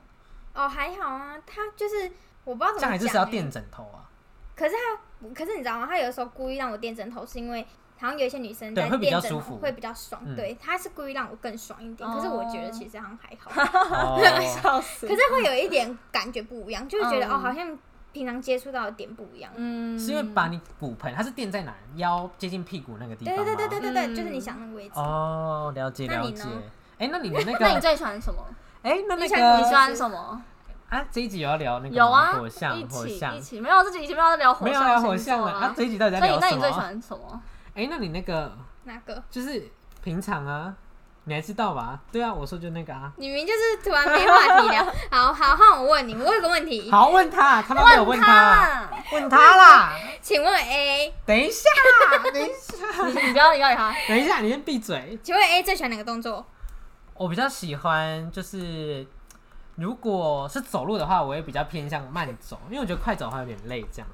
[SPEAKER 1] 哦，还好啊，他就是我不知道
[SPEAKER 2] 这
[SPEAKER 1] 怎么
[SPEAKER 2] 样还是
[SPEAKER 1] 讲、
[SPEAKER 2] 是要
[SPEAKER 1] 欸。
[SPEAKER 2] 垫枕头啊，
[SPEAKER 1] 可是他，可是你知道吗？他有时候故意让我垫枕头，是因为好像有一些女生
[SPEAKER 2] 对
[SPEAKER 1] 在
[SPEAKER 2] 会比较
[SPEAKER 1] 垫枕
[SPEAKER 2] 舒
[SPEAKER 1] 头
[SPEAKER 2] 服
[SPEAKER 1] 会比较爽。
[SPEAKER 2] 嗯
[SPEAKER 1] 对，他是故意让我更爽一点。
[SPEAKER 3] 哦
[SPEAKER 1] 可是我觉得其实好像还 好，
[SPEAKER 2] 哦，
[SPEAKER 3] 笑死。
[SPEAKER 1] 可是会有一点感觉不一样，就是觉得、
[SPEAKER 3] 嗯
[SPEAKER 1] 哦，好像平常接触到的点不一样。
[SPEAKER 3] 嗯，
[SPEAKER 2] 是因为把你骨盆，它是垫在哪儿？腰接近屁股那个地
[SPEAKER 1] 对
[SPEAKER 2] 方吗
[SPEAKER 1] 对对对对对，
[SPEAKER 3] 嗯
[SPEAKER 1] 就是你想那个位置。
[SPEAKER 2] 哦，了解
[SPEAKER 1] 那
[SPEAKER 2] 了
[SPEAKER 1] 你
[SPEAKER 2] 解
[SPEAKER 1] 呢。
[SPEAKER 2] 哎，那你的那
[SPEAKER 3] 那你
[SPEAKER 2] 个，
[SPEAKER 3] 最喜欢什么？
[SPEAKER 2] 哎，那那
[SPEAKER 1] 你喜欢
[SPEAKER 3] 你喜
[SPEAKER 2] 个
[SPEAKER 3] 欢什么？
[SPEAKER 2] 啊，这一集有要聊那个
[SPEAKER 3] 有
[SPEAKER 2] 吗
[SPEAKER 3] 啊，
[SPEAKER 2] 火象
[SPEAKER 3] 一
[SPEAKER 2] 火
[SPEAKER 3] 起
[SPEAKER 2] 象
[SPEAKER 3] 一，起，没有自己已经没有在聊火
[SPEAKER 2] 没有
[SPEAKER 3] 象
[SPEAKER 2] 聊
[SPEAKER 3] 星
[SPEAKER 2] 火
[SPEAKER 3] 座
[SPEAKER 2] 象了啊
[SPEAKER 3] 啊，。
[SPEAKER 2] 这一集到底在
[SPEAKER 3] 所以
[SPEAKER 2] 聊
[SPEAKER 3] 那
[SPEAKER 2] 什
[SPEAKER 3] 你最喜
[SPEAKER 2] 么？
[SPEAKER 3] 欢什么？
[SPEAKER 2] 哎，那你那个
[SPEAKER 1] 哪个？
[SPEAKER 2] 就是平常啊，你还知道吧？对啊，我说就那个啊。
[SPEAKER 1] 你明明就是突然没话 题聊。好好，换我问你，我有个问题，
[SPEAKER 2] 好，问他， 他妈没有问他，
[SPEAKER 3] 啊
[SPEAKER 2] 问他啦。
[SPEAKER 1] 请问 A，
[SPEAKER 2] 等一下，等一下，
[SPEAKER 3] 你你不要你不要理他，
[SPEAKER 2] 等一下，你先闭嘴。
[SPEAKER 1] 请问 A 最喜欢哪个动作？
[SPEAKER 2] 我比较喜欢就是，如果是走路的话，我也比较偏向慢走，因为我觉得快走的话有点累，这样。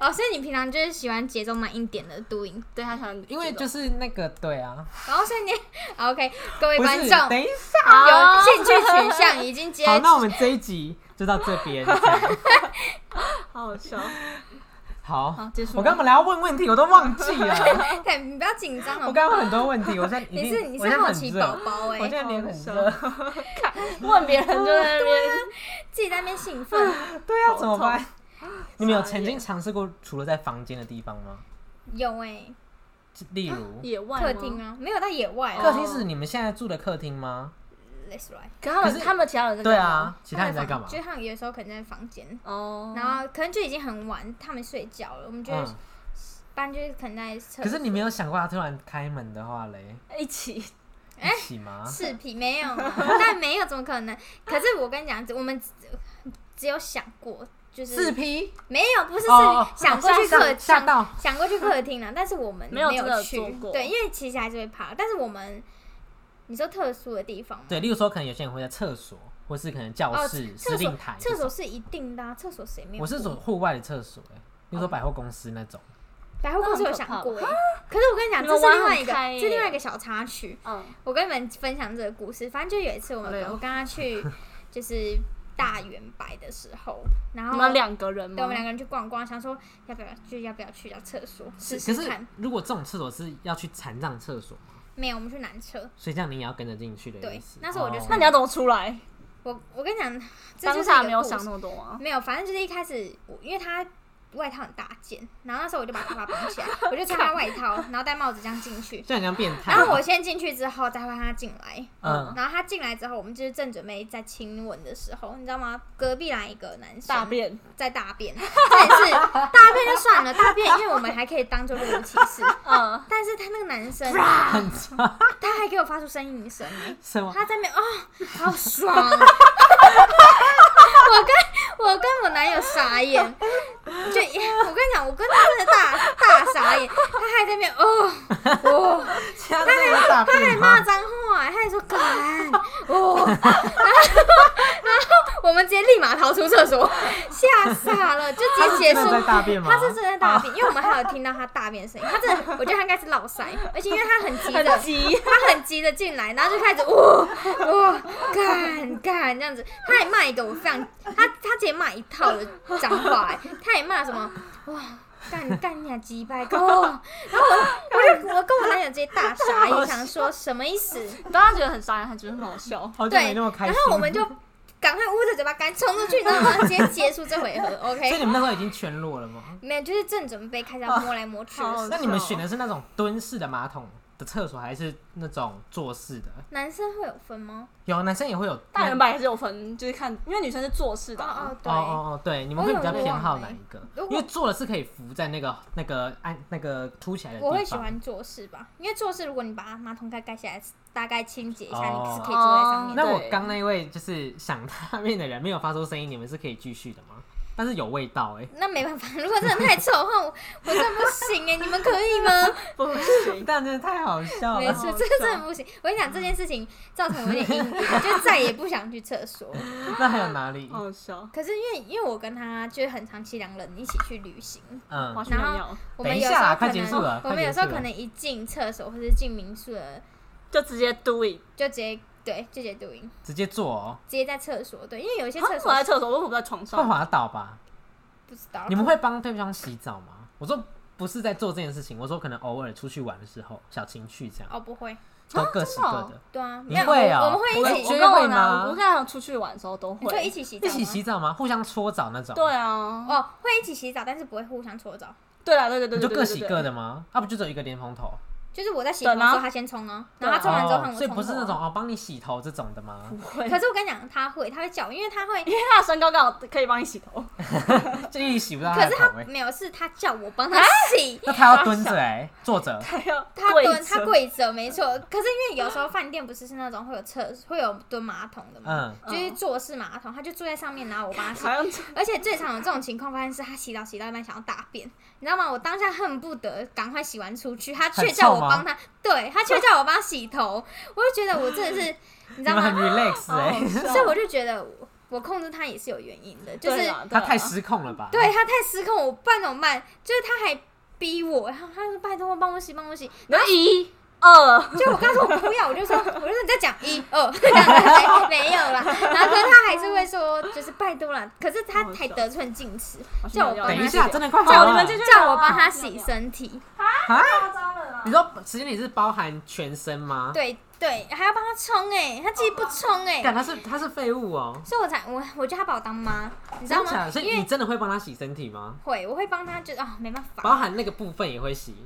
[SPEAKER 1] 哦，所以你平常就是喜欢节奏慢一点的 doing，
[SPEAKER 3] 对他喜欢这种，
[SPEAKER 2] 因为就是那个对啊，
[SPEAKER 1] 然后哦所以你 OK，各位
[SPEAKER 2] 不
[SPEAKER 1] 观
[SPEAKER 2] 是，
[SPEAKER 1] 众
[SPEAKER 2] 等一下。
[SPEAKER 1] 有兴趣取向已经接
[SPEAKER 2] 好，那我们这一集就到这边。这样
[SPEAKER 3] 好好笑。
[SPEAKER 2] 好，
[SPEAKER 3] 好结束吗
[SPEAKER 2] 我刚本来要问问题，我都忘记了。
[SPEAKER 1] 对，你不要紧张
[SPEAKER 2] 我
[SPEAKER 1] 哦。
[SPEAKER 2] 刚刚有很多问题，我现在一定
[SPEAKER 1] 你是你
[SPEAKER 2] 我
[SPEAKER 1] 是
[SPEAKER 2] 现在
[SPEAKER 1] 好
[SPEAKER 2] 很
[SPEAKER 1] 奇
[SPEAKER 2] 热
[SPEAKER 1] 宝宝
[SPEAKER 2] 我现
[SPEAKER 1] 哎，
[SPEAKER 2] 在脸很
[SPEAKER 3] 好
[SPEAKER 2] 热。
[SPEAKER 3] 问别人就在那
[SPEAKER 2] 啊
[SPEAKER 3] 边，
[SPEAKER 1] 自己在那边兴奋。
[SPEAKER 2] 对啊，
[SPEAKER 3] 头
[SPEAKER 2] 怎么办？你们有曾
[SPEAKER 3] 傻
[SPEAKER 2] 经
[SPEAKER 3] 眼
[SPEAKER 2] 尝试过除了在房间的地方吗？
[SPEAKER 1] 有哎，
[SPEAKER 2] 例如，
[SPEAKER 3] 野外吗
[SPEAKER 1] 客厅，啊，没有到野外
[SPEAKER 2] 客
[SPEAKER 1] 啊。
[SPEAKER 2] 厅是你们现在住的客厅吗？
[SPEAKER 1] That's right。
[SPEAKER 3] 可
[SPEAKER 2] 可
[SPEAKER 3] 他们
[SPEAKER 2] 是
[SPEAKER 3] 他们其他人在
[SPEAKER 2] 对
[SPEAKER 3] 干嘛
[SPEAKER 1] 哦
[SPEAKER 2] 啊，，其他人在干嘛？
[SPEAKER 1] 就是他们有时候可能在房间，
[SPEAKER 3] 哦，
[SPEAKER 1] 然后可能就已经很晚，他们睡觉了，我们就
[SPEAKER 2] 嗯
[SPEAKER 1] 是，班就是可能在厕
[SPEAKER 2] 可是
[SPEAKER 1] 所
[SPEAKER 2] 你没有想过他突然开门的话嘞，
[SPEAKER 3] 一起
[SPEAKER 1] 哎
[SPEAKER 2] 一起 吗？
[SPEAKER 1] 视频没有啊，但没有怎么可能？可是我跟你讲，我们只只有想过，就是
[SPEAKER 2] 四批
[SPEAKER 1] 没有，不是是
[SPEAKER 2] 哦
[SPEAKER 1] 想过去
[SPEAKER 2] 吓
[SPEAKER 1] 客
[SPEAKER 2] 吓
[SPEAKER 1] 想
[SPEAKER 2] 到
[SPEAKER 1] 想过去客厅了，但是我们
[SPEAKER 3] 没有真的
[SPEAKER 1] 去
[SPEAKER 3] 做过
[SPEAKER 1] 对，因为其实还是会怕，但是我们你说特殊的地方吗？
[SPEAKER 2] 对，例如说可能有些人会在厕所，或是可能教
[SPEAKER 1] 哦，
[SPEAKER 2] 室、司
[SPEAKER 1] 厕所
[SPEAKER 2] 令台这
[SPEAKER 1] 厕
[SPEAKER 2] 种。
[SPEAKER 1] 所是一定的、啊，厕所谁没有？哦
[SPEAKER 2] 我是走户外的厕所、欸，例如说百货公司那种。
[SPEAKER 1] 百货公司有想过欸，可是我跟你讲，
[SPEAKER 3] 你
[SPEAKER 1] 这
[SPEAKER 3] 们
[SPEAKER 1] 是另外一
[SPEAKER 3] 玩很
[SPEAKER 1] 个，
[SPEAKER 3] 开耶
[SPEAKER 1] 这是另外一个小插曲。
[SPEAKER 3] 嗯，
[SPEAKER 1] 我跟你们分享这个故事，反正就有一次我们
[SPEAKER 3] 哎呦
[SPEAKER 1] 我跟他 去就是大圆白的时候，然后
[SPEAKER 3] 你们两个人吗？
[SPEAKER 1] 对我们两个人去逛逛，想说要不要就要不要去到厕所试
[SPEAKER 2] 可
[SPEAKER 1] 试
[SPEAKER 2] 是
[SPEAKER 1] 看。
[SPEAKER 2] 如果这种厕所是要去残障厕所嘛，
[SPEAKER 1] 没有，我们去男厕。
[SPEAKER 2] 所以这样你也要跟着进去的意
[SPEAKER 1] 对
[SPEAKER 2] 思。
[SPEAKER 1] 那时候我就
[SPEAKER 2] 哦
[SPEAKER 1] 说
[SPEAKER 3] 那你要怎么出来？
[SPEAKER 1] 我我跟你讲，这就
[SPEAKER 3] 当
[SPEAKER 1] 是一
[SPEAKER 3] 下
[SPEAKER 1] 个
[SPEAKER 3] 没有
[SPEAKER 1] 故事
[SPEAKER 3] 想那么多啊。
[SPEAKER 1] 没有，反正就是一开始，我因为他外套很大件，然后那时候我就把头发绑起 来，我就穿他外套，然后戴帽子这样进去。
[SPEAKER 2] 就很像变态。
[SPEAKER 1] 然后我先进去之后，再换他进来。
[SPEAKER 2] 嗯
[SPEAKER 1] 然后他进来之后，我们就是正准备在亲吻的时候，你知道吗？隔壁来一个男生，
[SPEAKER 3] 大便，
[SPEAKER 1] 在大便， 这也是大便就算了，大便因为我们还可以当做路歧视。
[SPEAKER 3] 嗯，
[SPEAKER 1] 但是他那个男生，啊他
[SPEAKER 2] 很差，
[SPEAKER 1] 还给我发出呻吟声欸
[SPEAKER 2] 什么？
[SPEAKER 1] 他在面啊、好爽！我跟我跟我男友傻眼，就我跟你讲，我跟他真的大大傻眼，他还在面哦哦，
[SPEAKER 2] 他这个大
[SPEAKER 1] 他还
[SPEAKER 2] 便
[SPEAKER 1] 骂
[SPEAKER 2] 吗？
[SPEAKER 1] 脏话欸，他还说 干哦， 然后然后我们直接立马逃出厕 所，吓傻了，就
[SPEAKER 2] 他
[SPEAKER 1] 直
[SPEAKER 2] 是
[SPEAKER 1] 接结
[SPEAKER 2] 真的
[SPEAKER 1] 束。
[SPEAKER 2] 在大便吗？
[SPEAKER 1] 他是真的大便，因为我们还有听到他大便的声音。他真的，我觉得他应该是老塞，而且因为他很急的
[SPEAKER 3] 很，急，
[SPEAKER 1] 他很急着进来，然后就开始哇哇干干这样子，他还骂一个我非常，他他直接骂一套的脏话、欸，他也骂什么哇干干你啊鸡掰狗，然后我我就我跟我男友直接大傻眼，想说什么意思？
[SPEAKER 3] 大家觉得很傻眼，还觉得很好笑。
[SPEAKER 2] 好久
[SPEAKER 1] 对，
[SPEAKER 2] 哦没那么开心。
[SPEAKER 1] 然后我们就赶快捂着嘴巴赶紧冲出去，然后马上直接结束这 回合
[SPEAKER 2] 所以
[SPEAKER 1] ，OK。
[SPEAKER 2] 你们那时候已经全裸了吗？
[SPEAKER 1] 没有，就是正准备开始要摸来摸去的时候
[SPEAKER 3] 好
[SPEAKER 2] 那你们选的是那种蹲式的马桶的厕所，还是那种坐式的？
[SPEAKER 1] 男生会有分吗？
[SPEAKER 2] 有男生也会有
[SPEAKER 3] 大人版也是有分，就是看，因为女生是做事的
[SPEAKER 1] 哦
[SPEAKER 3] 啊，
[SPEAKER 1] 哦，
[SPEAKER 2] 哦
[SPEAKER 1] 对，哎
[SPEAKER 2] 哦哦，对，你们会比较偏好哪一个
[SPEAKER 1] 我有？我
[SPEAKER 2] 因为坐的是可以扶在那个那个按那个凸起来的地
[SPEAKER 1] 我
[SPEAKER 2] 方。
[SPEAKER 1] 会喜欢做事吧，因为做事如果你把马桶盖盖起来，大概清洁一下，
[SPEAKER 2] 哦
[SPEAKER 1] 你是可以坐在上面的。
[SPEAKER 2] 那我
[SPEAKER 3] 对
[SPEAKER 2] 刚那位就是想大便的人没有发出声音，你们是可以继续的吗？但是有味道哎、
[SPEAKER 1] 那没办法， 如果真的太臭的话，我我真的不行哎、你们可以 吗？
[SPEAKER 3] 不行，
[SPEAKER 2] 但真的太好笑
[SPEAKER 1] 没
[SPEAKER 2] 了。
[SPEAKER 1] 事，这真的不行。我跟你讲，这件事情造成我有 点阴影，就再也不想去厕所。
[SPEAKER 2] 那还有哪里？
[SPEAKER 1] 哦
[SPEAKER 3] 好笑。
[SPEAKER 1] 可是因为因为我跟他就是很长期两人一起去旅行，
[SPEAKER 3] 我要
[SPEAKER 2] 嗯，
[SPEAKER 3] 去尿尿，
[SPEAKER 1] 我们
[SPEAKER 2] 等一
[SPEAKER 1] 有
[SPEAKER 2] 下
[SPEAKER 1] 时候
[SPEAKER 2] 啦
[SPEAKER 1] 可
[SPEAKER 2] 快结束
[SPEAKER 1] 能
[SPEAKER 2] 了
[SPEAKER 1] 我们
[SPEAKER 2] 快
[SPEAKER 1] 有
[SPEAKER 2] 结
[SPEAKER 1] 时候
[SPEAKER 2] 束了
[SPEAKER 1] 可能一进厕所或者进民宿了，
[SPEAKER 3] 就直接 do it。
[SPEAKER 1] 就直接对就直接抖音，
[SPEAKER 2] 直接坐哦，
[SPEAKER 1] 直接在厕所对，因为有一些
[SPEAKER 3] 啊
[SPEAKER 1] 厕
[SPEAKER 3] 我
[SPEAKER 1] 所
[SPEAKER 3] 在厕所，为什么不在床
[SPEAKER 2] 会
[SPEAKER 3] 上？
[SPEAKER 2] 滑倒吧？
[SPEAKER 1] 不知道
[SPEAKER 2] 你们会帮对方洗澡吗？我说不是在做这件事情，我说可能偶尔出去玩的时候，小情趣这样，
[SPEAKER 1] 哦不会，
[SPEAKER 2] 都各洗各的。
[SPEAKER 1] 对啊，
[SPEAKER 2] 你
[SPEAKER 1] 没有
[SPEAKER 2] 会哦
[SPEAKER 1] 我我们会一起
[SPEAKER 3] 我
[SPEAKER 2] 觉
[SPEAKER 3] 跟
[SPEAKER 2] 得会
[SPEAKER 3] 我
[SPEAKER 2] 吗
[SPEAKER 3] 男，我跟男友出去玩的时候都
[SPEAKER 1] 你说一
[SPEAKER 3] 会。
[SPEAKER 1] 起洗澡
[SPEAKER 2] 一
[SPEAKER 1] 吗？
[SPEAKER 2] 起洗澡吗？互相搓澡那种？
[SPEAKER 3] 对啊，
[SPEAKER 1] 哦，会一起洗澡，但是不会互相搓澡。
[SPEAKER 3] 对啊，对对对
[SPEAKER 2] 你就
[SPEAKER 3] 对对
[SPEAKER 2] 各
[SPEAKER 3] 对
[SPEAKER 2] 洗
[SPEAKER 3] 对
[SPEAKER 2] 各的吗？啊，不就只有一个莲蓬头？
[SPEAKER 1] 就是我在洗头的时
[SPEAKER 3] 等
[SPEAKER 1] 候，
[SPEAKER 3] 啊
[SPEAKER 1] 他先冲啊，
[SPEAKER 3] 对
[SPEAKER 1] 然
[SPEAKER 3] 啊
[SPEAKER 1] 后他冲完之后换
[SPEAKER 2] 哦，
[SPEAKER 1] 我
[SPEAKER 2] 所以
[SPEAKER 1] 冲。啊
[SPEAKER 2] 不是那种。哦帮你洗头这种 的吗
[SPEAKER 3] 不？会，
[SPEAKER 1] 可是我跟你讲，他会，他会叫我，因为他会，
[SPEAKER 3] 因为他的身高刚好可以帮你洗头，
[SPEAKER 2] 就一直洗不到他
[SPEAKER 1] 可
[SPEAKER 2] 的
[SPEAKER 1] 是
[SPEAKER 2] 头
[SPEAKER 1] 他
[SPEAKER 2] 哎、欸。
[SPEAKER 1] 没有，是他叫我帮他洗，
[SPEAKER 2] 那他要蹲着哎、坐着。
[SPEAKER 3] 他要
[SPEAKER 1] 他
[SPEAKER 3] 啊跪
[SPEAKER 1] 蹲，他
[SPEAKER 3] 着，
[SPEAKER 1] 跪着，没错。可是因为有时候饭店不是是那种会有厕，会有蹲马桶的嘛，
[SPEAKER 2] 嗯，
[SPEAKER 1] 就是坐式马桶，他就坐在上面，然后我帮他洗
[SPEAKER 3] 好。像
[SPEAKER 1] 而且最常有这种情况发生是，他洗澡洗到一半想要大便，你知道吗？我当下恨不得赶快洗完出去，他却
[SPEAKER 2] 很臭
[SPEAKER 1] 叫我
[SPEAKER 2] 吗
[SPEAKER 1] 帮他，对他却叫我帮他洗头，我就觉得我真的 是，你知
[SPEAKER 2] 你
[SPEAKER 1] 道
[SPEAKER 2] 们很
[SPEAKER 1] 吗？哦
[SPEAKER 2] relax 哎、
[SPEAKER 3] 好好笑
[SPEAKER 1] 所以我就觉得我我控制他也是有原因的，就是
[SPEAKER 3] 对啦
[SPEAKER 2] 他太，失控了吧？
[SPEAKER 1] 哦对他太失控，我办怎么办？就是他还逼我，然后他说拜托帮我洗，帮我洗，
[SPEAKER 3] 然后一二，
[SPEAKER 1] 就我刚说我不要，我就说我就说你在讲一二，这样子 没没有啦。然后可是他还是会说就是拜托啦，可是
[SPEAKER 2] 哦
[SPEAKER 1] 他还得寸进尺，
[SPEAKER 3] 好
[SPEAKER 1] 叫我
[SPEAKER 3] 笑
[SPEAKER 1] 帮
[SPEAKER 2] 等一
[SPEAKER 1] 他
[SPEAKER 2] 下，
[SPEAKER 1] 洗，
[SPEAKER 2] 真的快好
[SPEAKER 3] 叫
[SPEAKER 2] 了。
[SPEAKER 3] 你们进去
[SPEAKER 1] 哦叫我帮他洗身体，
[SPEAKER 2] 啊？
[SPEAKER 3] 夸张了啦
[SPEAKER 2] 你，说时间里是包含全身吗？
[SPEAKER 1] 对对，还要帮他冲哎、他自己不冲哎、
[SPEAKER 2] 哦干，他是他是废物哦、
[SPEAKER 1] 所以我才我我觉得他把我当妈，你知道
[SPEAKER 2] 真的假
[SPEAKER 1] 吗
[SPEAKER 2] 的？？所
[SPEAKER 1] 因
[SPEAKER 2] 以你
[SPEAKER 1] 为
[SPEAKER 2] 真的会帮他洗身体吗？
[SPEAKER 1] 会我会帮他，就是啊、没办法，
[SPEAKER 2] 包含那个部分也会洗，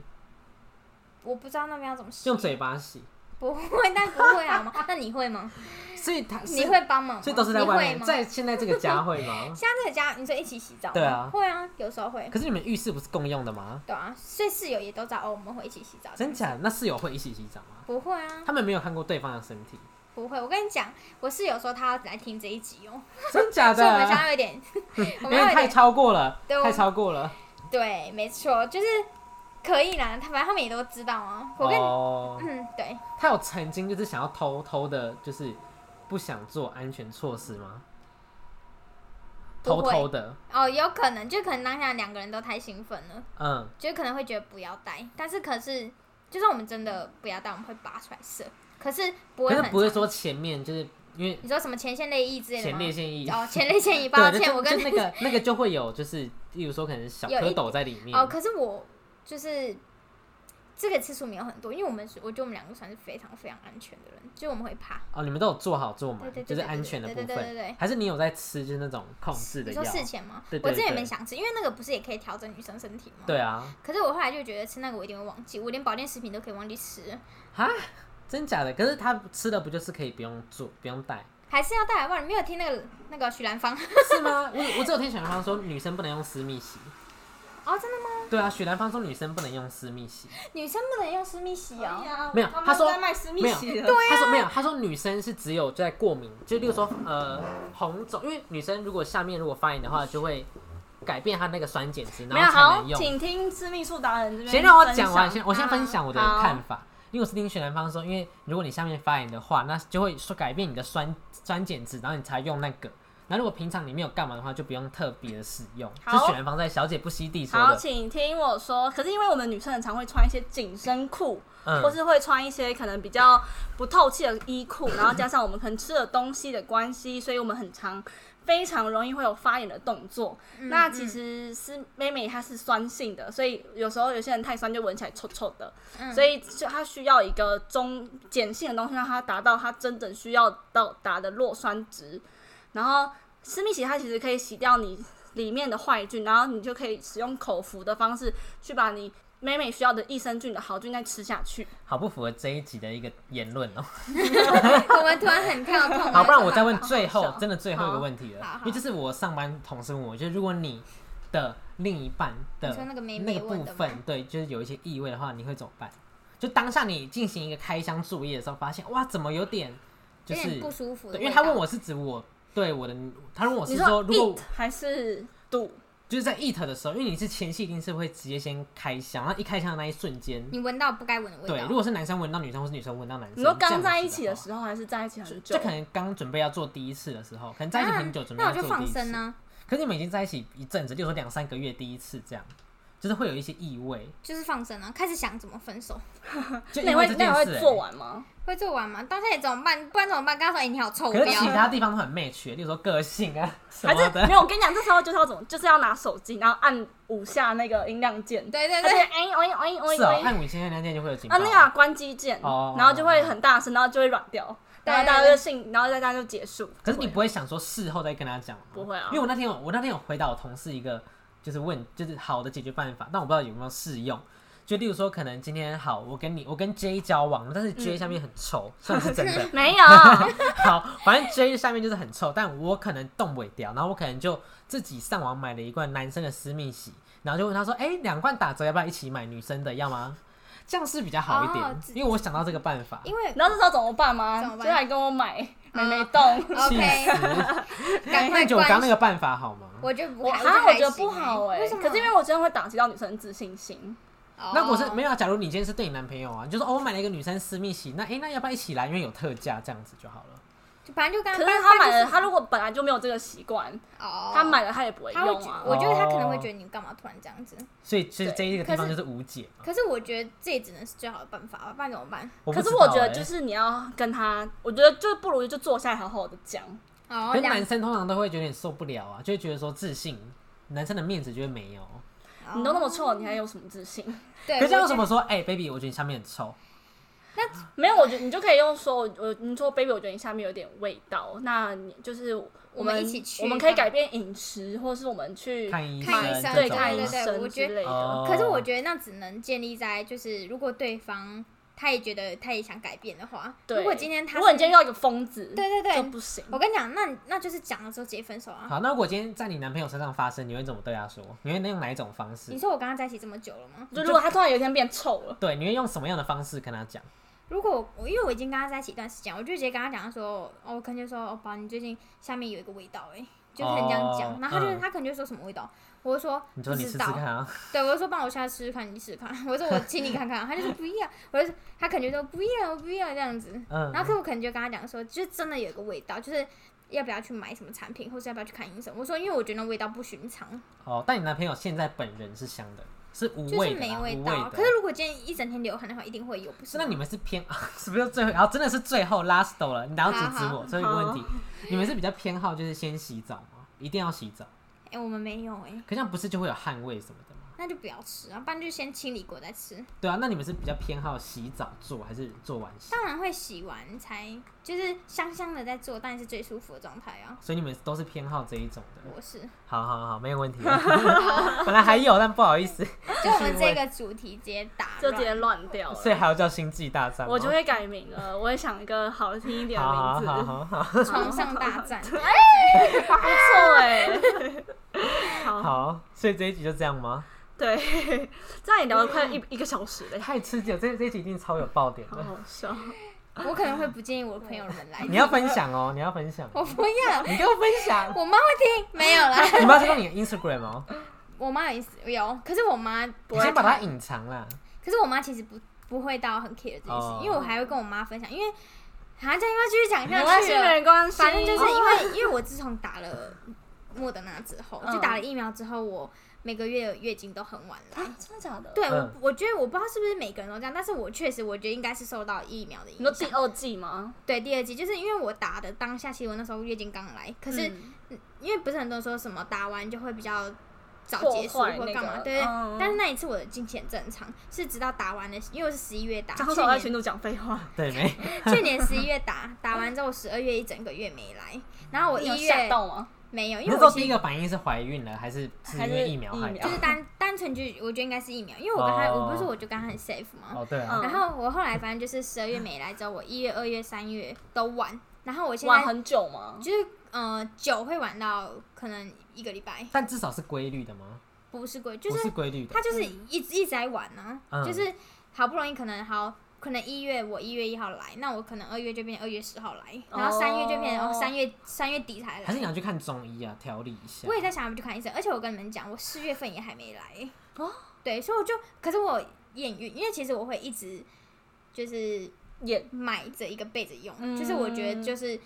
[SPEAKER 1] 我不知道那边要怎么洗，
[SPEAKER 2] 用嘴巴洗，
[SPEAKER 1] 不会，但不会好吗？那你会 吗？
[SPEAKER 2] 所以他
[SPEAKER 1] 你，会帮忙吗？
[SPEAKER 2] 所以都是在外
[SPEAKER 1] 你会
[SPEAKER 2] 面，
[SPEAKER 1] 吗？？
[SPEAKER 2] 在现在这个家会吗
[SPEAKER 1] 像这个家，你说一起洗澡吗？
[SPEAKER 2] 对啊
[SPEAKER 1] 会啊，有时候会。
[SPEAKER 2] 可是你们浴室不是共用的吗？
[SPEAKER 1] 对啊，所以室友也都知道哦，我们会一起洗澡。
[SPEAKER 2] 真假的？那室友会一起洗澡吗？
[SPEAKER 1] 不会啊，
[SPEAKER 2] 他们没有看过对方的身体，
[SPEAKER 1] 不会。我跟你讲，我室友说他要来听这一集哦，
[SPEAKER 2] 真假
[SPEAKER 1] 所以我们现
[SPEAKER 2] 的？
[SPEAKER 1] 在有 点，我
[SPEAKER 2] 因
[SPEAKER 1] 们要
[SPEAKER 2] 为
[SPEAKER 1] 有
[SPEAKER 2] 啊太
[SPEAKER 1] 点
[SPEAKER 2] 超过了，
[SPEAKER 1] 对我
[SPEAKER 2] 太超过了。
[SPEAKER 1] 对，没错，就是可以啦。他反正他们也都知道啊。我跟你，
[SPEAKER 2] 哦，
[SPEAKER 1] 嗯，对，
[SPEAKER 2] 他有曾经就是想要偷偷的，就是不想做安全措施吗？
[SPEAKER 1] 不
[SPEAKER 2] 偷
[SPEAKER 1] 会
[SPEAKER 2] 偷的，
[SPEAKER 1] 哦，有可能，就可能当下两个人都太兴奋了，
[SPEAKER 2] 嗯，
[SPEAKER 1] 就可能会觉得不要带，但是可是，就算我们真的不要带，我们会拔出来射，可是不
[SPEAKER 2] 可
[SPEAKER 1] 会
[SPEAKER 2] 是
[SPEAKER 1] 很
[SPEAKER 2] 不会
[SPEAKER 1] 长
[SPEAKER 2] 说前面就是因为
[SPEAKER 1] 你说什么前线内衣之类的
[SPEAKER 2] 前
[SPEAKER 1] 吗？
[SPEAKER 2] 列腺液，
[SPEAKER 1] 哦，前列腺炎，抱
[SPEAKER 2] 对，
[SPEAKER 1] 歉，
[SPEAKER 2] 就
[SPEAKER 1] 我跟
[SPEAKER 2] 就那个那个就会有就是，例如说可能小
[SPEAKER 1] 有一哦
[SPEAKER 2] 蝌蚪在里面
[SPEAKER 1] 哦，，可是我就是这个次数没有很多，因为我们是我觉得我们两个算是非常非常安全的人，就我们会怕。
[SPEAKER 2] 哦，你们都有做好做
[SPEAKER 1] 对
[SPEAKER 2] 满
[SPEAKER 1] 对，对
[SPEAKER 2] 就是
[SPEAKER 1] 对
[SPEAKER 2] 安
[SPEAKER 1] 对
[SPEAKER 2] 全的部
[SPEAKER 1] 对对对对
[SPEAKER 2] 分
[SPEAKER 1] 对，
[SPEAKER 2] 还是你有在吃就是那种控制的
[SPEAKER 1] 你说
[SPEAKER 2] 药？
[SPEAKER 1] 事前吗？
[SPEAKER 2] 对对
[SPEAKER 1] 我之前
[SPEAKER 2] 对
[SPEAKER 1] 也没想吃，因为那个不是也可以调整女生身体吗？。
[SPEAKER 2] 对啊，
[SPEAKER 1] 可是我后来就觉得吃那个我一定会忘记，我连保健食品都可以忘记吃，
[SPEAKER 2] 哈，真假的？可是他吃的不就是可以不用做不用带
[SPEAKER 1] 还是要带来不然你没有听那个那个许兰芳
[SPEAKER 2] 是吗？我我只有听许兰芳说女生不能用私密洗。
[SPEAKER 1] 哦，真的吗？
[SPEAKER 2] 对啊，许兰芳说女生不能用私密洗，
[SPEAKER 1] 女生不能用私密洗哦。
[SPEAKER 3] 啊
[SPEAKER 2] 没有他说
[SPEAKER 3] 在卖私密
[SPEAKER 2] 没有
[SPEAKER 3] 洗的，
[SPEAKER 1] 啊
[SPEAKER 2] 他说没有，他说女生是只有在过敏，就例如说呃红肿，因为女生如果下面如果发炎的话，就会改变她那个酸碱值，
[SPEAKER 3] 没
[SPEAKER 2] 然
[SPEAKER 3] 有
[SPEAKER 2] 后才
[SPEAKER 3] 好
[SPEAKER 2] 能，用。
[SPEAKER 3] 请听私密处达人这边
[SPEAKER 2] 先让我
[SPEAKER 3] 分
[SPEAKER 2] 讲
[SPEAKER 3] 享
[SPEAKER 2] 完，先我先分
[SPEAKER 1] 啊
[SPEAKER 2] 享我的
[SPEAKER 3] 好
[SPEAKER 2] 看法，因为我是听雪兰芳说，因为如果你下面发炎的话，那就会说改变你的酸酸碱值，然后你才用那个。那如果平常你没有干嘛的话，就不用特别的使用。是
[SPEAKER 3] 好
[SPEAKER 2] 雪兰芳在《小姐不吸地》说
[SPEAKER 3] 好，
[SPEAKER 2] 的，
[SPEAKER 3] 请听我说。可是因为我们女生很常会穿一些紧身裤，
[SPEAKER 2] 嗯
[SPEAKER 3] 或是会穿一些可能比较不透气的衣裤，然后加上我们可能吃的东西的关系，所以我们很常非常容易会有发炎的动作。
[SPEAKER 1] 嗯
[SPEAKER 3] 那其实是妹妹她是酸性的，所以有时候有些人太酸就闻起来臭臭的，
[SPEAKER 1] 嗯
[SPEAKER 3] 所以就她需要一个中碱性的东西，让它达到它真正需要到达的弱酸值。然后私密洗它其实可以洗掉你里面的坏菌，然后你就可以使用口服的方式去把你妹妹需要的益生菌的好菌再吃下去。
[SPEAKER 2] 好不符合这一集的一个言论哦。
[SPEAKER 1] 我们突然很跳痛。啊
[SPEAKER 2] 好，不然我 再问最后，真的最后一
[SPEAKER 3] 好
[SPEAKER 2] 个问题了
[SPEAKER 1] 好，
[SPEAKER 2] 因为这是我上班同事问我，就是如果你的另一半的
[SPEAKER 1] 你说那个妹
[SPEAKER 2] 那
[SPEAKER 1] 妹
[SPEAKER 2] 个部
[SPEAKER 1] 问的吗
[SPEAKER 2] 分，对，就是有一些异味的话，你会怎么办？就当下你进行一个开箱作业的时候，发现哇，怎么有点就
[SPEAKER 1] 有
[SPEAKER 2] 是
[SPEAKER 1] 点不舒服的味
[SPEAKER 2] 对，
[SPEAKER 1] 道。
[SPEAKER 2] 因为他问我是指我对我的，他问我是
[SPEAKER 3] 你
[SPEAKER 2] 说如果
[SPEAKER 3] eat 还是 do？
[SPEAKER 2] 就是在 eat 的时候，因为你是前戏，一定是会直接先开箱，然后一开箱的那一瞬间，
[SPEAKER 1] 你闻到不该闻的味
[SPEAKER 2] 对，
[SPEAKER 1] 道。
[SPEAKER 2] 如果是男生闻到女生，或是女生闻到男生，
[SPEAKER 3] 你说
[SPEAKER 2] 这
[SPEAKER 3] 刚
[SPEAKER 2] 样
[SPEAKER 3] 在一起的
[SPEAKER 2] 话
[SPEAKER 3] 时候还是在一起很久？
[SPEAKER 2] 就可能刚准备要做第一次的时候，可能
[SPEAKER 3] 啊
[SPEAKER 2] 在一起很久，准备
[SPEAKER 1] 那
[SPEAKER 2] 要
[SPEAKER 1] 我就
[SPEAKER 2] 做
[SPEAKER 1] 放
[SPEAKER 2] 第一
[SPEAKER 1] 生啊
[SPEAKER 2] 次。
[SPEAKER 1] 呢，
[SPEAKER 2] 可是你们已经在一起一阵子，就说两三个月第一次这样，就是会有一些异味，
[SPEAKER 1] 就是放生啊呢，开始想怎么分手，
[SPEAKER 2] 就因
[SPEAKER 3] 那
[SPEAKER 2] 为
[SPEAKER 3] 你会
[SPEAKER 2] 这
[SPEAKER 3] 那
[SPEAKER 2] 件
[SPEAKER 3] 你
[SPEAKER 2] 事、
[SPEAKER 3] 会
[SPEAKER 2] 欸
[SPEAKER 3] 做完吗？
[SPEAKER 1] 会做完吗？当下也怎么办？不然怎么办？刚哎才你好臭，我
[SPEAKER 2] 可
[SPEAKER 1] 不
[SPEAKER 2] 是
[SPEAKER 1] 要
[SPEAKER 2] 其。他地方都很 match，例如说欸个性啊什
[SPEAKER 3] 还
[SPEAKER 2] 么
[SPEAKER 3] 是
[SPEAKER 2] 的
[SPEAKER 3] 没。有？我跟你讲，这时候就是要怎么，就是要拿手机，然后按五下那个音量键，
[SPEAKER 1] 对对
[SPEAKER 3] 它就
[SPEAKER 1] 对，
[SPEAKER 3] 哎哎哎哎
[SPEAKER 2] 是哦，
[SPEAKER 3] 哎。
[SPEAKER 2] 按五千那天就会有警报。
[SPEAKER 3] 啊，那个啊关机键，
[SPEAKER 2] 哦
[SPEAKER 3] 然后就会很大声，然后就会软掉，
[SPEAKER 1] 对
[SPEAKER 3] 然后大家就信，然后大家就结束。
[SPEAKER 2] 可是你不会想说事后再跟他讲吗？
[SPEAKER 3] 不会啊
[SPEAKER 2] 因为我那天有我那天有回答我同事一个就是问就是好的解决办法，但我不知道有没有适用。就例如说，可能今天好，我跟你我跟 J 交往了，但
[SPEAKER 3] 嗯
[SPEAKER 2] 是 J 下面很臭，算是真的。
[SPEAKER 3] 没有，
[SPEAKER 2] 好，反正 J 下面就是很臭，但我可能动不掉，然后我可能就自己上网买了一罐男生的私密洗，然后就问他说：“哎、两罐打折，要不要一起买女生的？要吗？”这样是比较好一点，
[SPEAKER 1] 哦自
[SPEAKER 2] 因为我想到这个办法。
[SPEAKER 1] 因为
[SPEAKER 3] 然后这时候怎么办吗？
[SPEAKER 1] 怎么办哦
[SPEAKER 3] 就来跟我买美眉冻。
[SPEAKER 2] 气
[SPEAKER 1] OK，
[SPEAKER 2] 死！
[SPEAKER 1] 赶
[SPEAKER 2] 哎那
[SPEAKER 1] 快
[SPEAKER 2] 你觉得我刚刚
[SPEAKER 1] 关
[SPEAKER 2] 那。个办法好吗？
[SPEAKER 1] 我觉得不
[SPEAKER 3] 我
[SPEAKER 1] 好，
[SPEAKER 3] 啊，
[SPEAKER 1] 我
[SPEAKER 3] 我
[SPEAKER 1] 觉得哦还
[SPEAKER 3] 觉得不
[SPEAKER 1] 行
[SPEAKER 3] 好哎、
[SPEAKER 1] 欸为什么？
[SPEAKER 3] 可是因为我觉得会打击到女生的自信心。
[SPEAKER 1] 哦
[SPEAKER 2] 那我是没有啊。假如你今天是对你男朋友啊，你就说哦，我买了一个女生私密洗，那哎、那要不要一起来？因为有特价，这样子就好了。
[SPEAKER 1] 就反正就刚
[SPEAKER 3] 可
[SPEAKER 1] 刚
[SPEAKER 3] 是他买了，
[SPEAKER 1] 就是
[SPEAKER 3] 他如果本来就没有这个习惯，
[SPEAKER 1] 哦，
[SPEAKER 3] 他买了他也不会
[SPEAKER 1] 他会
[SPEAKER 3] 用
[SPEAKER 1] 觉，
[SPEAKER 3] 啊。哦
[SPEAKER 1] 我觉得他可能会觉得你干嘛突然这样子。
[SPEAKER 2] 所以其实这一个地方
[SPEAKER 1] 可
[SPEAKER 2] 就是是无解嘛。
[SPEAKER 1] 可是我觉得这也只能是最好的办法吧，不然怎么办？
[SPEAKER 2] 我不
[SPEAKER 3] 可
[SPEAKER 2] 知
[SPEAKER 3] 是
[SPEAKER 2] 道
[SPEAKER 3] 我觉得
[SPEAKER 2] 欸
[SPEAKER 3] 就是你要跟他，我觉得就不如就坐下来好好的讲。
[SPEAKER 1] 哦
[SPEAKER 2] 可，是
[SPEAKER 1] 两
[SPEAKER 2] 男生通常都会有点受不了啊，就会觉得说自信，男生的面子就会没有。
[SPEAKER 1] 哦
[SPEAKER 3] 你都那么臭，你还有什么自信？
[SPEAKER 1] 对，
[SPEAKER 2] 可是这样
[SPEAKER 1] 我觉
[SPEAKER 2] 怎
[SPEAKER 1] 得
[SPEAKER 2] 么说？哎、b a b y 我觉得你下面很臭。
[SPEAKER 3] 没有，我觉得你就可以用说，我我你说 baby，我觉得你下面有点味道，那你就是我
[SPEAKER 1] 我
[SPEAKER 3] 们
[SPEAKER 1] 们一起去
[SPEAKER 3] 我们可以改变饮食，或是我们去
[SPEAKER 2] 看医
[SPEAKER 1] 看
[SPEAKER 2] 生
[SPEAKER 1] 医生
[SPEAKER 2] 这
[SPEAKER 3] 对
[SPEAKER 2] 种
[SPEAKER 3] 看医
[SPEAKER 1] 对对
[SPEAKER 3] 生
[SPEAKER 1] 我
[SPEAKER 3] 之
[SPEAKER 1] 觉得
[SPEAKER 3] 类的。
[SPEAKER 2] 哦
[SPEAKER 1] 可是我觉得那只能建立在就是如果对方他也觉得他也想改变的话，
[SPEAKER 3] 对，
[SPEAKER 1] 如果今天他
[SPEAKER 3] 如果
[SPEAKER 1] 是
[SPEAKER 3] 你今天遇到一个疯子，
[SPEAKER 1] 对对对
[SPEAKER 3] 就不行。
[SPEAKER 1] 我跟你讲，那那就是讲了之后直接分手啊。
[SPEAKER 2] 好，那如果今天在你男朋友身上发生，你会怎么对他说？你会用哪一种方式
[SPEAKER 1] 你？说我跟他在一起这么久了吗？
[SPEAKER 3] 就如果他突然有一天变臭了，
[SPEAKER 2] 对，你会用什么样的方式跟他讲？
[SPEAKER 1] 如果我因为我已经跟他在一起一段时间，我就直接跟他讲说，哦，我可能就说，哦，宝，你最近下面有一个味道、欸，哎，就可能这样
[SPEAKER 2] 哦
[SPEAKER 1] 讲。然后他就、
[SPEAKER 2] 嗯
[SPEAKER 1] 他可能就说什么味道，我就说
[SPEAKER 2] 你说你
[SPEAKER 1] 不
[SPEAKER 2] 试试
[SPEAKER 1] 知道，
[SPEAKER 2] 看 啊。
[SPEAKER 1] 对我就说帮我下次试试看，你试试看，我说我请你看看，他就说不要，我就说他可能就说不要，我不要这样子。
[SPEAKER 2] 嗯，
[SPEAKER 1] 然后可我可能就跟他讲说，就是真的有一个味道，就是要不要去买什么产品，或是要不要去看医生。我说，因为我觉得那味道不寻常，
[SPEAKER 2] 哦，但你男朋友现在本人是香的，是无
[SPEAKER 1] 就
[SPEAKER 2] 味
[SPEAKER 1] 是
[SPEAKER 2] 的
[SPEAKER 1] 没
[SPEAKER 2] 啦，
[SPEAKER 1] 味
[SPEAKER 2] 无
[SPEAKER 1] 道。
[SPEAKER 2] 味
[SPEAKER 1] 可
[SPEAKER 2] 的
[SPEAKER 1] 是。如果今天一整天流汗的话，一定会有，不是
[SPEAKER 2] 是
[SPEAKER 1] 吗？
[SPEAKER 2] 那你们是偏， 是不是最后？然后真的是最后 last 了，你然后阻止
[SPEAKER 1] 好
[SPEAKER 2] 我，所以有问题。你们是比较偏好就是先洗澡吗？一定要洗澡？
[SPEAKER 1] 哎、我们没有哎、
[SPEAKER 2] 可这样不是就会有汗味什么的吗？
[SPEAKER 1] 那就不要吃啊，不然就先清理过再吃。
[SPEAKER 2] 对啊，那你们是比较偏好洗澡做还是做完洗？
[SPEAKER 1] 当然会洗完才就是香香的在做，但是最舒服的状态啊。
[SPEAKER 2] 所以你们都是偏好这一种的。
[SPEAKER 1] 我是，
[SPEAKER 2] 好好好，没有 问题。 本来还有，但不好意思，
[SPEAKER 1] 就我们这个主题直接打
[SPEAKER 3] 就直接
[SPEAKER 1] 乱
[SPEAKER 3] 乱掉
[SPEAKER 2] 所以
[SPEAKER 3] 了。
[SPEAKER 2] 还要叫星际大战吗。
[SPEAKER 3] 我就会改名了，我也想一个好听一点的
[SPEAKER 2] 好
[SPEAKER 3] 名字。
[SPEAKER 2] 好好好
[SPEAKER 1] 床上大 战。
[SPEAKER 3] 不错哎、好，
[SPEAKER 2] 好，所以这一集就这样吗？
[SPEAKER 3] 对， 这样也聊了快一一个小时嘞，
[SPEAKER 2] 太刺激了，这这一集一定超有爆点
[SPEAKER 3] 好
[SPEAKER 2] 的。
[SPEAKER 3] 好笑。
[SPEAKER 1] 我可能会不建议我的朋友们来。
[SPEAKER 2] 你要分享哦， 你要分享，
[SPEAKER 1] 我不要，
[SPEAKER 2] 你给我分享。
[SPEAKER 1] 我妈会听。没有啦，
[SPEAKER 2] 你妈知道你的 Instagram 哦，
[SPEAKER 1] 我妈有有，可是我妈
[SPEAKER 3] 不
[SPEAKER 2] 你
[SPEAKER 3] 会
[SPEAKER 2] 先把
[SPEAKER 3] 看
[SPEAKER 2] 它隐藏啦。
[SPEAKER 1] 可是我妈其实不不会到很 care 这件事，
[SPEAKER 2] 哦
[SPEAKER 1] 因为我还会跟我妈分享，因为好像这样又要继续讲
[SPEAKER 3] 没关
[SPEAKER 1] 下
[SPEAKER 3] 系，哦
[SPEAKER 1] 去
[SPEAKER 3] 没
[SPEAKER 1] 了。
[SPEAKER 3] 人关心。
[SPEAKER 1] 反正就是因为、因为我自从打了莫德纳之后，
[SPEAKER 3] 嗯
[SPEAKER 1] 就打了疫苗之后，我每个月月经都很晚来。
[SPEAKER 3] 啊，真的假的？
[SPEAKER 1] 对，我
[SPEAKER 2] 嗯
[SPEAKER 1] 我觉得我不知道是不是每个人都这样，但是我确实我觉得应该是受到疫苗的
[SPEAKER 3] 你说
[SPEAKER 1] 影
[SPEAKER 3] 第
[SPEAKER 1] 响。
[SPEAKER 3] 二季吗？
[SPEAKER 1] 对，第二季就是因为我打的当下，其实我那时候月经刚来，可是
[SPEAKER 3] 嗯
[SPEAKER 1] 因为不是很多人说什么打完就会比较早
[SPEAKER 3] 破
[SPEAKER 1] 结束
[SPEAKER 3] 坏
[SPEAKER 1] 或
[SPEAKER 3] 那
[SPEAKER 1] 干嘛，
[SPEAKER 3] 个
[SPEAKER 1] 对对。
[SPEAKER 3] 嗯
[SPEAKER 1] 但是那一次我的经期很正常，是直到打完的，因为我是十一月打，
[SPEAKER 3] 张
[SPEAKER 1] 去
[SPEAKER 3] 手在
[SPEAKER 1] 年
[SPEAKER 3] 群主讲废话，
[SPEAKER 2] 对，没，
[SPEAKER 1] 去年 十一月打，打完之后十二月一整个月没来，然后我
[SPEAKER 3] 你嗯有
[SPEAKER 1] 一
[SPEAKER 3] 吓
[SPEAKER 1] 月
[SPEAKER 3] 到吗？
[SPEAKER 1] 没有，
[SPEAKER 2] 你
[SPEAKER 1] 因
[SPEAKER 2] 那
[SPEAKER 1] 为
[SPEAKER 2] 时候
[SPEAKER 1] 我
[SPEAKER 2] 第
[SPEAKER 1] 其
[SPEAKER 2] 一
[SPEAKER 1] 实
[SPEAKER 2] 个反应是怀孕了，还是是因为疫苗害
[SPEAKER 3] 还是疫
[SPEAKER 2] 的
[SPEAKER 3] 苗？
[SPEAKER 1] 就是单单纯就我觉得应该是疫苗，因为我跟他，
[SPEAKER 2] 哦
[SPEAKER 1] 我不是我就跟他很 safe 嘛。
[SPEAKER 2] 哦，对啊，
[SPEAKER 3] 嗯
[SPEAKER 1] 然后我后来反正就是十二月没来之后，我一月、二月、三月都晚，然后我现
[SPEAKER 3] 玩
[SPEAKER 1] 在
[SPEAKER 3] 很久吗？
[SPEAKER 1] 就是呃酒会晚到可能一个礼拜，
[SPEAKER 2] 但至少是规律的吗？
[SPEAKER 1] 不是规，就
[SPEAKER 2] 不是
[SPEAKER 1] 是
[SPEAKER 2] 规律的
[SPEAKER 1] 他就是一直一直在晚呢、
[SPEAKER 2] 嗯
[SPEAKER 1] 就是好不容易可能好。可能一月我一月一号来，那我可能二月就变二月十号来，然后三月就变成哦
[SPEAKER 3] 哦
[SPEAKER 1] 三月三月底才来。
[SPEAKER 2] 还是你要去看中医啊，调理一下
[SPEAKER 1] 我。也在想要不去看医生，而且我跟你们讲，我四月份也还没来
[SPEAKER 3] 哦
[SPEAKER 1] 对，所以我就，可是我有验孕，因为其实我会一直就是
[SPEAKER 3] 演
[SPEAKER 1] 买着一个备着用，
[SPEAKER 3] 嗯
[SPEAKER 1] 就是我觉得就是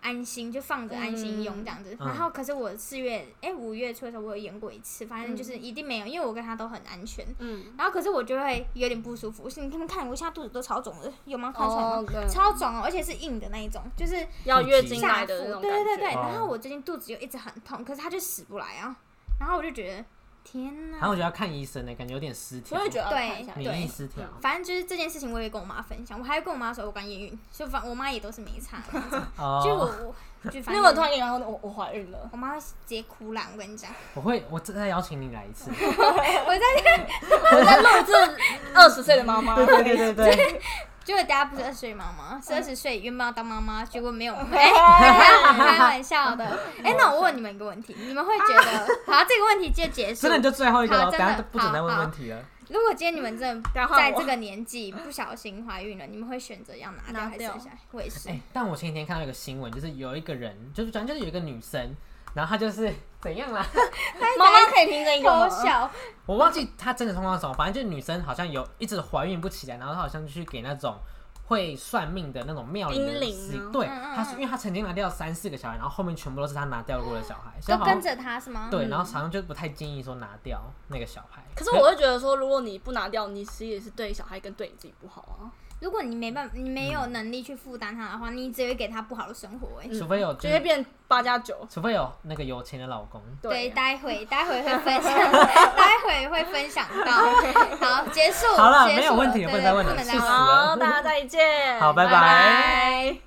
[SPEAKER 1] 安心就放着安心用这样子。
[SPEAKER 2] 嗯
[SPEAKER 1] 然后可是我四月哎五、月初的时候我有验过一次，反正
[SPEAKER 2] 嗯
[SPEAKER 1] 就是一定没有，因为我跟他都很安全。
[SPEAKER 3] 嗯，
[SPEAKER 1] 然后可是我就会有点不舒服，是你们看我现在肚子都超肿的，有吗？看出来吗
[SPEAKER 3] 哦对
[SPEAKER 1] 超肿哦，而且是硬的那一种，就是
[SPEAKER 3] 要月经
[SPEAKER 1] 下
[SPEAKER 3] 来
[SPEAKER 1] 腹，
[SPEAKER 3] 的那种
[SPEAKER 1] 对对对对，
[SPEAKER 2] 哦
[SPEAKER 1] 然后我最近肚子就一直很痛，可是它就死不来啊。然后我就觉得天
[SPEAKER 2] 然后
[SPEAKER 1] 哪
[SPEAKER 2] 我，觉得要看医生呢，欸感觉有点失调。
[SPEAKER 3] 我也觉得要啊
[SPEAKER 1] 对
[SPEAKER 3] 看一下
[SPEAKER 1] 对
[SPEAKER 2] 免疫失调
[SPEAKER 1] 反正就是这件事情，我也跟我妈分享，我还跟我妈说我刚验孕，就反我妈也都是没差，就我
[SPEAKER 2] 哦。
[SPEAKER 1] 我就反
[SPEAKER 3] 那我突
[SPEAKER 1] 正
[SPEAKER 3] 然跟你讲，我我怀孕了，
[SPEAKER 1] 我妈会直接哭烂，我跟你讲，
[SPEAKER 2] 我会，我再邀请你来 一次。
[SPEAKER 1] 我在
[SPEAKER 3] 我在录制二十岁的妈妈，
[SPEAKER 2] 对对对 对对，
[SPEAKER 1] 结果大家不是二十岁妈妈，
[SPEAKER 3] 嗯
[SPEAKER 1] 是二十岁原本要当妈妈，结果没 有，哎，开玩笑的。哎，那我问你们一个问题，你们会觉 得，好，这个问题就结束
[SPEAKER 2] 真。的就最后一个
[SPEAKER 1] 好
[SPEAKER 2] 了，
[SPEAKER 1] 真
[SPEAKER 2] 等
[SPEAKER 1] 的
[SPEAKER 2] 下就不准再问
[SPEAKER 1] 好好
[SPEAKER 2] 问题了。
[SPEAKER 1] 如果今天你们真
[SPEAKER 3] 等
[SPEAKER 1] 的
[SPEAKER 3] 下换
[SPEAKER 1] 在
[SPEAKER 3] 我
[SPEAKER 1] 这个年纪不小心怀孕了，你们会选择要拿掉
[SPEAKER 3] 拿
[SPEAKER 1] 还是
[SPEAKER 3] 掉
[SPEAKER 1] 留下来？我也是。
[SPEAKER 2] 哎、但我前几天看到一个新闻，就是有一个人，就是反正就是有一个女生，然后她就是怎样啦，
[SPEAKER 3] 妈妈可以听这个
[SPEAKER 1] 偷
[SPEAKER 3] 吗？
[SPEAKER 1] 笑，
[SPEAKER 2] 我忘记她真的通到什么，反正就是女生好像有一直怀孕不起来，然后她好像去给那种会算命的那种庙里
[SPEAKER 3] 阴
[SPEAKER 2] 的
[SPEAKER 3] 灵
[SPEAKER 2] 师
[SPEAKER 3] 吗
[SPEAKER 2] 对，
[SPEAKER 1] 嗯嗯
[SPEAKER 2] 她是因为她曾经拿掉三四个小孩，然后后面全部都是她拿掉过的小孩，所以
[SPEAKER 1] 都
[SPEAKER 2] 好
[SPEAKER 1] 跟
[SPEAKER 2] 像
[SPEAKER 1] 着他是吗？
[SPEAKER 2] 对，然后好像就不太建议说拿掉那个小孩。
[SPEAKER 3] 可是我会觉得说，如果你不拿掉，你其实也是对小孩跟对你自己不好啊。
[SPEAKER 1] 如果你没办法，你没有
[SPEAKER 2] 嗯
[SPEAKER 1] 能力去负担他的话，你只会给他不好的生活、哎、
[SPEAKER 2] 除非有
[SPEAKER 3] 就
[SPEAKER 2] 就
[SPEAKER 3] 会
[SPEAKER 2] 是，
[SPEAKER 3] 变八加九。
[SPEAKER 2] 除非有那个有钱的老公，
[SPEAKER 1] 对，
[SPEAKER 3] 啊
[SPEAKER 1] 待会待会会分享， 待会会分享到。好，结束。
[SPEAKER 2] 好了
[SPEAKER 1] 结束
[SPEAKER 2] 没有问题
[SPEAKER 1] 对
[SPEAKER 2] 不能再问了
[SPEAKER 1] 不能再
[SPEAKER 2] 气死
[SPEAKER 1] 问
[SPEAKER 2] 了
[SPEAKER 1] 了。
[SPEAKER 3] 好，大家再见。
[SPEAKER 2] 好拜拜
[SPEAKER 3] 拜